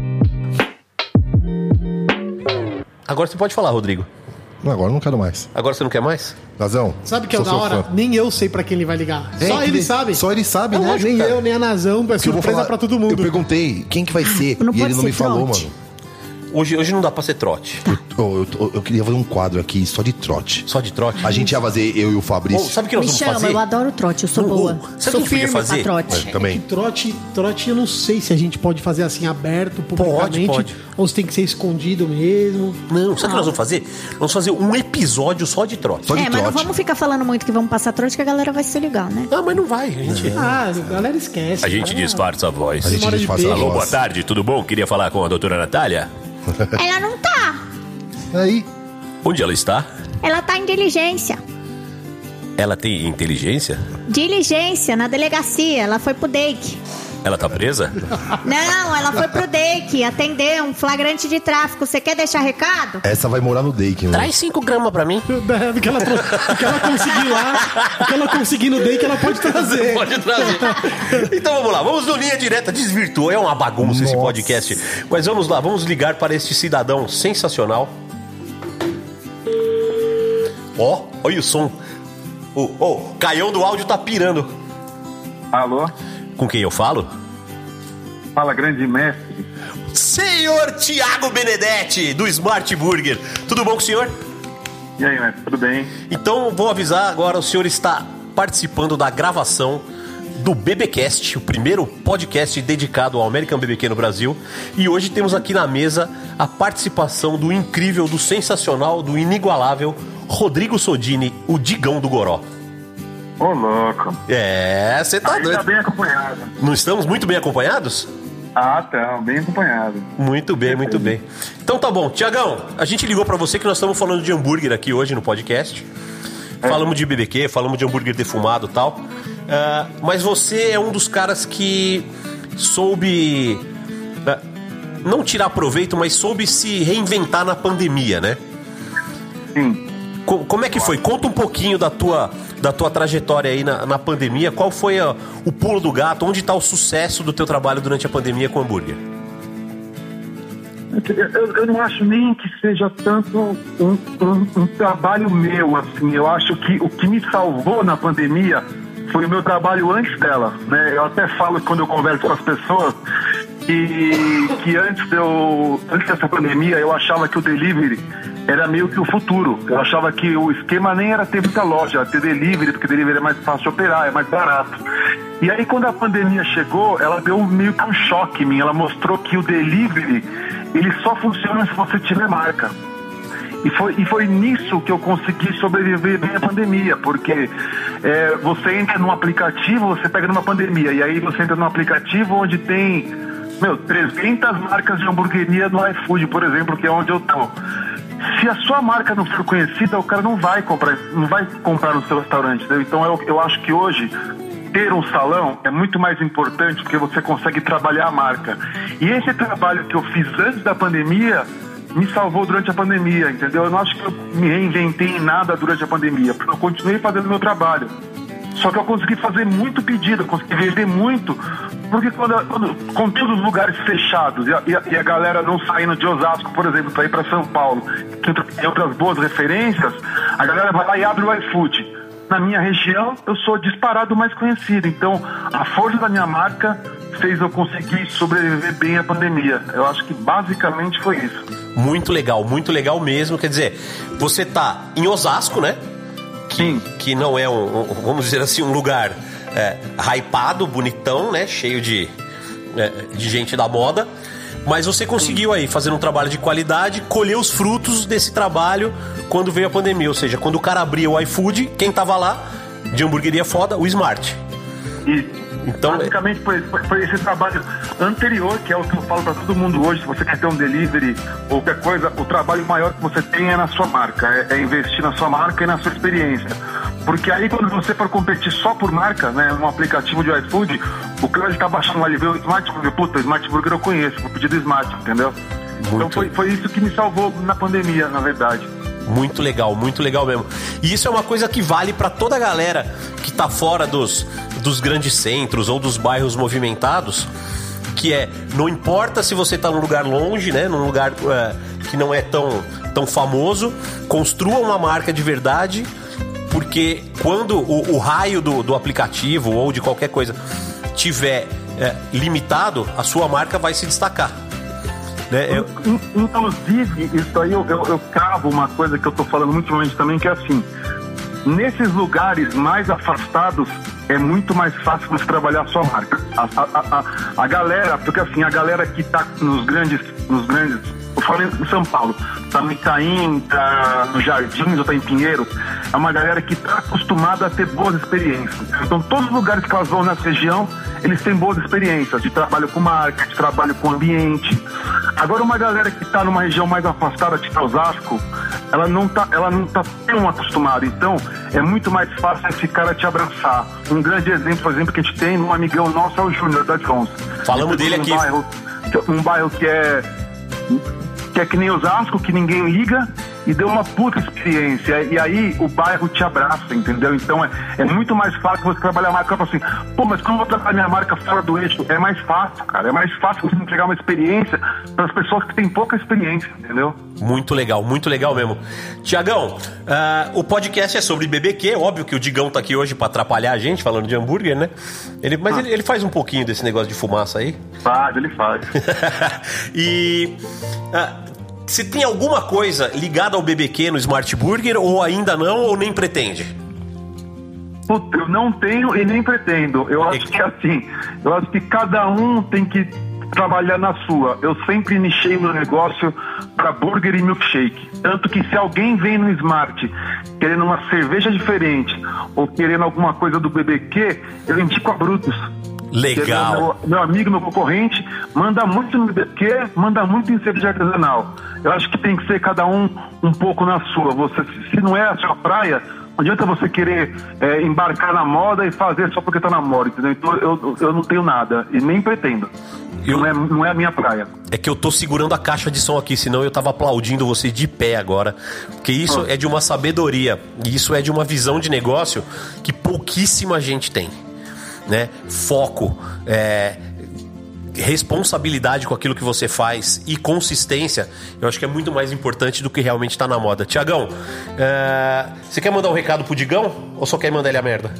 S3: Agora você pode falar, Rodrigo.
S6: Não, Agora eu não quero mais.
S3: Agora você não quer mais?
S6: Razão?
S4: Sabe o que é o
S6: sou
S4: da
S6: seu
S4: hora?
S6: fã.
S4: Nem eu sei pra quem ele vai ligar.
S6: É,
S4: só
S6: que
S4: ele
S6: nem-
S4: sabe.
S6: Só ele sabe,
S4: É
S6: né?
S4: lógico, nem eu, nem a Nazão, é
S6: Porque eu vou
S4: surpresa
S6: falar-
S4: pra todo
S6: Eu
S4: mundo.
S6: perguntei quem que vai ser
S5: Ah, Não
S6: e
S5: pode
S6: ele não
S5: ser
S6: me falou,
S5: trote.
S6: mano.
S3: Hoje, hoje não dá pra ser trote.
S6: Ô, Eu, tô- eu queria fazer um quadro aqui só de trote.
S3: Só de trote.
S6: A gente ia fazer eu e o
S3: Ou,
S6: Fabrício.
S3: sabe o que nós
S5: Me
S3: vamos
S5: chama,
S3: fazer?
S5: eu adoro trote, eu sou
S3: Não,
S5: boa.
S3: não. Sabe o que a
S5: sou
S3: gente podia
S5: firme
S3: fazer?
S5: pra trote.
S6: É, também.
S4: Trote, trote, eu não sei se a gente pode fazer assim aberto, publicamente,
S3: pode.
S4: ou se tem que ser escondido mesmo.
S3: Não, sabe o que nós vamos fazer? Nós vamos fazer um episódio só de trote.
S6: Só de
S5: É, mas não
S6: trote.
S5: vamos ficar falando muito que vamos passar trote, que a galera vai se ligar, né?
S3: Ah, mas não vai. A gente, Ah.
S4: Ah, a galera esquece. cara.
S3: disfarça a voz.
S6: É. A gente
S4: Memória de
S6: faz a
S4: peixe.
S6: voz.
S3: tarde, tudo bom? Queria falar com a doutora Natália.
S5: Ela não tá.
S6: Aí,
S3: Onde ela está?
S5: Ela tá em diligência.
S3: Ela tem inteligência?
S5: Diligência na delegacia. Ela foi pro DEIC.
S3: Ela tá presa?
S5: Não, ela foi pro DEIC atender um flagrante de tráfico. Você quer deixar recado?
S6: essa vai morar no Dake, né?
S3: Traz 5 gramas pra mim.
S4: Da- Do É, que, ela, do que ela conseguir lá, do que ela conseguir no day que ela pode trazer.
S3: Pode trazer. Então vamos lá, vamos no Linha Direta. Desvirtuou, é uma bagunça esse
S6: Nossa.
S3: podcast. Mas vamos lá, vamos ligar para este cidadão sensacional. Ó, olha o som. O oh, Caião do áudio tá pirando.
S8: Alô?
S3: Com quem eu falo?
S8: Fala, grande mestre.
S3: Senhor Tiago Benedetti, do Smart Burger. Tudo bom com o senhor?
S8: E aí, mestre, tudo bem?
S3: Então vou avisar agora, o senhor está participando da gravação do BBcast, o primeiro podcast dedicado ao American BBQ no Brasil. E hoje temos aqui na mesa a participação do incrível, do sensacional, do inigualável Rodrigo Sodini, o Digão do Goró.
S8: Ô, louco.
S3: É, você tá
S8: Aí tá
S3: doido.
S8: bem acompanhado.
S3: Não estamos muito bem acompanhados?
S8: Ah, tá, bem acompanhado.
S3: Muito bem, muito bem. Então tá bom, Tiagão, a gente ligou pra você que nós estamos falando de hambúrguer aqui hoje no podcast. Falamos de BBQ, falamos de hambúrguer defumado e tal. Ah, mas você é um dos caras que soube. ah, não tirar proveito, mas soube se reinventar na pandemia, né?
S8: Sim.
S3: Co- como é que foi? Conta um pouquinho da tua, da tua trajetória aí na, na pandemia. Qual foi a- o pulo do gato? Onde está o sucesso do teu trabalho durante a pandemia com hambúrguer?
S8: Eu, eu- eu não acho nem que seja tanto um, um- um trabalho meu, assim. Eu acho que o que me salvou na pandemia foi o meu trabalho antes dela, né? Eu até falo quando eu converso com as pessoas que, que antes, eu, antes dessa pandemia eu achava que o delivery era meio que o futuro. Eu achava que o esquema nem era ter muita loja, era ter delivery, porque delivery é mais fácil de operar, é mais barato. E aí, quando a pandemia chegou, ela deu meio que um choque em mim. Ela mostrou que o delivery, ele só funciona se você tiver marca. E foi, e foi nisso que eu consegui sobreviver bem à pandemia, porque é, você entra num aplicativo, você pega numa pandemia, e aí você entra num aplicativo onde tem, meu, 300 marcas de hamburgueria no iFood, por exemplo, que é onde eu tô. Se a sua marca não for conhecida, o cara não vai comprar, não vai comprar no seu restaurante, entendeu? Então eu, eu acho que hoje ter um salão é muito mais importante porque você consegue trabalhar a marca. E esse trabalho que eu fiz antes da pandemia me salvou durante a pandemia, entendeu? Eu não acho que eu me reinventei em nada durante a pandemia, porque eu continuei fazendo meu trabalho. Só que eu consegui fazer muito pedido, eu consegui vender muito, porque quando, quando- com todos os lugares fechados e a, e a- e a galera não saindo de Osasco, por exemplo, para ir para São Paulo, que outra- tem outras boas referências, a galera vai lá e abre o iFood na minha região, eu sou disparado mais conhecido. Então, a força da minha marca fez eu conseguir sobreviver bem à pandemia. Eu acho que basicamente foi isso.
S3: Muito legal, muito legal mesmo. Quer dizer, você tá em Osasco, né?
S8: Sim.
S3: Que não é um, um- vamos dizer assim, um lugar é, hypado, bonitão, né? Cheio de, é, de gente da moda. Mas você conseguiu aí fazer um trabalho de qualidade, colher os frutos desse trabalho quando veio a pandemia. Ou seja, quando o cara abria o iFood, quem tava lá de hamburgueria foda, o Smart.
S8: E
S3: Então, é-
S8: basicamente foi, foi- foi esse trabalho anterior, que é o que eu falo para todo mundo hoje, se você quer ter um delivery ou qualquer coisa, o trabalho maior que você tem é na sua marca, é, é investir na sua marca e na sua experiência. Porque aí quando você for competir só por marca, né, um aplicativo de iFood, o cara está baixando lá, ele vê o Smart Burger, puta, o Smart Burger eu conheço, vou pedir do Smart, entendeu? Então foi, foi isso que me salvou na pandemia, na verdade.
S3: Muito legal, muito legal mesmo. E isso é uma coisa que vale pra toda a galera que tá fora dos, dos grandes centros ou dos bairros movimentados, que é, não importa se você tá num lugar longe, né, num lugar é, que não é tão, tão famoso, construa uma marca de verdade, porque quando o, o raio do, do aplicativo ou de qualquer coisa tiver é, limitado, a sua marca vai se destacar. Né? Eu-
S8: In- Inclusive, isso aí eu, eu, eu cravo uma coisa que eu tô falando muito ultimamente também, que é assim, nesses lugares mais afastados é muito mais fácil você trabalhar a sua marca. A, a, a- a, a galera, porque assim, a galera que tá nos grandes, nos grandes, eu falei em São Paulo, tá no Itaim, tá no Jardins ou tá em Pinheiro, é uma galera que tá acostumada a ter boas experiências. Então todos os lugares que elas vão nessa região, eles têm boas experiências de trabalho com marca, de trabalho com ambiente. Agora uma galera que tá numa região mais afastada, tipo Osasco, ela não tá, ela não tá tão acostumada. Então, é muito mais fácil esse cara te abraçar. Um grande exemplo, por exemplo, que a gente tem, um amigão nosso é o Júnior da Jones.
S3: Falamos dele
S8: um
S3: aqui.
S8: Bairro, um bairro que é que é que nem Osasco, que ninguém liga, e deu uma puta experiência. E aí o bairro te abraça, entendeu? Então é, é muito mais fácil você trabalhar a marca fala assim, pô, mas como eu vou trabalhar minha marca fora do eixo? É mais fácil, cara. É mais fácil você entregar uma experiência para as pessoas que têm pouca experiência, entendeu?
S3: Muito legal, muito legal mesmo. Tiagão, ah, o podcast é sobre BBQ, óbvio que o Digão tá aqui hoje pra atrapalhar a gente falando de hambúrguer, né? Ele, mas ele, ele faz um pouquinho desse negócio de fumaça aí.
S8: Faz, ele faz.
S3: e ah, se tem alguma coisa ligada ao BBQ no Smart Burger ou ainda não ou nem pretende?
S8: Puta, eu não tenho e nem pretendo. Eu acho que é assim, eu acho que cada um tem que trabalhar na sua. Eu sempre nichei meu negócio para burger e milkshake. Tanto que se alguém vem no Smart querendo uma cerveja diferente ou querendo alguma coisa do BBQ, eu indico a Brutus.
S3: Legal.
S8: um Meu, meu amigo, meu concorrente, manda muito no BBQ, manda muito em cerveja artesanal. Eu acho que tem que ser cada um um pouco na sua. Você, se não é a sua praia, não adianta você querer é, embarcar na moda e fazer só porque tá na moda, entendeu? Então eu, eu não tenho nada e nem pretendo.
S3: Eu-
S8: Não, é, não é a minha praia.
S3: É que eu tô segurando a caixa de som aqui, senão eu tava aplaudindo você de pé agora. Porque isso é de uma sabedoria, e isso é de uma visão de negócio que pouquíssima gente tem. Né? Foco, é, responsabilidade com aquilo que você faz e consistência, eu acho que é muito mais importante do que realmente tá na moda. Tiagão, é, você quer mandar um recado pro Digão ou só quer mandar ele a merda?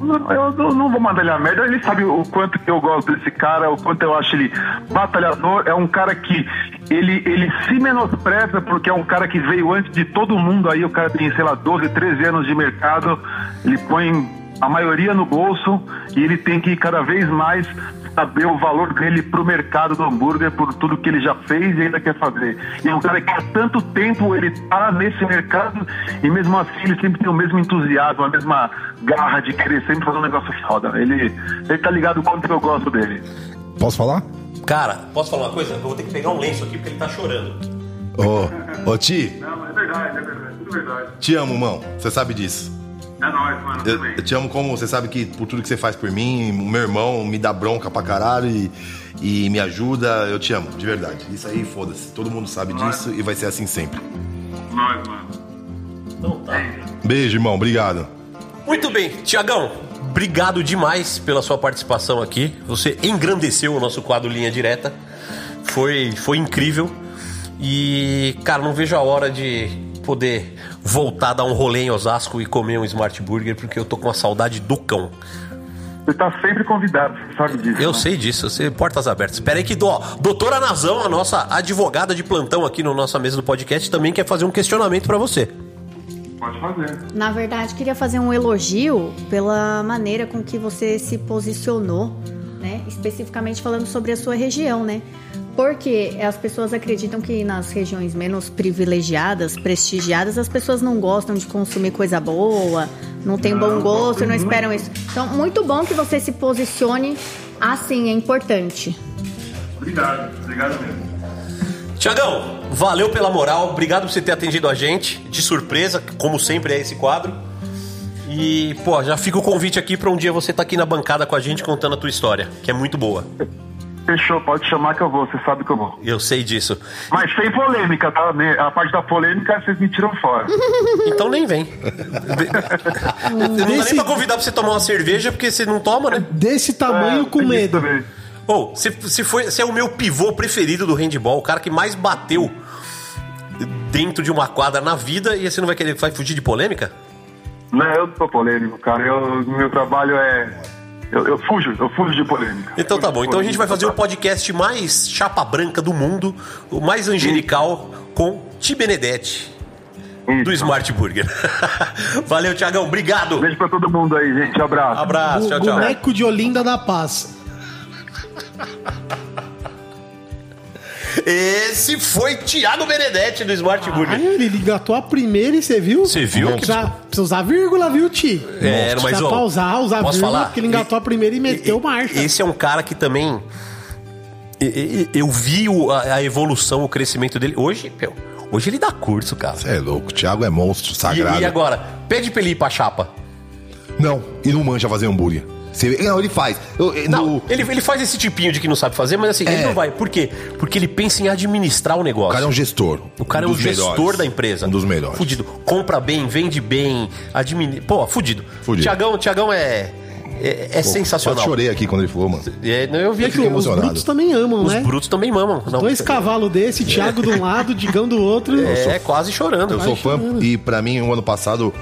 S8: Não, eu não, não vou mandar ele a merda. Ele sabe o quanto que eu gosto desse cara, o quanto eu acho ele batalhador. É um cara que ele, ele se menospreza porque é um cara que veio antes de todo mundo aí. O cara tem, sei lá, 12, 13 anos de mercado. Ele põe a maioria no bolso e ele tem que cada vez mais saber o valor dele pro mercado do hambúrguer, por tudo que ele já fez e ainda quer fazer. E é um cara que há tanto tempo ele tá nesse mercado e mesmo assim ele sempre tem o mesmo entusiasmo, a mesma garra de querer sempre fazer um negócio foda. Ele, ele tá ligado o quanto eu gosto dele.
S6: Posso falar?
S3: Cara, posso falar uma coisa? Eu vou ter que pegar um lenço aqui porque ele tá chorando.
S6: Ô, ô Ti,
S8: Não, é verdade, é verdade, tudo verdade.
S6: te amo, mão. Você sabe disso.
S8: É nóis, mano,
S6: Eu, eu te amo como você sabe que por tudo que você faz por mim, o meu irmão me dá bronca pra caralho e, e me ajuda. Eu te amo, de verdade. Isso aí, foda-se. Todo mundo sabe disso e vai ser assim sempre.
S8: Nós, mano.
S3: Então tá.
S6: Beijo, irmão. Obrigado.
S3: Muito bem, Tiagão, obrigado demais pela sua participação aqui. Você engrandeceu o nosso quadro Linha Direta. Foi, foi incrível. E, cara, não vejo a hora de poder voltar, dar um rolê em Osasco e comer um Smart Burger, porque eu tô com uma saudade do cão.
S8: Você tá sempre convidado, você sabe disso.
S3: Eu
S8: né?
S3: sei disso, você portas abertas. Espera aí que dó. Doutora Nazão, a nossa advogada de plantão aqui na nossa mesa do podcast, também quer fazer um questionamento pra você.
S8: Pode fazer.
S5: Na verdade, queria fazer um elogio pela maneira com que você se posicionou, né? Especificamente falando sobre a sua região, né? Porque as pessoas acreditam que nas regiões menos privilegiadas, prestigiadas, as pessoas não gostam de consumir coisa boa, não têm bom gosto, e não esperam isso. Então, muito bom que você se posicione assim, é importante.
S8: Obrigado, obrigado mesmo.
S3: Tiagão, valeu pela moral, obrigado por você ter atendido a gente, de surpresa, como sempre é esse quadro. E, pô, já fica o convite aqui pra um dia você tá aqui na bancada com a gente contando a tua história, que é muito boa.
S8: Fechou, pode chamar que eu vou, você sabe que eu vou.
S3: Eu sei disso.
S8: Mas sem polêmica, tá? Me- A parte da polêmica vocês me tiram fora.
S3: Então nem vem. Não dá nem pra convidar pra você tomar uma cerveja, porque você não toma, né?
S4: Desse tamanho
S8: É,
S4: com
S8: tem isso
S4: medo.
S8: também.
S3: Ou, você você foi, você é o meu pivô preferido do handball, o cara que mais bateu dentro de uma quadra na vida, e você não vai querer vai fugir de polêmica?
S8: Não, Né, eu não sou polêmico, cara. Eu, meu trabalho é. Eu, eu fujo, eu fujo de polêmica.
S3: Então tá
S8: Fujo
S3: bom.
S8: de
S3: Então a gente vai
S8: polêmica,
S3: fazer o
S8: tá?
S3: podcast mais chapa branca do mundo, o mais angelical, com Ti Benedetti, do
S8: Isso.
S3: Smart Burger. Valeu, Tiagão. Obrigado.
S8: Beijo pra todo mundo aí, gente. Abraço.
S3: Abraço. Ah, Tchau,
S4: Bu-
S3: tchau.
S4: Boneco de Olinda da Paz.
S3: Esse foi Tiago Benedetti do Smart
S4: Ah,
S3: Burger.
S4: ele engatou a primeira e você viu?
S3: Você viu?
S4: Precisa, precisa usar vírgula, viu, Ti?
S3: É,
S4: Precisa
S3: mas, ó,
S4: pausar, usar
S3: posso
S4: vírgula,
S3: falar?
S4: porque ele engatou a primeira e meteu marcha.
S3: Esse é um cara que também. e- e- Eu vi o- a a evolução, o crescimento dele. Hoje, meu, hoje ele dá curso, cara.
S6: É louco. Thiago é monstro,
S3: E,
S6: sagrado.
S3: e agora, pede pra ele ir pra chapa.
S6: Não. e não manja fazer hambúrguer. Você vê- Não, ele faz. Eu- eu-
S3: Não,
S6: no-
S3: ele, ele faz esse tipinho de que não sabe fazer, mas assim, ele
S6: É.
S3: não vai. Por quê? Porque ele pensa em administrar o negócio.
S6: O cara é um gestor.
S3: O cara é um
S6: dos
S3: gestor
S6: melhores.
S3: da empresa.
S6: Um dos melhores.
S3: Fudido. Compra bem, vende bem, admini... Pô, fudido.
S6: Fudido.
S3: Tiagão, Tiagão é, é, é
S6: Pô,
S3: sensacional.
S6: quase chorei aqui quando ele falou, mano.
S3: É, não, eu vi
S6: Eu
S3: aqui
S6: fiquei
S3: os,
S4: Os
S6: emocionado.
S4: brutos também amam,
S3: os
S4: né?
S3: brutos também mamam. Não,
S4: Dois cavalos desse, Thiago de um lado, Digão do outro.
S3: É, quase chorando.
S6: Eu sou fã e pra mim, o ano passado,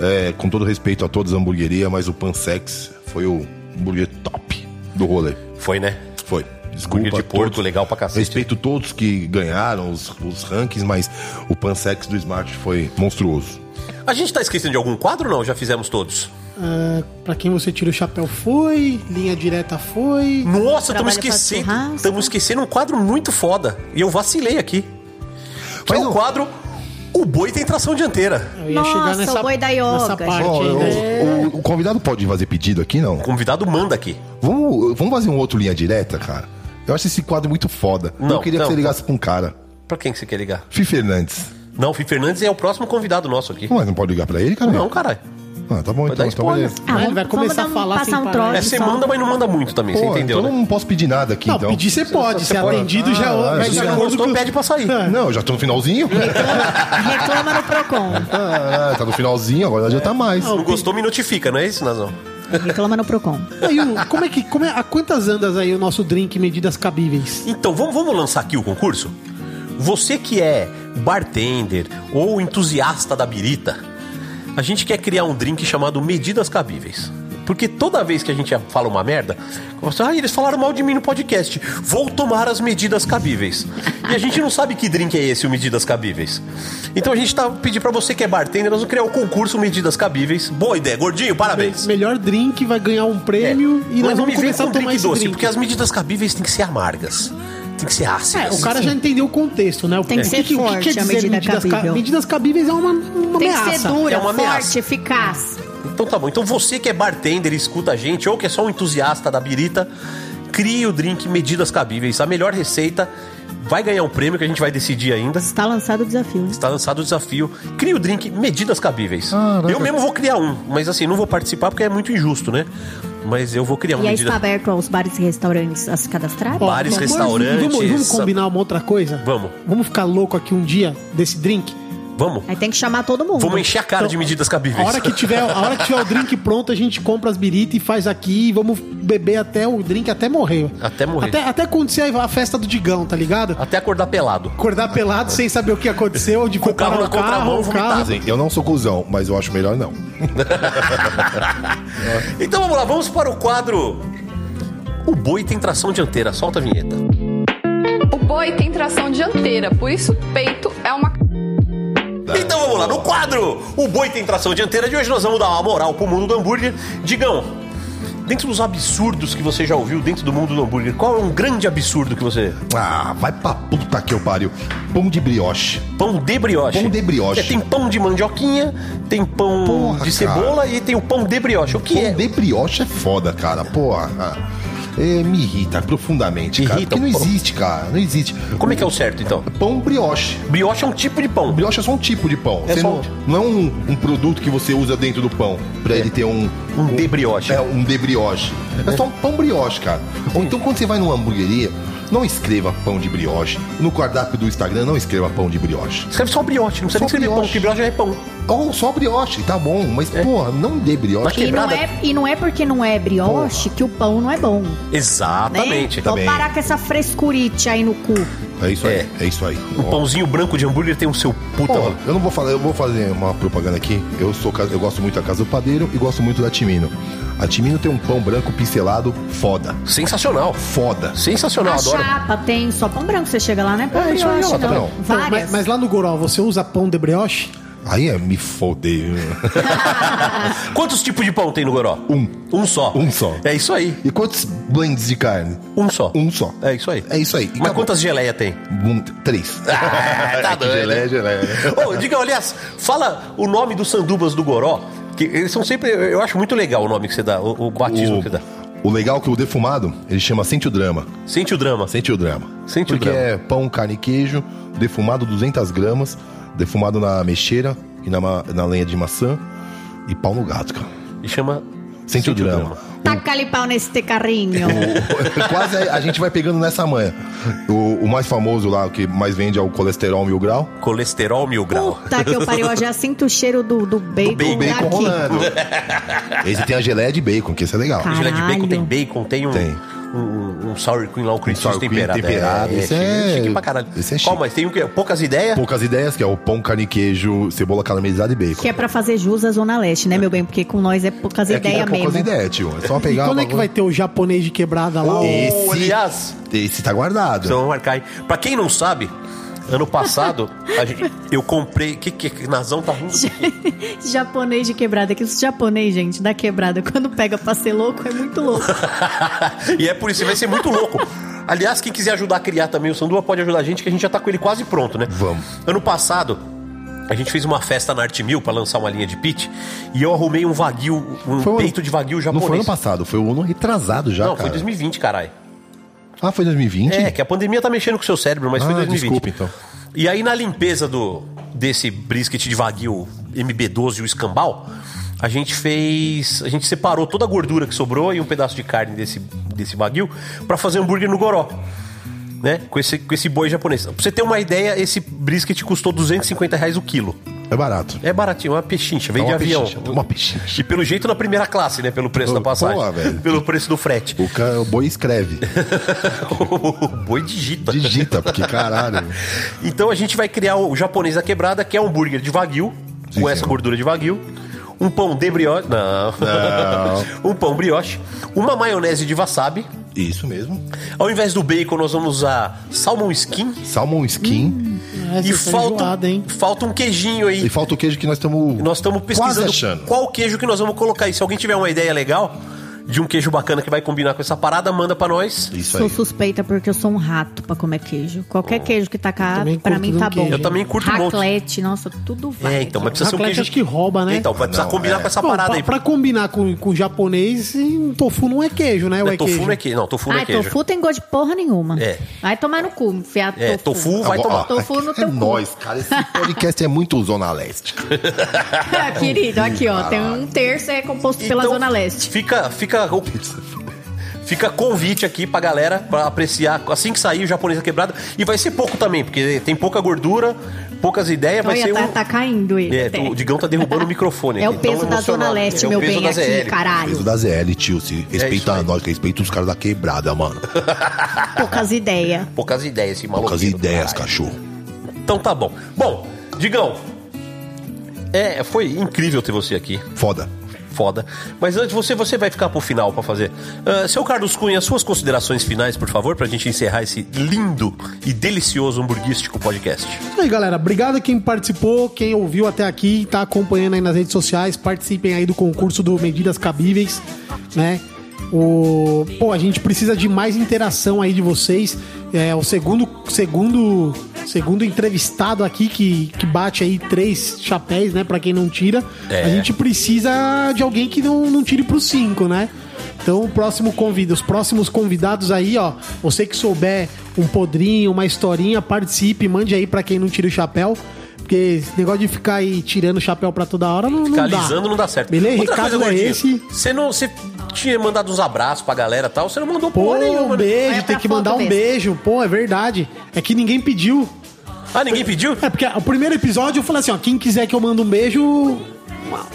S6: é, com todo respeito a todas as hamburguerias, mas o Pansex foi o hambúrguer top do rolê.
S3: Foi, né?
S6: Foi.
S3: Hambúrguer
S6: Desculpa.
S3: de porco,
S6: todos.
S3: legal pra cacete.
S6: Respeito todos que ganharam os, os rankings, mas o Pansex do Smart foi monstruoso.
S3: A gente tá esquecendo de algum quadro ou não? Já fizemos todos.
S4: Ah, pra quem você tira o chapéu foi, linha direta foi.
S3: Nossa, estamos
S5: Trabalho pra
S3: esquecendo.
S5: churrasco.
S3: Estamos esquecendo um quadro muito foda. E eu vacilei aqui. Que
S6: Mas
S3: é o
S6: não-
S3: quadro O Boi Tem Tração Dianteira.
S4: Eu ia
S5: Nossa,
S4: chegar nessa,
S5: o boi da
S4: nessa parte
S5: yoga,
S4: né?
S6: Ó,
S4: ainda.
S3: né?
S6: o, o- o convidado pode fazer pedido aqui, não?
S3: O convidado manda aqui.
S6: Vamos, vamos fazer um outro linha direta, cara? Eu acho esse quadro muito foda.
S3: Não,
S6: eu queria
S3: não.
S6: que você ligasse pra um cara.
S3: Pra quem que você quer ligar?
S6: Fih Fernandes.
S3: Não, o Fih Fernandes é o próximo convidado nosso aqui.
S6: Mas não pode ligar pra ele, cara?
S3: Não, caralho.
S6: Ah, tá bom,
S3: Vai dar
S6: então. então
S3: spoiler.
S6: beleza.
S5: Ah,
S4: Mas
S5: vamos-
S4: ele Né? vai começar
S5: vamos
S4: a
S5: dar um-
S4: falar sem
S5: passar um
S4: parar.
S5: trote
S3: É, você
S5: só.
S3: manda, mas não manda muito também,
S6: Pô,
S3: você entendeu,
S6: então
S3: né?
S6: não posso pedir nada aqui,
S4: Não,
S6: então.
S4: pedir você pode, ser
S6: pode.
S4: atendido já é
S6: Ah,
S4: outro.
S6: se
S4: já
S6: você
S4: é outro
S3: gostou,
S4: que-
S3: pede pra sair.
S6: Não, já tô no finalzinho.
S5: Reclama no Procon.
S6: ah, tá no finalzinho, agora já tá mais.
S3: Não gostou, me notifica, não é isso, Nazão?
S5: Reclama no Procon.
S4: Aí, o- como é que, como é, a quantas andas aí o nosso drink medidas cabíveis?
S3: Então, vamos, vamos lançar aqui o concurso? Você que é bartender ou entusiasta da birita, a gente quer criar um drink chamado Medidas Cabíveis. Porque toda vez que a gente fala uma merda, você, ah, eles falaram mal de mim no podcast. Vou tomar as medidas cabíveis. E a gente não sabe que drink é esse, o Medidas Cabíveis. Então a gente tá pedindo pra você que é bartender, nós vamos criar o concurso Medidas Cabíveis. Boa ideia, gordinho, parabéns.
S4: Melhor drink vai ganhar um prêmio
S3: Mas
S4: e nós
S3: não É. me
S4: vamos
S3: vem
S4: começar
S3: com
S4: a tomar
S3: drink
S4: esse
S3: doce,
S4: drink.
S3: porque as medidas cabíveis têm que ser amargas. Tem que ser ácidas.
S4: É, o cara já entendeu o contexto, né? O
S5: Tem que ser forte a medida
S4: ca-
S5: cabível.
S4: medidas cabíveis é uma, uma
S5: Tem que
S4: ameaça.
S5: ser dura,
S3: É uma ameaça.
S5: forte, eficaz.
S3: Então tá bom. Então você que é bartender e escuta a gente, ou que é só um entusiasta da birita, crie o drink Medidas Cabíveis. A melhor receita vai ganhar um prêmio que a gente vai decidir ainda.
S5: Está lançado o desafio. né?
S3: Está lançado o desafio. Crie o drink Medidas Cabíveis.
S6: Caraca.
S3: Eu mesmo vou criar um, mas assim, não vou participar porque é muito injusto, né? Mas eu vou criar um
S5: E aí
S3: medida-
S5: está aberto aos bares e restaurantes a se cadastrarem?
S4: Ó,
S3: Bares,
S4: uma coisa-
S3: restaurantes,
S4: Vamos, vamos
S3: sabe?
S4: combinar uma outra coisa?
S3: Vamos.
S4: Vamos ficar louco aqui um dia desse drink?
S3: Vamos.
S5: Aí tem que chamar todo mundo.
S3: Vamos encher a cara de medidas
S4: Então, A
S3: cabíveis.
S4: hora, que tiver, a hora que tiver o drink pronto, a gente compra as biritas e faz aqui e vamos beber até o drink até morrer.
S3: Até morrer.
S4: Até, até acontecer a a festa do Digão, tá ligado?
S3: Até acordar pelado.
S4: Acordar pelado sem saber o que aconteceu, de
S3: Com o carro
S4: parar
S3: na contramão,
S4: o carro.
S3: vomitado.
S6: Assim, eu não sou cuzão, mas eu acho melhor não.
S3: Então vamos lá, vamos para o quadro. O boi tem tração dianteira, solta a vinheta.
S9: O boi tem tração dianteira, por isso o peito é uma
S6: Tá.
S3: Então vamos lá, no quadro O Boi Tem Tração Dianteira de hoje nós vamos dar uma moral pro mundo do hambúrguer. Digão, dentro dos absurdos que você já ouviu dentro do mundo do hambúrguer, qual é um grande absurdo que você...
S6: Ah, vai pra puta que eu pariu. Pão de brioche.
S3: Pão de brioche.
S6: Pão de brioche.
S3: É, tem pão de mandioquinha, tem pão
S6: Porra,
S3: de
S6: cara.
S3: cebola e tem o pão de brioche. O que
S6: Pão
S3: é?
S6: de brioche é foda, cara. Porra. ah, é, me irrita profundamente,
S3: Te
S6: cara.
S3: irrita,
S6: Porque não
S3: pô.
S6: existe, cara. Não existe.
S3: Como é que é o certo, então?
S6: Pão brioche.
S3: Brioche é um tipo de pão.
S6: Brioche é só um tipo de pão.
S3: É
S6: Você
S3: só
S6: não,
S3: um-
S6: não é um, um produto que você usa dentro do pão pra ele ter um.
S3: Um de brioche.
S6: É, um de brioche. É só um pão brioche, cara. Ou então quando você vai numa hamburgueria, não escreva pão de brioche. No cardápio do Instagram, não escreva pão de brioche.
S3: Escreve só brioche, não precisa nem
S6: Só
S3: escrever pão,
S6: brioche.
S3: porque brioche é pão.
S6: Ou só brioche, tá bom, mas
S3: É.
S6: porra, não de
S3: Mas
S6: brioche.
S5: E não,
S3: quebrada.
S5: é, e não é porque não é brioche que o pão não é bom. Né?
S3: Exatamente.
S5: Vamos parar com essa frescurite aí no cu.
S6: É isso aí,
S3: É.
S6: é, isso aí.
S3: Um
S6: Ó.
S3: pãozinho branco de hambúrguer tem o seu puta...
S6: Porra, Então, eu não vou falar, eu vou fazer uma propaganda aqui. Eu sou, ca- eu gosto muito da Casa do Padeiro e gosto muito da Timino. A Timino tem um pão branco pincelado foda.
S3: Sensacional.
S6: Foda.
S3: Sensacional,
S5: a
S3: adoro.
S5: chapa tem só pão branco, você chega lá, né? Pão
S6: É, isso aí,
S5: brioche,
S6: ó, tá
S5: não.
S6: bom.
S4: Então, mas,
S5: Várias.
S4: mas lá no Goró, você usa pão de brioche?
S6: Aí é me fodeu.
S3: Quantos tipos de pão tem no Goró?
S6: Um.
S3: Um só.
S6: Um só.
S3: É isso aí.
S6: E quantos blends de carne?
S3: Um só.
S6: Um só.
S3: É isso aí.
S6: É isso aí. E
S3: Mas
S6: acabou.
S3: quantas geleia tem?
S6: Um, três.
S3: Ah, tá
S6: Que
S3: doido.
S6: Geleia, geleia.
S3: Ô, diga, aliás, fala o nome dos sandubas do Goró. Que eles são sempre. eu- Eu acho muito legal o nome que você dá, o, o batismo que você dá.
S6: O, o legal é que o defumado, ele chama Sente o Drama.
S3: Sente o drama.
S6: Sente o Drama.
S3: Sente o
S6: Porque
S3: drama.
S6: é pão, carne e queijo, defumado 200 gramas, defumado na mexeira e na, ma- na lenha de maçã e pau no gato, cara.
S3: E chama
S6: Sente, o drama.
S5: Taca-lhe pau nesse carrinho.
S6: Quase a, a gente vai pegando nessa manha. O, o mais famoso lá, o que mais vende é o colesterol mil grau.
S3: Colesterol mil grau.
S5: Puta que eu pariu, eu já sinto o cheiro do, do bacon,
S3: bacon né?
S5: daqui.
S6: Bacon rolando. Esse tem a geleia de bacon, que isso é legal.
S5: Caralho.
S3: Filé de bacon tem bacon, tem um.
S6: Tem.
S3: Um, um sour cream lá, um cream
S6: sour
S3: cheese
S6: cream
S3: temperado.
S6: temperado, isso é-
S3: chique pra caralho.
S6: isso é
S3: Qual
S6: chique.
S3: mais? Tem o quê? Poucas ideias?
S6: Poucas ideias, que é o pão, carne, queijo, cebola caramelizada e bacon.
S5: Que é pra fazer jus à Zona Leste, né, meu bem? Porque com nós é poucas
S6: é que
S5: ideias
S6: é poucas
S5: mesmo.
S6: ideias, tio. É só pegar
S4: e
S6: o
S4: quando é que vai
S6: bagulho.
S4: ter o japonês de quebrada lá?
S6: Esse,
S3: aliás.
S6: esse tá guardado.
S3: Então vamos marcar aí. Pra quem não sabe, ano passado a gente- eu comprei. Que que que Nazão tá rindo?
S5: japonês de quebrada. Que os japonês, gente, da quebrada, quando pega pra ser louco, é muito louco.
S3: e é por isso, vai ser muito louco. Aliás, quem quiser ajudar a criar também o Sandua pode ajudar a gente, que a gente já tá com ele quase pronto, né?
S6: Vamos.
S3: Ano passado, a gente fez uma festa na Arte Mil pra lançar uma linha de pitch e eu arrumei um vaguio, um
S6: Foi o-
S3: peito de vaguio japonês.
S6: Não foi ano passado, foi o ano retrasado já,
S3: Não,
S6: cara.
S3: foi 2020, caralho.
S6: Ah, foi 2020?
S3: É, que a pandemia tá mexendo com o seu cérebro, mas foi
S6: Ah,
S3: 2020.
S6: desculpa, então.
S3: E aí, na limpeza do desse brisket de Wagyu MB12 e o escambau, a gente fez. A gente separou toda a gordura que sobrou e um pedaço de carne desse, desse Wagyu pra fazer hambúrguer no Goró. Né? Com, esse, com esse boi japonês. Pra você ter uma ideia, esse brisket custou 250 reais o quilo.
S6: É barato.
S3: É baratinho, é uma pechincha, vem
S6: É
S3: de
S6: uma
S3: avião.
S6: pechincha, é uma pechincha.
S3: E pelo jeito na primeira classe, né? Pelo preço
S6: Pô,
S3: da passagem.
S6: pô, velho.
S3: pelo preço do frete.
S6: O, ca- o boi escreve,
S3: o boi digita.
S6: digita, porque caralho.
S3: Então a gente vai criar o japonês da quebrada, que é um hambúrguer de wagyu,
S6: Sim,
S3: com essa
S6: sim.
S3: gordura de wagyu, um pão de brioche, não. um pão brioche, uma maionese de wasabi.
S6: Isso mesmo.
S3: Ao invés do bacon, nós vamos usar salmon skin.
S6: Salmon skin.
S4: Essa
S3: e
S4: eu tô
S3: falta,
S4: é enjoado, hein?
S3: falta um queijinho aí.
S6: E falta o queijo que nós estamos.
S3: Nós estamos pesquisando
S6: achando.
S3: qual queijo que nós vamos colocar. E se alguém tiver uma ideia legal de um queijo bacana que vai combinar com essa parada, manda pra nós.
S6: Isso
S5: Sou
S6: aí.
S5: suspeita porque eu sou um rato pra comer queijo. Qualquer queijo que tacar,
S4: também
S5: pra
S4: curto
S5: mim
S4: de um
S5: tá bom.
S4: queijo.
S3: Eu também curto um monte.
S5: Raclete, nossa, tudo vai.
S3: É, então, mas precisa ser um
S4: Raclete
S3: queijo.
S4: acho que rouba, né?
S3: Então, vai precisar
S6: Não,
S3: combinar
S6: é.
S3: com essa
S4: Bom,
S3: parada
S4: pra,
S3: aí.
S4: pra combinar com, com o japonês, um tofu não é queijo, né? Ou
S3: Não
S4: é,
S3: é tofu
S4: queijo?
S3: não é queijo. Não, tofu não
S5: Ai,
S3: é queijo.
S5: tofu tem gosto de porra nenhuma.
S3: É.
S5: Vai tomar no cu, enfiar
S3: É, tofu vai
S6: Ah,
S3: tomar.
S6: ó,
S5: Tofu no
S6: é
S5: teu cu.
S6: nóis, cara. Esse podcast é muito Zona Leste.
S5: Ah, Querido, aqui ó, tem um terço é composto pela
S3: Então,
S5: Zona Leste.
S3: Fica, fica, fica convite aqui pra galera pra apreciar assim que sair o japonês quebrada. E vai ser pouco também, porque tem pouca gordura, poucas ideias, vai
S5: Olha,
S3: ser
S5: tá,
S3: um.
S5: tá caindo ele.
S3: É, o Digão tá derrubando o microfone.
S5: É
S3: aqui, então
S5: o peso
S3: tão
S5: da Zona
S3: emocionado.
S5: Leste,
S3: É o
S5: meu
S3: peso
S5: bem,
S3: da
S5: aqui,
S3: ZL.
S6: Peso
S5: caralho.
S6: da ZL, tio. Se
S3: É isso
S6: respeita
S3: aí.
S6: nós, respeita os caras da quebrada, mano.
S5: Poucas ideias.
S3: Poucas ideias, esse maluco.
S6: Poucas ideias, cachorro.
S3: Então tá bom. Bom, Digão. É, foi incrível ter você aqui.
S6: Foda.
S3: Foda. Mas antes, você, você vai ficar pro final pra fazer. Ah, seu Carlos Cunha, suas considerações finais, por favor, pra gente encerrar esse lindo e delicioso hamburguístico podcast.
S4: E aí, galera, obrigado a quem participou, quem ouviu até aqui, tá acompanhando aí nas redes sociais, participem aí do concurso do Medidas Cabíveis, né? O... Pô, a gente precisa de mais interação aí de vocês. É o segundo, segundo, segundo entrevistado aqui que, que bate aí três chapéus, né? Pra quem não tira.
S3: É.
S4: A gente precisa de alguém que não, não tire pro cinco, né? Então, o próximo convida, os próximos convidados aí, ó. Você que souber um podrinho, uma historinha, participe, mande aí pra quem não tira o chapéu. Porque esse negócio de ficar aí tirando o chapéu pra toda hora não, não dá.
S3: Fiscalizando não dá certo.
S4: Beleza?
S3: Outra
S4: Recado
S3: coisa,
S4: é
S3: gordinho,
S4: esse.
S3: Você não. Você tinha mandado uns abraços pra galera e tal, você não mandou
S4: Pô,
S3: porra nenhuma.
S4: um
S3: né?
S4: beijo,
S5: Vai
S4: tem
S5: pra
S4: que
S5: foto
S4: mandar um
S5: mesmo.
S4: beijo. Pô, é verdade. É que ninguém pediu.
S3: Ah, ninguém pediu?
S4: É, porque o primeiro episódio eu falei assim, ó, quem quiser que eu mande um beijo,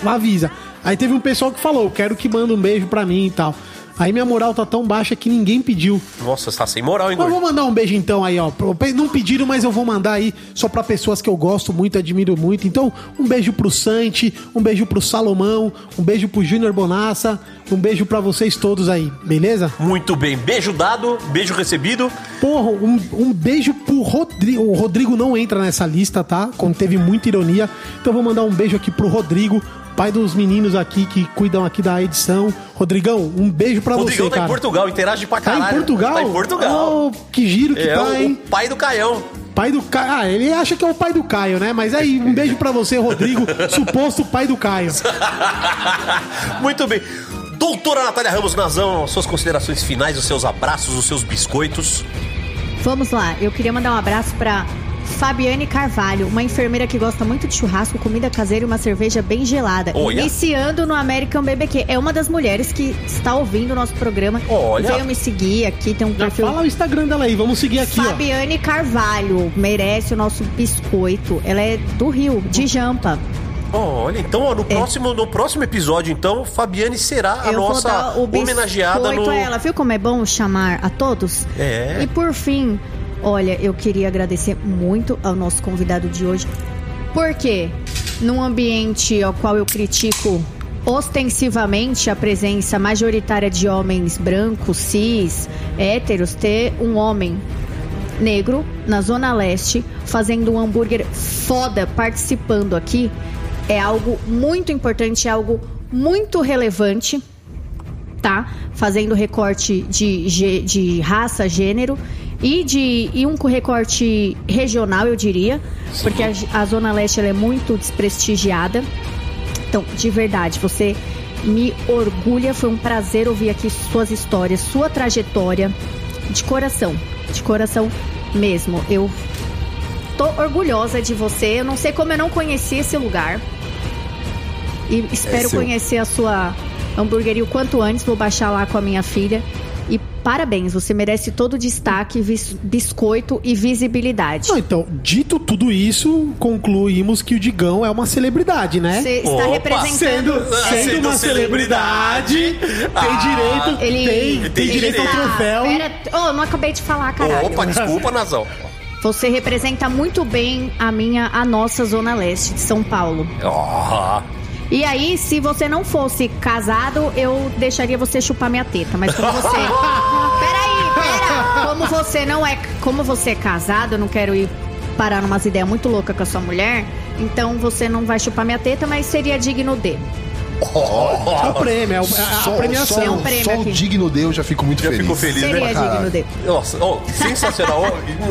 S4: a- avisa. Aí teve um pessoal que falou, quero que manda um beijo pra mim e tal. Aí minha moral tá tão baixa que ninguém pediu.
S3: Nossa, você tá sem moral, hein,
S4: Mas eu vou
S3: gordinho?
S4: mandar um beijo então aí, ó. Pro- pe- Não pediram, mas eu vou mandar aí só pra pessoas que eu gosto muito, admiro muito. Então, um beijo pro Santi, um beijo pro Salomão, um beijo pro Júnior Bonassa, um beijo pra vocês todos aí, beleza?
S3: Muito bem. Beijo dado, beijo recebido.
S4: Porra, um, um beijo pro Rodrigo. O Rodrigo não entra nessa lista, tá? Conteve muita ironia. Então vou mandar um beijo aqui pro Rodrigo, pai dos meninos aqui que cuidam aqui da edição. Rodrigão, um beijo pra
S3: O Rodrigão
S4: você,
S3: tá
S4: cara.
S3: em Portugal, interage pra
S4: Tá
S3: caralho.
S4: em Portugal?
S3: Tá em Portugal.
S4: Oh, que giro que
S3: é
S4: tá,
S3: o, o
S4: hein?
S3: pai do Caião.
S4: Pai do Caio. Ah, ele acha que é o pai do Caio, né? Mas aí, um beijo pra você, Rodrigo, suposto pai do Caio.
S3: Muito bem. Doutora Natália Ramos Nazão, suas considerações finais, os seus abraços, os seus biscoitos.
S5: Vamos lá, eu queria mandar um abraço pra Fabiane Carvalho, uma enfermeira que gosta muito de churrasco, comida caseira e uma cerveja bem gelada.
S3: Olha.
S5: Iniciando no American BBQ. É uma das mulheres que está ouvindo o nosso programa.
S3: Olha.
S5: Veio me seguir aqui, tem um
S4: Já
S5: perfil.
S4: fala o Instagram dela aí, vamos seguir aqui, ó.
S5: Fabiane Carvalho merece o nosso biscoito. Ela é do Rio, de Jampa.
S3: Ó, olha, então, ó, no, próximo, no próximo episódio, então, Fabiane será a
S5: É. Eu vou
S3: nossa
S5: dar o biscoito
S3: homenageada no.
S5: a ela. Viu como é bom chamar a todos?
S3: É.
S5: E por fim, olha, eu queria agradecer muito ao nosso convidado de hoje. Porque num ambiente ao qual eu critico ostensivamente a presença majoritária de homens brancos, cis, héteros, ter um homem negro na Zona Leste fazendo um hambúrguer foda participando aqui é algo muito importante, é algo muito relevante tá fazendo recorte de, gê- de raça, gênero e de e um recorte regional, eu diria, porque a, a Zona Leste ela é muito desprestigiada. Então, de verdade, você me orgulha, foi um prazer ouvir aqui suas histórias, sua trajetória, de coração, de coração mesmo. Eu tô orgulhosa de você, eu não sei como eu não conheci esse lugar. E espero
S6: seu.
S5: conhecer a sua hamburgueria o quanto antes, vou baixar lá com a minha filha. E parabéns, você merece todo o destaque, vis- biscoito e visibilidade.
S4: Não, então, dito tudo isso, concluímos que o Digão é uma celebridade, né?
S5: Você está
S3: Opa.
S5: representando.
S4: Sendo,
S3: Ah,
S4: sendo
S3: sendo
S4: uma celebridade, tem direito,
S5: Ah. Ele
S4: tem, tem
S3: Ele
S4: direito ao
S5: tá-
S4: troféu.
S5: Pera, oh, não acabei de falar, caralho.
S3: Opa, desculpa, Nazão.
S5: Você representa muito bem a minha, a nossa zona leste de São Paulo.
S3: Ó,
S5: E aí, se você não fosse casado, eu deixaria você chupar minha teta. Mas como você. Peraí, pera! Como você não é. Como você é casado, eu não quero ir parar numas ideias muito loucas com a sua mulher. Então você não vai chupar minha teta, mas seria digno dele.
S3: oh,
S4: É o prêmio, é o- é a,
S6: Só,
S4: premiação.
S5: É um
S6: só,
S5: prêmio
S6: só o
S5: aqui.
S6: digno de eu já fico muito
S3: Já
S6: feliz.
S3: fico feliz, né?
S5: Seria
S6: pra caralho.
S5: digno dele.
S3: Nossa, ó, sensacional.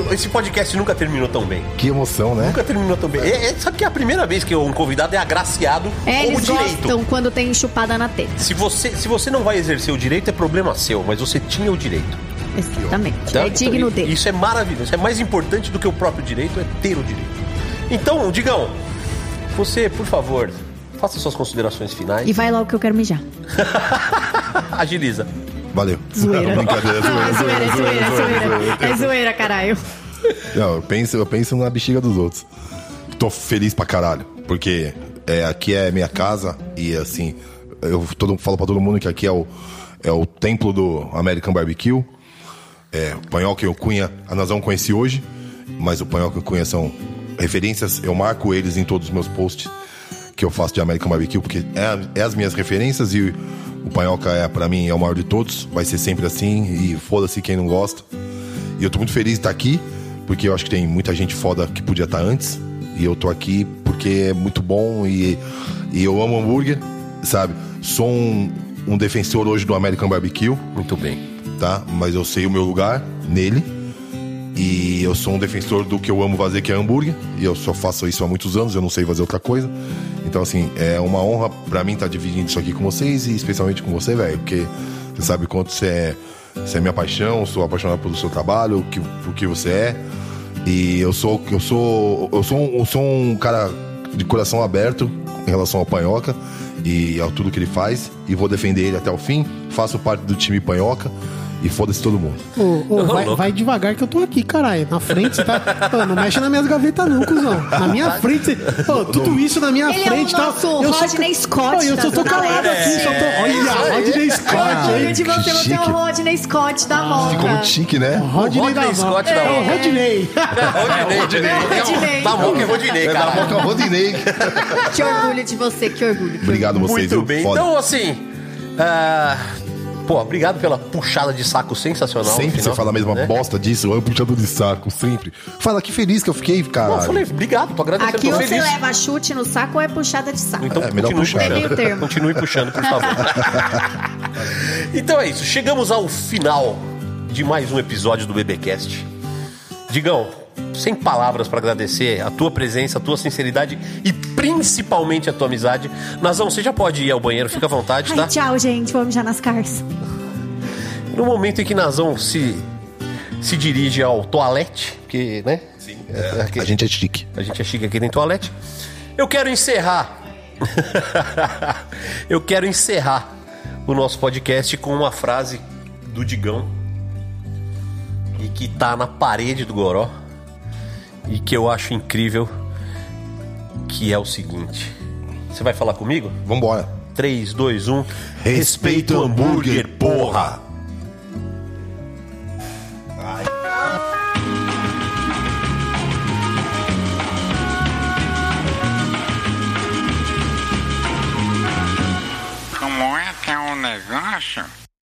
S3: Ó, Esse podcast nunca terminou tão bem.
S6: Que emoção, né?
S3: Nunca terminou tão bem. É, é- sabe que é a primeira vez que um convidado é agraciado
S5: É,
S3: com o
S5: eles
S3: direito.
S5: gostam quando tem chupada na teta.
S3: Se você, se você não vai exercer o direito, é problema seu, mas você tinha o direito.
S5: Exatamente.
S3: tá?
S5: É digno
S3: Então, i-
S5: dele.
S3: Isso é maravilhoso. Isso é mais importante do que o próprio direito, é ter o direito. Então, Digão, você, por favor, faça suas considerações finais.
S5: E vai logo que eu quero mijar.
S3: Agiliza.
S6: Valeu.
S5: Zoeira.
S6: Brincadeira,
S5: Não, é
S6: zoeira,
S5: zoeira, é zoeira, é zoeira. É zoeira, caralho.
S6: Não, eu penso, eu penso na bexiga dos outros. Tô feliz pra caralho, porque é, aqui é minha casa e assim, eu todo, falo pra todo mundo que aqui é o, é o templo do American Barbecue. É, o panhol que eu cunha, a Nazão conheci hoje, mas o panhol que eu cunha são referências, eu marco eles em todos os meus posts que eu faço de American Barbecue, porque é, é as minhas referências e o Panhoca é, pra mim, é o maior de todos, vai ser sempre assim, e foda-se quem não gosta. E eu tô muito feliz de estar aqui, porque eu acho que tem muita gente foda que podia estar antes. E eu tô aqui porque é muito bom e, e eu amo hambúrguer, sabe? Sou um, um defensor hoje do American Barbecue,
S3: Muito bem.
S6: tá? Mas eu sei o meu lugar nele. E eu sou um defensor do que eu amo fazer, que é hambúrguer. E eu só faço isso há muitos anos, eu não sei fazer outra coisa. Então, assim, é uma honra pra mim estar dividindo isso aqui com vocês e especialmente com você, velho. Porque você sabe quanto você é, você é minha paixão, sou apaixonado pelo seu trabalho, que, por que você é. E eu sou, eu sou, eu sou, um, eu sou um cara de coração aberto em relação ao Panhoca e a tudo que ele faz. E vou defender ele até o fim. Faço parte do time Panhoca e foda-se todo mundo.
S4: Ô, ô, vai,
S3: louco.
S4: vai devagar que eu tô aqui, caralho. Na frente você tá. Ô, não mexe nas minhas gavetas, não, cuzão. Na minha frente. Você... Ô, tudo isso na minha
S5: Ele é o
S4: frente tá.
S5: nosso Rodney Scott
S4: Ô, eu
S5: da
S4: só tô
S5: Zona
S4: calado
S5: Leste.
S4: aqui, só tô. Olha, Rodney Scott,
S5: Orgulho
S4: hein?
S5: de você,
S6: que
S5: você é o
S6: chique.
S5: Rodney Scott da
S6: Ficou
S5: moda.
S6: muito chique, né?
S4: Rodney da
S3: Rodney Scott
S4: Scott.
S3: da
S4: É o
S3: Moca.
S4: Rodney.
S3: Rodinei,
S5: Rodinei.
S3: Tá bom que é Rodinei,
S6: É da
S3: cara.
S6: boca Rodinei.
S5: Que orgulho de você, que orgulho. que
S6: Obrigado
S5: orgulho.
S6: vocês.
S3: Muito
S6: viu?
S3: bem.
S6: Foda.
S3: Então, assim. ah, Pô, obrigado pela puxada de saco sensacional.
S6: Sempre
S3: afinal,
S6: você fala a mesma
S3: né?
S6: bosta disso, eu puxador de saco, sempre. Fala que feliz que eu fiquei, cara.
S3: Não, eu falei, obrigado, tô agradecendo,
S5: Aqui
S3: tô
S5: ou você
S3: feliz.
S5: leva chute no saco ou é puxada de saco.
S3: Então
S6: É, melhor
S3: continue
S6: puxar.
S5: Tem meio
S3: puxando.
S5: termo.
S3: Continue puxando, por favor. então é isso. Chegamos ao final de mais um episódio do BBcast. Digão, sem palavras pra agradecer a tua presença, a tua sinceridade e principalmente a tua amizade. Nazão, você já pode ir ao banheiro, fica à vontade, tá?
S5: Ai, tchau, gente. Vamos já nas cars.
S3: No momento em que Nazão se se dirige ao toalete, porque, né?
S6: Sim. A gente é chique.
S3: A gente é chique aqui tem toalete. Eu quero encerrar. Eu quero encerrar o nosso podcast com uma frase do Digão e que tá na parede do Goró e que eu acho incrível que é o seguinte. Você vai falar comigo? um.
S6: Vambora.
S3: 3, 2, 1.
S6: Respeita o hambúrguer, porra!
S10: Como é que é o negócio?